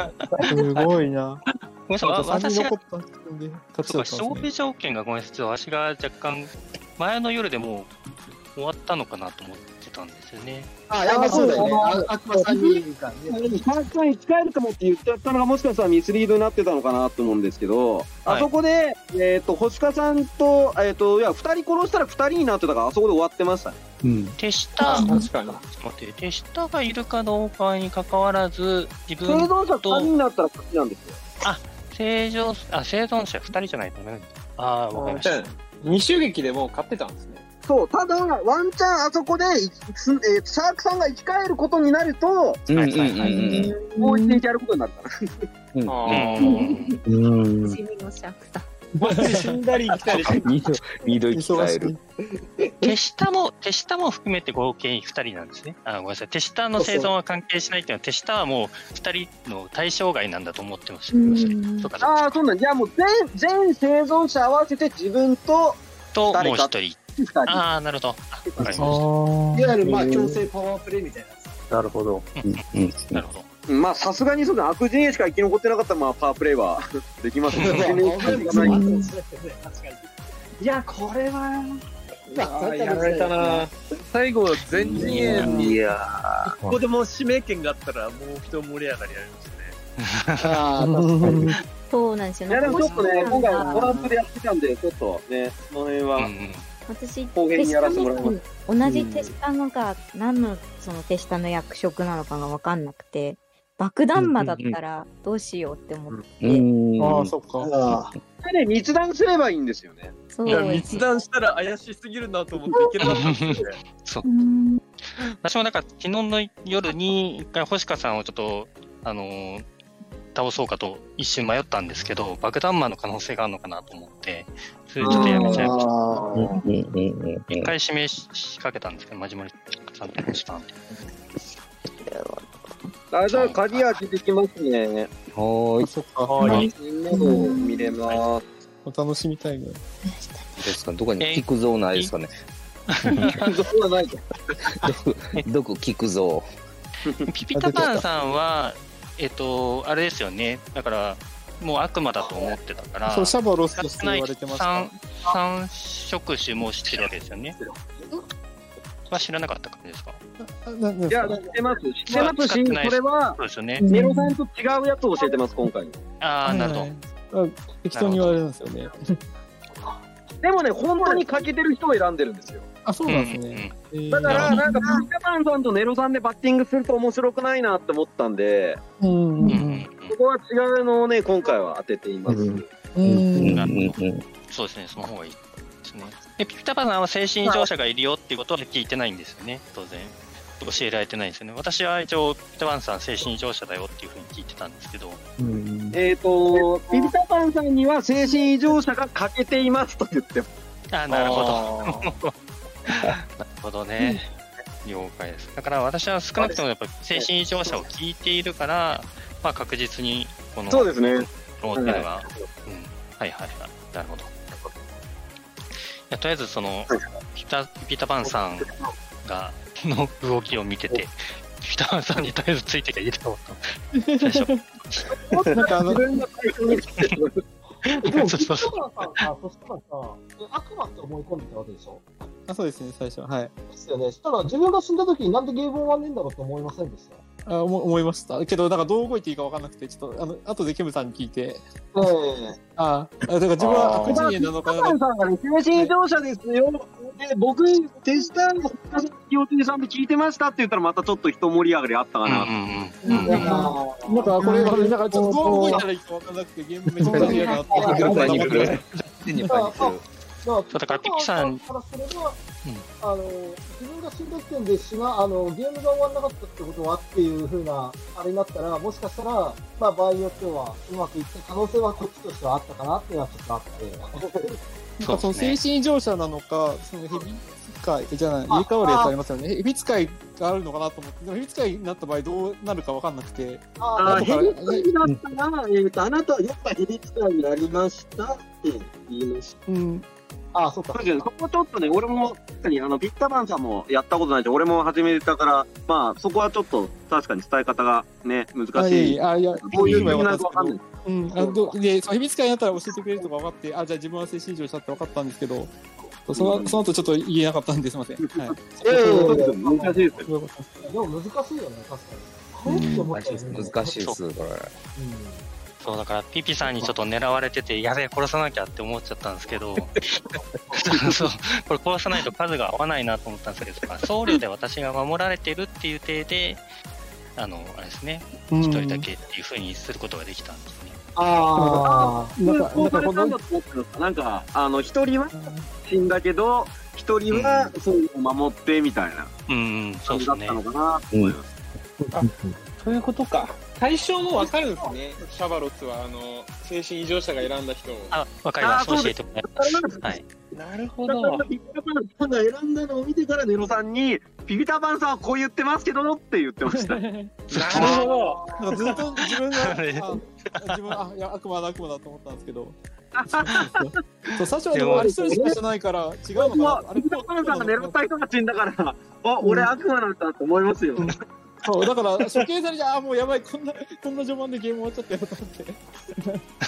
Speaker 11: すごいな。
Speaker 9: ごめんなさい、
Speaker 11: あと
Speaker 9: わ
Speaker 11: 三
Speaker 9: 私
Speaker 11: 人
Speaker 9: が
Speaker 11: 残、ったんですけどね。勝ち
Speaker 9: そ
Speaker 11: だったんで
Speaker 9: うか、消
Speaker 11: すね。
Speaker 9: 費条件がごめんなさい、ちょっと私が若干、前の夜でもう終わったのかなと思ってたんですよね。
Speaker 4: あ、やばそうだよね。あ悪魔さんにいるからね。
Speaker 3: さん生き返るかもって言っちゃったのがもしかしたらミスリードになってたのかなと思うんですけど、あそこで、えっ、と、星香さんと、えっ、と、いや、二人殺したら二人になってたから、あそこで終わってましたね。
Speaker 9: 手下、確かに。待って、手下がいるかどうかに関わらず、自
Speaker 3: 生存
Speaker 9: 分
Speaker 3: 者二人になったら勝ちなんですよ。
Speaker 9: あ、生存者、あ、生存者2人じゃないとダメなんだああ、わかりました。
Speaker 6: 二襲撃でもう勝ってたんですね。
Speaker 3: そう、ただ、ワンチャンあそこで、いすえーシャークさんが生き返ることになると、
Speaker 7: うんうんうん
Speaker 3: もう一日やることになるから。
Speaker 7: うん。
Speaker 13: 不
Speaker 7: うん
Speaker 13: 死。身のシャークさん。
Speaker 9: 死んだり来たり
Speaker 7: リード、リード生き返る。
Speaker 9: 手下も、手下も含めて合計2人なんですね。あ、ごめんなさい。手下の生存は関係しないっていうのは、手下はもう2人の対象外なんだと思ってました。
Speaker 3: ああ、そうなんじゃあもう全、全生存者合わせて自分と、
Speaker 9: と、もう
Speaker 3: 誰
Speaker 9: 1
Speaker 3: か
Speaker 9: 人。ああ、なるほど。わかりまし
Speaker 4: いわゆるまあ強制パワープレイみたいな。
Speaker 3: なるほど。
Speaker 9: なるほど。
Speaker 3: まあ、さすがにそうだ、悪陣営しか生き残ってなかったら、まあ、パワープレイはできますね。
Speaker 4: いや、これは。
Speaker 17: やられたな。最後、全陣営に、
Speaker 7: い
Speaker 17: こ
Speaker 7: やー
Speaker 17: こでも指名権があったら、もう一盛り上がりやりましたね。
Speaker 3: あー確かに
Speaker 13: そうなんですよ
Speaker 3: いや、でもちょっとね、今回トラ
Speaker 13: は
Speaker 3: ンプでやってたんで、ちょっとね、その辺は、
Speaker 13: 私
Speaker 3: 後編にやらせてもらいます
Speaker 13: 手下の同じ手下のが何のその手下の役職なのかが分かんなくて爆弾魔だったらどうしようって思って、
Speaker 3: あ
Speaker 17: あ
Speaker 3: あ、
Speaker 17: あ
Speaker 3: そ
Speaker 17: そ
Speaker 3: っか。それで密談すればいいんですよね。
Speaker 17: いや、密談したら怪しすぎるなと思っていけなかったんですよね。
Speaker 9: そう。 私もなんか、昨日の夜に、一回、星香さんをちょっと、あのー倒そうかと一瞬迷ったんですけど、爆弾魔の可能性があるのかなと思って、それちょっとやめちゃいました。一回指名し仕掛けたんですけど、マジモリさんとしたんで。
Speaker 3: あ、じゃあ、鍵開けてきますね。
Speaker 7: は
Speaker 3: ーい。そっか。
Speaker 7: はい
Speaker 3: みんなの見れます。
Speaker 5: お楽しみタイム。
Speaker 7: ですかどこに聞くぞないですかね。
Speaker 3: そうはないか。
Speaker 7: どこ 聞くぞ。
Speaker 9: ピピタパンさんは、えっと、あれですよね。だから、もう悪魔だと思ってたから、
Speaker 5: そう、シャバロスとして言われてました。
Speaker 9: 三三触手も知ってるわけですよね。は知らなかった感じですか。
Speaker 3: いや、知ってます。知って
Speaker 9: ま
Speaker 3: ます
Speaker 9: あ使っ
Speaker 3: し、
Speaker 9: てない
Speaker 3: これは
Speaker 9: そう、ですよね。
Speaker 3: ネロさんと違うやつを教えてます、今回。
Speaker 9: ああ、なるほど。
Speaker 5: あ適当に言われるんですよね。
Speaker 3: でもね、本当に欠けてる人を選んでるんですよ。
Speaker 5: あ、そうなんですね。
Speaker 3: だから、なんか、ピカパンさんとネロさんでバッティングすると面白くないなって思ったんで、
Speaker 5: うん。
Speaker 3: そこは違うのをね、今回は当てています。
Speaker 9: なるほどそうですね、その方がいいですね。で、ピピタパンさんは精神異常者がいるよっていうことは聞いてないんですよね、当然。教えられてないんですよね。私は一応、ピピタパンさん精神異常者だよっていうふうに聞いてたんですけど、
Speaker 3: えっ、と、ピピタパンさんには精神異常者が欠けていますと言ってます。
Speaker 9: あなるほど。なるほどね。了解です。だから私は少なくともやっぱ精神異常者を聞いているから、まあ確実にこの
Speaker 3: そうですね
Speaker 9: ローテルが、
Speaker 3: は
Speaker 9: はい、うん、はいはいはい。なるほど。いやとりあえずそのピタピタパンさんがの動きを見てて、ピタパンさんにとりあえずついてきていいと思った。
Speaker 5: なんかあの、
Speaker 9: でも、そうそう
Speaker 5: そ
Speaker 4: そ
Speaker 5: う
Speaker 4: したらさ、そしたらさ、悪魔って思い込んでたわけでしょ
Speaker 5: あ、そうですね、最初。はい。
Speaker 4: ですよね。そ したら自分が死んだ時になんでゲーム終わんねえんだろうと思いませんでした
Speaker 5: あ思思いました。けど、なんかどう動いていいか分かんなくて、ちょっと、あの、後でケムさんに聞いて。ああ、だから自分は悪人間なのか
Speaker 3: ピピタパンさんがね、精神異常者ですよ。で、僕、手下の気をさんで聞いてましたって言ったら、またちょっと人盛り上がりあったかな。
Speaker 5: なんかこれは、なんかちょっとどう動いたらいいか分からなくて、ゲームめっちゃ嫌だなって。
Speaker 9: そうだからピピさん
Speaker 4: からそれは、あの自分が死んだ時点で死なあのゲームが終わらなかったってことはっていうふうなあれになったらもしかしたら、まあ、場合によってはうまくいった可能性はこっちとしてはあったかなっていうのはちょっとあって。
Speaker 5: なんかその精神異常者なのか、そのヘビ使いじゃない、入れ替わるやつありますよね。ヘビ使いがあるのかなと思って、でもヘビ使いになった場合どうなるか分かんなくて。
Speaker 4: あ
Speaker 5: 後
Speaker 4: ー
Speaker 5: から
Speaker 4: ヘビ使いになったら、えっとあなたはやっぱヘビ使いになりましたって言いました。
Speaker 5: うん。
Speaker 4: ああ、そっか。
Speaker 3: そこちょっとね、俺も、確かに、あの、ピッタパンさんもやったことないし、俺も始めたから、まあ、そこはちょっと、確かに伝え方がね、難
Speaker 5: あ、
Speaker 3: し
Speaker 5: い
Speaker 3: い。
Speaker 5: い、あ、いや、
Speaker 3: どういう意
Speaker 5: 今
Speaker 3: 味
Speaker 5: よ
Speaker 3: なの
Speaker 5: かった
Speaker 3: かわかんない。
Speaker 5: うん、あどで、その秘密会になったら教えてくれるとか分かって、あ、じゃあ自分は精神異常者って分かったんですけど、そのその後ちょっと言えなかったんですいま せん。はい。
Speaker 3: 難しいです
Speaker 5: よ。
Speaker 4: でも難しいよね、確かに。えって思ったよね
Speaker 7: 難しいです、これ。
Speaker 9: そうだからピピさんにちょっと狙われてて、やべえ、殺さなきゃって思っちゃったんですけ ど、 そうそうこれ殺さないと数が合わないなと思ったんですけど、僧侶で私が守られてるっていう体で、あの、あれですね、
Speaker 5: うん
Speaker 9: 一人だけっていうふうにすることができたんですね。
Speaker 3: ああ、
Speaker 9: なん
Speaker 3: な
Speaker 9: か
Speaker 3: んか、なんか、なんか、あの、一人は死んだけど、一人は、そういうのを守って、みたいな
Speaker 9: うん、そう
Speaker 3: 感
Speaker 9: で
Speaker 3: じ
Speaker 9: すね
Speaker 3: だった。のかな。
Speaker 6: そういうことか。対象もわかるんですね。シャバロツは、あの、精神異常者が選んだ人を。
Speaker 9: あ、わかります。教えてもらいます。はい。
Speaker 6: なるほ
Speaker 3: だからピピタパンさんが選んだのを見てからネロさんに「ピピタパンさんはこう言ってますけど」って言ってましたなる
Speaker 5: なんかずっと自分が、あ自分あいや悪魔だ悪魔だと思ったんですけど、そう最初はでもあれ一人しかしてないから違うのかなあれ
Speaker 20: トムさんが狙った人たちんだから、あ、俺悪魔なんだと思いますよ。
Speaker 5: そうだから処刑されてあーもうやばいこんなこんな序盤でゲーム終わっちゃったよと思って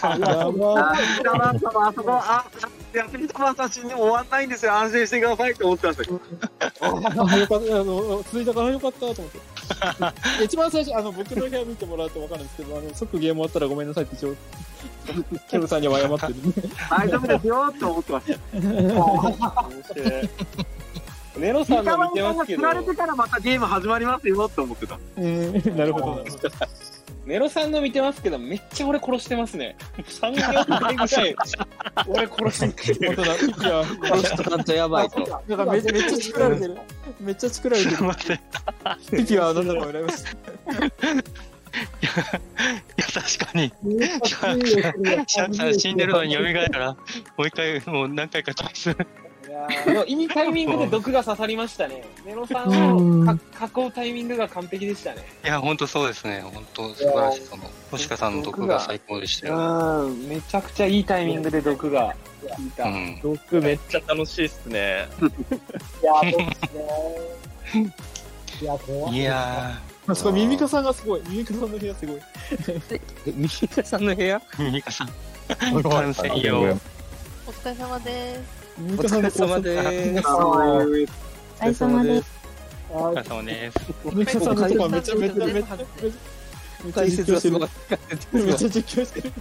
Speaker 20: あー北川様あそこ、あ、逆に玉さん死んでも終わんないんですよ。安心してくださいって思ってたんですよ。
Speaker 5: あよかったあの続いたからよかったと思ってで一番最初あの僕の部屋見てもらうと分かるんですけどあの即ゲーム終わったらごめんなさいって一応ケムさんには謝ってる
Speaker 20: 大丈夫ですよって思ってました。
Speaker 6: ネロさんの見てますけ
Speaker 20: 振
Speaker 6: ど
Speaker 20: られてからまたゲーム始まりますよって思ってた。
Speaker 5: なるほど。
Speaker 6: ネロさんの見てますけど、めっちゃ俺殺してますね。3回ぐらい、俺殺してる。
Speaker 7: 殺しとかんとやばいと。
Speaker 5: だからめめっちゃ作られてるめっちゃ作られてるピピはあなたが羨ましい
Speaker 9: 確かに。シャークさん死んでるのに蘇るから、もう一回、もう何回か試す。
Speaker 6: いいタイミングで毒が刺さりましたね。ネロさんをか囲うタイミングが完璧でしたね。
Speaker 9: いや、本当そうですね。本当素晴らしい。その、星香さんの毒が最高でしたよ。
Speaker 6: うん、めちゃくちゃいいタイミングで毒が効いた。
Speaker 9: うん。
Speaker 14: 僕めっちゃ楽しいっすね。
Speaker 4: いや、怖
Speaker 9: いや
Speaker 5: あそこミミカさんがすごいミミカさんの部屋すごい
Speaker 7: ミミカさんの部屋
Speaker 9: ミミカ さん。タイム専用。
Speaker 21: お疲れ様です。
Speaker 5: ミミカさんの
Speaker 7: お疲れ様です
Speaker 21: お疲れ様です
Speaker 9: お疲れ様です。
Speaker 5: ミミカさんのとこはめちゃめちゃめちゃめちゃ
Speaker 7: 解
Speaker 5: 実
Speaker 7: 説
Speaker 5: 況
Speaker 7: が
Speaker 5: して
Speaker 7: す
Speaker 5: る
Speaker 7: ごかっ
Speaker 5: めっちゃ実況してる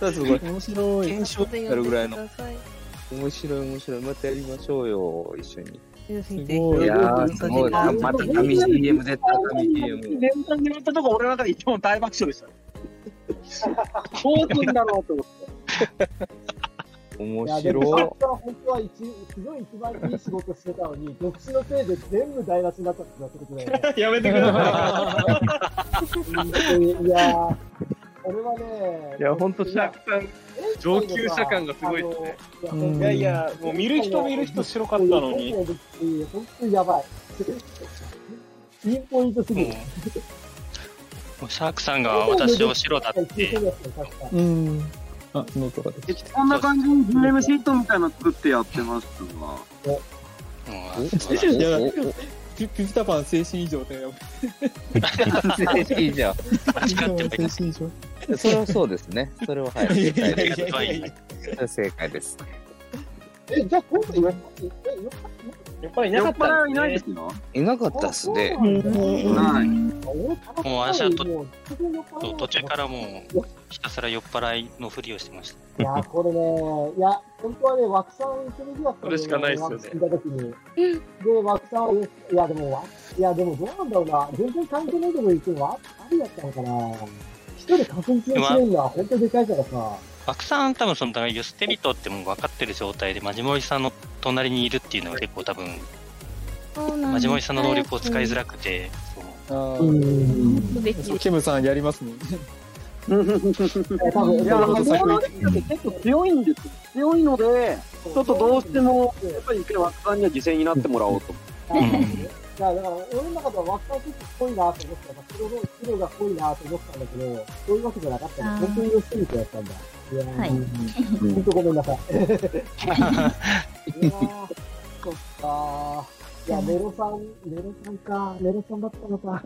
Speaker 7: た。すごい。
Speaker 5: 面白い。
Speaker 7: 検証になるぐらいの。
Speaker 21: はい。
Speaker 7: 面白い面白い。またやりましょうよ、一緒 に。
Speaker 21: 強すぎて。
Speaker 7: いやー、すごい。また神 CM 絶対神 CM。
Speaker 20: 年間でやったとこ俺の中で一番大爆笑でしたね。どうすんだろうと思って。
Speaker 4: い
Speaker 7: 面
Speaker 4: やでも
Speaker 7: 白い。
Speaker 4: 本当は本当は一すごい一番いい仕事してたのに、独身のせいで全部台無しになったってことだよね。
Speaker 6: やめてくださ
Speaker 4: い。いやー、これはね、
Speaker 14: いや、ほんと、シャークさん、上級者感がすごいですね。
Speaker 6: いやいや、もう見る人見る人白かったのに。
Speaker 4: 本当にやばい。ピンポイントすぎる。
Speaker 9: もうシャークさんが私を白だって。
Speaker 5: うん。あ、ノートが出てき
Speaker 20: こんな感じに GM シートみたいなの作ってやってますわ。
Speaker 5: いやピピピタパン精神異常だよ
Speaker 7: いいじゃん。
Speaker 5: ピピタパン精神異常
Speaker 7: それはそうですね。それははい。
Speaker 5: い
Speaker 7: 正
Speaker 5: や
Speaker 7: 解
Speaker 5: いやい
Speaker 7: です。
Speaker 5: やい
Speaker 7: それは正解です。
Speaker 4: え、じゃあ今度よ、
Speaker 6: やっぱり
Speaker 7: いなかっ
Speaker 20: 酔っ払い
Speaker 7: たんですね
Speaker 20: はいないですよ。
Speaker 7: いなかったっす
Speaker 20: は
Speaker 7: ね。
Speaker 20: い。
Speaker 9: もう私はと
Speaker 4: そう
Speaker 9: 途中からもう、ひたすら酔っ払いのふりをしてました。
Speaker 4: い やー、これね、いや、本当はね、枠さん一人暮らし
Speaker 9: それしかないっすよね
Speaker 4: 聞いたときに。で、枠さんは、いや、でも、わいや、でもどうなんだろうな。全然関係ないとこ行くのは、ありだったのかな。一人確実にしてるのは、本当でかいからさ。
Speaker 9: 枠さん多分その、だからユステリトってもう分かってる状態で、マジモリさんの隣にいるっていうのが結構多分、マジモリさんの能力を使いづらくて、
Speaker 5: あ
Speaker 21: べ
Speaker 5: ーケムさんやりますね
Speaker 20: いや、発想の力って結構強いんですよ。強いので、ちょっとどうしても、やっぱり一回枠さんには犠牲になってもらおうと。
Speaker 4: いや、だから、俺の中では枠さん結構濃いなと思ってたから、黒の、黒が濃いなと思ってたんだけど、そういうわけじゃなかったの。本当に良すぎてやったんだ。いやー、
Speaker 21: はい
Speaker 4: 本当ごめんなさい。いや ーそっかー。いや、メロさん、メロさんか。メロさんだったの か。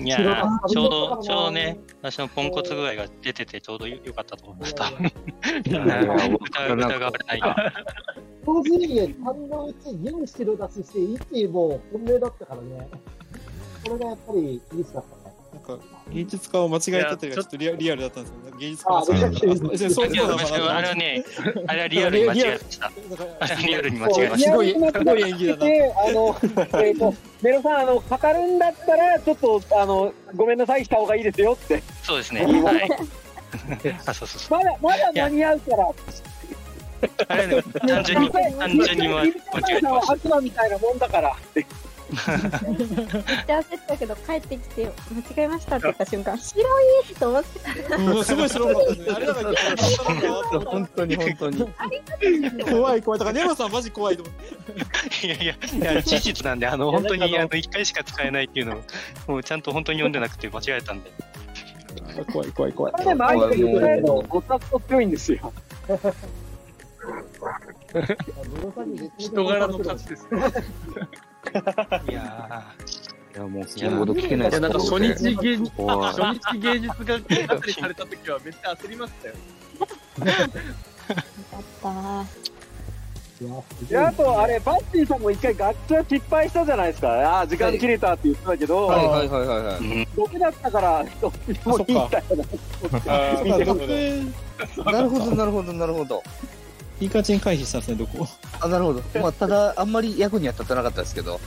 Speaker 9: いやーちょうど、ちょうどね、私のポンコツ具合が出てて、ちょうどよよかったと思います、多分。疑疑われないから。
Speaker 4: 当時、3のうち4白出しして、1もう本命だったからね。これがやっぱり厳しかったね。
Speaker 5: なんか芸術家を間違えたというかちょっとリアリアルだったんですよね芸術家
Speaker 4: あ
Speaker 5: そう
Speaker 4: リアル
Speaker 5: そうそう
Speaker 9: いや
Speaker 5: だ
Speaker 9: 私はあれはね、あれはリアルに間違えました。あ れはリアルに間違えまし
Speaker 5: す
Speaker 9: た。
Speaker 5: ごい、すごい演技だな。
Speaker 20: あの、えっと、メロさん、あの、語るんだったら、ちょっと、あの、ごめんなさいした方がいいですよって。
Speaker 9: そうですね。はい。あ、そうそうそう。
Speaker 20: まだ、まだ間に合うから。
Speaker 9: あれはね、単純に、単純に間違えてました。
Speaker 20: 悪魔みたいなもんだから。
Speaker 21: めっちゃ焦ったけど帰ってきて間違えましたって言った瞬間白いと思って
Speaker 5: うんすごい白かったですね。あれだから
Speaker 7: 本当に本当に。
Speaker 5: 怖い怖い。だからネロさんマジ怖いと思って。
Speaker 9: いやいや、いや事実なんで、あの、本当に、あの、一回しか使えないっていうのを、もうちゃんと本当に読んでなくて間違えたんで。
Speaker 5: 怖い怖い怖い。
Speaker 20: でも相手に比べると、オタクと強いんですよ。
Speaker 6: 人柄の勝ちです ね。
Speaker 7: いやいやもうそんなこと聞けないです
Speaker 14: やなんか初日芸
Speaker 7: 人
Speaker 14: 人初日芸術学校
Speaker 17: 学
Speaker 14: 生された時はめっちゃ焦りましたよ。
Speaker 8: あ
Speaker 3: であと、あれ、バッティさんも一回ガッツは失敗したじゃないですか。ああ、時間切れたって言ってたけど、
Speaker 7: はいはいはいはいはい
Speaker 3: 僕だったから、どっちもいいんだよ
Speaker 7: あそっか
Speaker 3: な。
Speaker 7: なるほどなるほどなるほど
Speaker 5: いい感じに回避したんですね、どこ。
Speaker 7: あなるほどまあただあんまり役には立たなかったですけど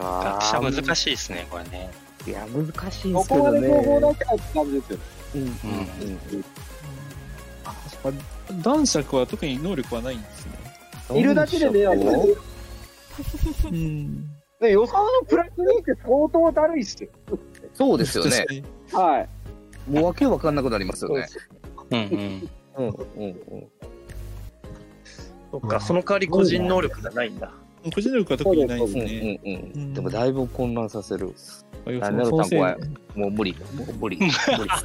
Speaker 7: あ
Speaker 9: 学者難しいですね、これね。
Speaker 7: いや難しいで
Speaker 3: こ
Speaker 7: すけ
Speaker 3: こま
Speaker 7: ど
Speaker 3: で情報
Speaker 7: ね
Speaker 3: 出したって感じですよね。
Speaker 5: 男爵は特に能力はないんですね。
Speaker 3: いるだけで迷惑
Speaker 5: 男爵
Speaker 3: で予算のプラス2って相当だるいっすよ。
Speaker 7: そうですよね
Speaker 3: はい。
Speaker 7: もうわけわかんなくなりますよね
Speaker 9: うんうん
Speaker 7: うんうんうん
Speaker 14: そっか、その代わり個人能力がないんだ。
Speaker 5: 個人能力は
Speaker 14: 特にないです
Speaker 7: ね。うんうんうん。でもだいぶ混乱させる。
Speaker 5: あよ
Speaker 7: あ、
Speaker 5: そ
Speaker 7: なるさん怖い
Speaker 5: そ。
Speaker 7: もう無理。もう無理。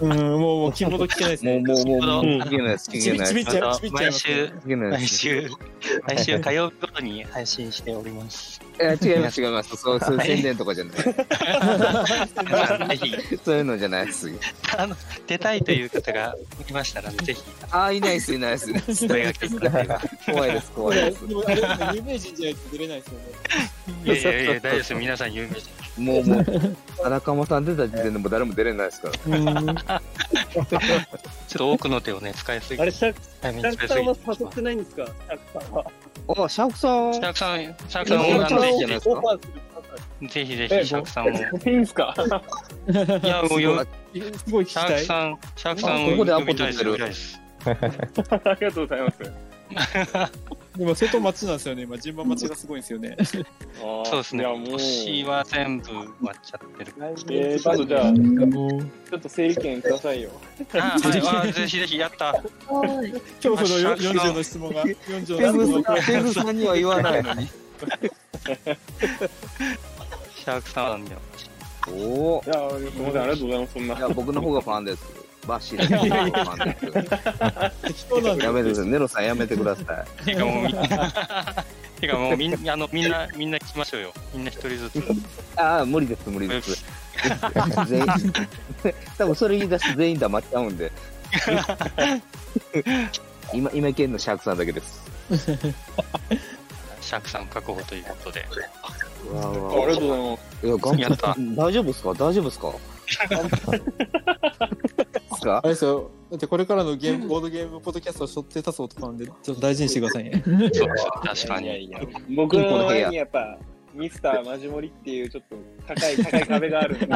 Speaker 5: うん、もう、もう、気元聞けないですね。
Speaker 7: もう、もう、もう、
Speaker 5: うん
Speaker 7: 聞けないです。聞けないです。
Speaker 5: ちびっちゃうちびっちゃ
Speaker 9: 毎
Speaker 5: います
Speaker 9: 週
Speaker 7: 聞けない、
Speaker 9: 毎
Speaker 7: です。
Speaker 9: 週、毎週火曜日ごとに配信しております。
Speaker 7: え違います、違います。そう、そういう宣伝とかじゃ ない。そういうのじゃないです。
Speaker 9: あの、出たいと いう方がいましたら、ぜひ。
Speaker 7: ああ、いないです、いないです。
Speaker 9: お願いします
Speaker 7: 怖いです、怖いです。
Speaker 5: でもあれですね有名人じゃないと出れないですよね。
Speaker 9: いやいやいや、大丈夫ですよ。皆さん有名人。
Speaker 7: もう、もう、荒川さん出た時点でもう誰も出れないですから。
Speaker 9: ちょっと多くの手をね、使いすぎ。
Speaker 14: あれ、シャーク
Speaker 9: タイミング使い
Speaker 14: さ
Speaker 9: す
Speaker 14: ん
Speaker 9: ぎ
Speaker 14: は
Speaker 9: て。
Speaker 14: 誘ってないんですか、シャークさんは。
Speaker 7: あ、シャークさん。
Speaker 9: シャークさん、シャーク
Speaker 14: シ
Speaker 9: さ
Speaker 14: ャ
Speaker 9: ん
Speaker 14: ー
Speaker 9: も
Speaker 14: クさん
Speaker 9: ぜ
Speaker 14: オ
Speaker 9: ひぜ
Speaker 14: ファーする
Speaker 9: ひ、ぜひぜひ、シャークさんも。
Speaker 6: いいんすか
Speaker 9: いや、もうよ、
Speaker 5: すごい
Speaker 9: シャークさん、シャークさんを
Speaker 5: あここでア
Speaker 9: 呼
Speaker 5: ポ
Speaker 9: びたいです、
Speaker 5: 取
Speaker 9: 呼
Speaker 5: っ
Speaker 9: び
Speaker 5: て
Speaker 9: た
Speaker 5: る
Speaker 9: いです。
Speaker 6: ありがとうございます。
Speaker 5: でも、相当待ちなんですよね。今、順番待ちがすごいんですよね。
Speaker 9: そうですね。
Speaker 6: いやもう
Speaker 9: 星は全部割っちゃってる。
Speaker 6: えー、ちょっとじゃあ、ちょっと整理券くださいよ。
Speaker 9: あは いわあ、ぜひぜひ、やった。
Speaker 5: 恐怖のよ40の質問が、40
Speaker 9: ペ
Speaker 5: の
Speaker 9: グ
Speaker 5: 質問が。
Speaker 9: ペグさんには言わないの
Speaker 7: に。
Speaker 9: シャークさんだよ。
Speaker 7: おお。
Speaker 6: いや、すみません、ありがとうございます、そんな。
Speaker 7: いや、僕の方がファンです。バッシー さんの方がファンです。やめてください。ネロさんやめてくだ さい。
Speaker 9: てかもうみんな、 てかもうみんな、あの、みんな、みんな来ましょうよ。みんな一人ずつ。
Speaker 7: ああ、無理です、無理 です。全員、多分それ言い出して全員黙っちゃうん で。今、今いけんのシャークさんだけです。
Speaker 9: シャークさん確保ということで。
Speaker 7: うわう
Speaker 9: ありがとうございます
Speaker 7: いや、頑
Speaker 9: やった
Speaker 7: 大丈夫ですか大丈夫ですか
Speaker 5: あれですよ。 だってこれからのゲーム、ボードゲームポッドキャストを背負って立つ男なんで、ちょっと大事にしてくださいね。
Speaker 9: 確か
Speaker 6: に。僕の前にやっぱ、ミスターマジモリっていうちょっと高い高い壁があるんで。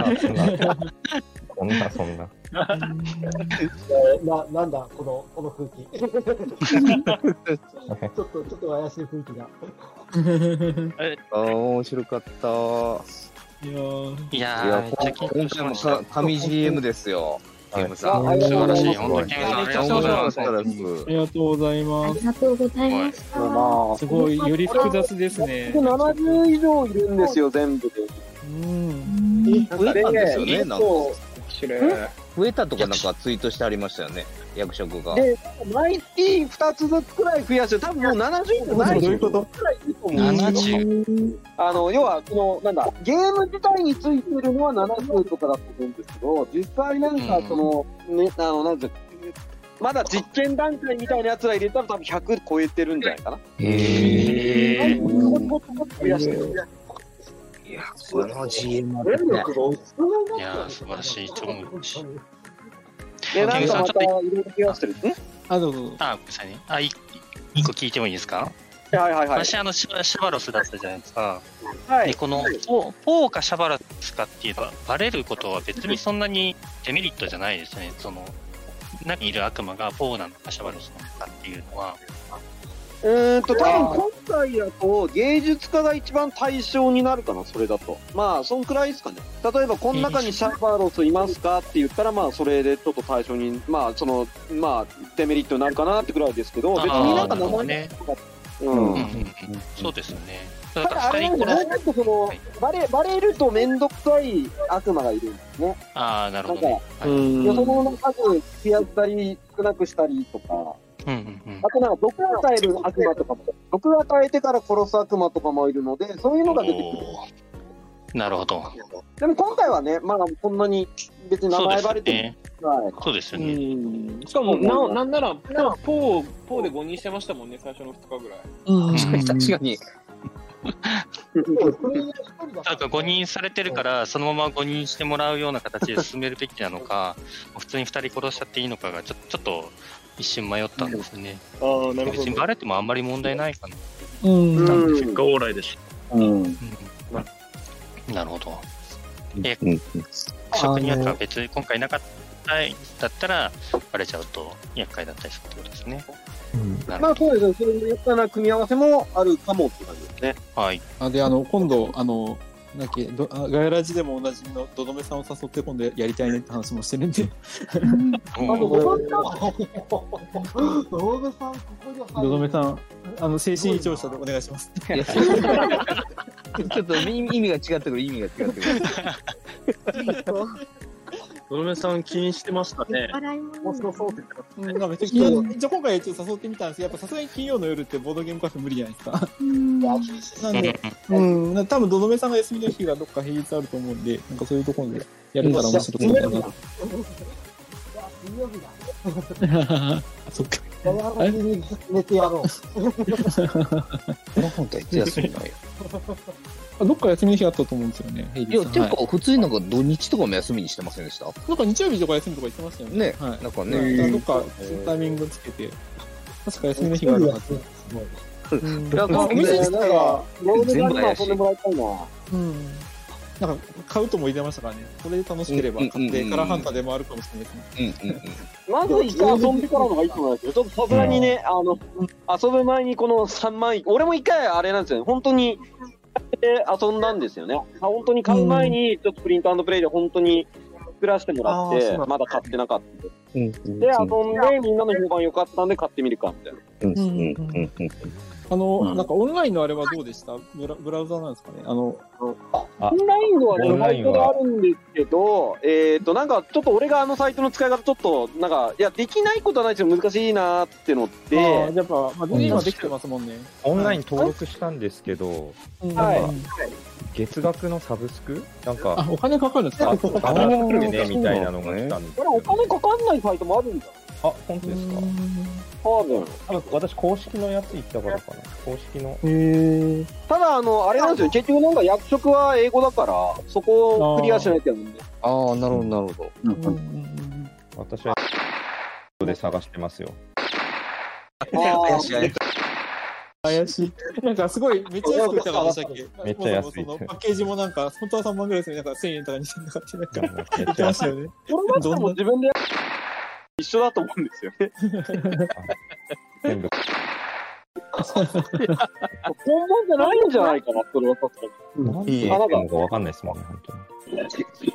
Speaker 10: そんな、そんな。
Speaker 4: ななんだ、このこの空 気。ちょっと、ちょっと怪しい雰囲気が。
Speaker 7: ああ、面白かった。
Speaker 9: い
Speaker 7: い
Speaker 9: や
Speaker 7: や
Speaker 9: ー、めっちゃ緊張
Speaker 7: 今
Speaker 9: し
Speaker 7: 回
Speaker 9: ま
Speaker 7: も
Speaker 9: した
Speaker 7: か。神 GM ですよ。ゲームさん。
Speaker 5: はい
Speaker 7: 素晴らしい。
Speaker 5: 本当にゲームさんありがとうございます
Speaker 7: す
Speaker 5: あ。りがとうございま
Speaker 21: り
Speaker 5: す。
Speaker 21: がとうございました。
Speaker 5: すごい、より複雑ですね。
Speaker 3: 70以上いるんですよ、全部で。
Speaker 5: うん。
Speaker 7: 増えたんですよね、なんか。
Speaker 6: 白
Speaker 7: 増えたとかなんかツイートしてありましたよね、役職が。
Speaker 3: で、毎月2つずつくらい増やして、多分もう70もない
Speaker 7: どういうこと
Speaker 3: くらいいると思うんですよあの、要は、この、なんだ、ゲーム自体についてるのは70とかだと思うんですけど、実際なんか、その、ね、あの、なんていうかまだ実験段階みたいなやつら入れたら多分100超えてるんじゃないかな。
Speaker 7: へえ。
Speaker 3: 増やしてる。
Speaker 7: いや、この GM は
Speaker 3: 電力が
Speaker 9: いやー、素晴らしい。超無理し。
Speaker 3: で、なん
Speaker 9: ケ
Speaker 3: か
Speaker 9: さん
Speaker 3: ま
Speaker 9: ちょ
Speaker 3: たいろいろ増やしてる。
Speaker 5: あ、どうぞ。
Speaker 9: あ、ごめんなさいね。あ、い一個聞いてもいいですか
Speaker 3: はいはいはい。
Speaker 9: 私、あの、シャシャバロスだったじゃないですか。
Speaker 3: はい。
Speaker 9: で、この、ポポーかシャバロスかっていうのは、バレることは別にそんなにデメリットじゃないですね。その、中にいる悪魔がポーなのかシャバロスなのかっていうのは。
Speaker 3: うーんと、多分今回だと、芸術家が一番対象になるかな、それだと。まあ、そんくらいですかね。例えば、この中にシャーバーロスいますかって言ったら、まあ、それでちょっと対象に、まあ、その、まあ、デメリットになるかなってくらいですけど、別になんか名前とかうん
Speaker 9: そうですよね。
Speaker 3: ただあれなんですね、なんかその、バレ、バレるとめんどくさい悪魔がいるんですね。
Speaker 9: ああ、なるほ
Speaker 3: なん
Speaker 9: ど
Speaker 3: か、
Speaker 9: ね。
Speaker 3: 予想の数増やしたり、少なくしたりとか、
Speaker 9: うんうんうん
Speaker 3: あとなんか毒を与える悪魔とかも、毒を与えてから殺す悪魔とかもいるので、そういうのが出てくる。
Speaker 9: なるほど。
Speaker 3: でも今回はね、まあそんなに別に名前バレても。はい。
Speaker 9: そうですよね。
Speaker 6: しかも、なおなんなら、なんかポー、ポーで誤認してましたもんね、最初の2日ぐらい。
Speaker 7: 確かに。
Speaker 9: なんか誤認されてるから、そのまま誤認してもらうような形で進めるべきなのか、 普通に2人殺しちゃっていいのかが、ちょちょっと一瞬迷ったんですね。
Speaker 6: ああ、なるほ
Speaker 9: 別に
Speaker 6: ど。
Speaker 9: バレてもあんまり問題ないかな。
Speaker 14: うん。結果往来です。
Speaker 7: うん。
Speaker 9: なるほど。え、
Speaker 7: うん
Speaker 9: 職人役は別に今回なかっただったら、バレちゃうと厄介だったりするってことですね。
Speaker 3: まあそうですね、そういうやったな組み合わせもあるかもって感じですね。
Speaker 9: はい。
Speaker 5: あであの今度あのなんだっけどあガヤラジでもおなじみのどどめさんを誘って今度やりたいねって話もしてるんで。
Speaker 3: あと、 ご飯
Speaker 4: 道具さん、ここに
Speaker 5: どどめさんあの精神異常者でお願いします。
Speaker 7: ちょっと意味が違ってくる、意味が違ってくる。
Speaker 14: ドロメさん気にしてましたね。
Speaker 5: 笑いも
Speaker 4: そうそうそう
Speaker 5: うんまあめっちゃ金曜一応今回ちょっと誘ってみたんですけど、やっぱさすがに金曜の夜ってボードゲームカフェ無理じゃないですか。なんで、うん、な多分どどめさんが休みの日がどっか平日あると思うんで、なんかそういうところでやれたら面白そうだなと。
Speaker 4: 水曜日だ。
Speaker 5: そっか。
Speaker 4: ガヤラジに寝てやろう。
Speaker 7: 本体って休みないよ。
Speaker 5: あどっか休みの日あったと思うんですよね。平
Speaker 7: い
Speaker 5: 日
Speaker 7: や、ていう
Speaker 5: は
Speaker 7: か、普通になんか土日とかも休みにしてませんでした
Speaker 5: なんか日曜日とか休みとか言ってましたよね。
Speaker 7: ね
Speaker 5: はい、
Speaker 7: なんか
Speaker 5: な
Speaker 7: ね。
Speaker 5: んかどっかタイミングつけて、確か休みの日があるはず。
Speaker 7: うん
Speaker 5: だから
Speaker 3: お店にしたら、ロールガ
Speaker 5: 全
Speaker 3: ン
Speaker 5: 部
Speaker 3: マ
Speaker 5: 怪
Speaker 3: ー
Speaker 5: し
Speaker 3: 遊
Speaker 5: い
Speaker 3: んでもらいたいな。
Speaker 5: うん。なんか買うとも言ってましたからね。これで楽しければ買って、カラーハンターでもあるかもしれないですね。
Speaker 7: うんうんうん。
Speaker 3: まず一回遊んでからの方がいいと思いますよ。ちょっとさすがにね、あの、遊ぶ前にこの3万円、俺も一回あれなんですよね、本当に、で遊んだんですよね。あ本当に買う前に、ちょっとプリントプレイで本当に作らせてもらっ
Speaker 7: あーそうな
Speaker 3: て
Speaker 7: ん、だ
Speaker 3: まだ買ってなかった。
Speaker 7: うん
Speaker 3: で、遊んで、みんなの評判良かったんで買ってみるか、みたいな。
Speaker 7: うんうんうんうん。
Speaker 5: あの、なんかオンラインのあれはどうでしたブラブラウザなんですかねあの、
Speaker 3: オンラインは
Speaker 5: オ
Speaker 3: ね、
Speaker 5: ンラ
Speaker 3: サ
Speaker 5: イ
Speaker 3: イ
Speaker 5: ンは
Speaker 3: トがあるんですけど、えっ、と、なんか、ちょっと俺があのサイトの使い方、ちょっと、なんか、いや、できないことはないですけど、難しいなーってのって、
Speaker 5: あーやっぱ、まあ、今できてますもんね。
Speaker 10: オンライン登録したんですけど、
Speaker 5: はい
Speaker 10: なんか月額のサブスクなん
Speaker 5: あ、
Speaker 10: か、
Speaker 5: お金かかるんですか
Speaker 10: あ払ってねみたいなのが来たんです
Speaker 3: これお金かかんないサイトもあるんだ。
Speaker 10: あ、本当ですか
Speaker 3: 多分。
Speaker 10: 多分私、公式のやつ行ったからかな。公式の。
Speaker 3: ただ、あの、あれなんですよ、結局なんか役職は英語だから、そこをクリアしないと やるんで。
Speaker 7: ああ、なるほど、なるほど。
Speaker 10: 私は、で探してますよ。
Speaker 5: 怪しい。怪しい。なんかすごい、めっちゃ安く売ったからでしたっけ
Speaker 10: めっちゃ安い
Speaker 5: そのパッケージもなんか、本当は3万ぐらいですよね。なんか1000円とか2000円とかってなんか
Speaker 10: 言
Speaker 5: ってましたよね。
Speaker 3: 俺だってもう自分でやる一緒だと思うんですよね。
Speaker 10: 全部。
Speaker 3: 本番じゃないんじゃないかな、それは確か
Speaker 10: 何
Speaker 3: に。
Speaker 10: て言
Speaker 3: あな
Speaker 10: っ
Speaker 3: ん
Speaker 10: て
Speaker 3: か
Speaker 10: んのかわかんないですもんね、本当に。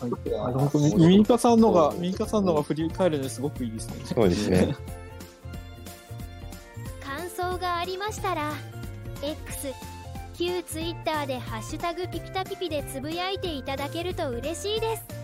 Speaker 5: あ本当ね、ミニカさんのが、ミニカさんのが振り返るのすごくいいですね。
Speaker 10: そうですね。
Speaker 2: 感想がありましたら X 旧 Twitter で「ハッシュタグピピタピピ」でつぶやいていただけると嬉しいです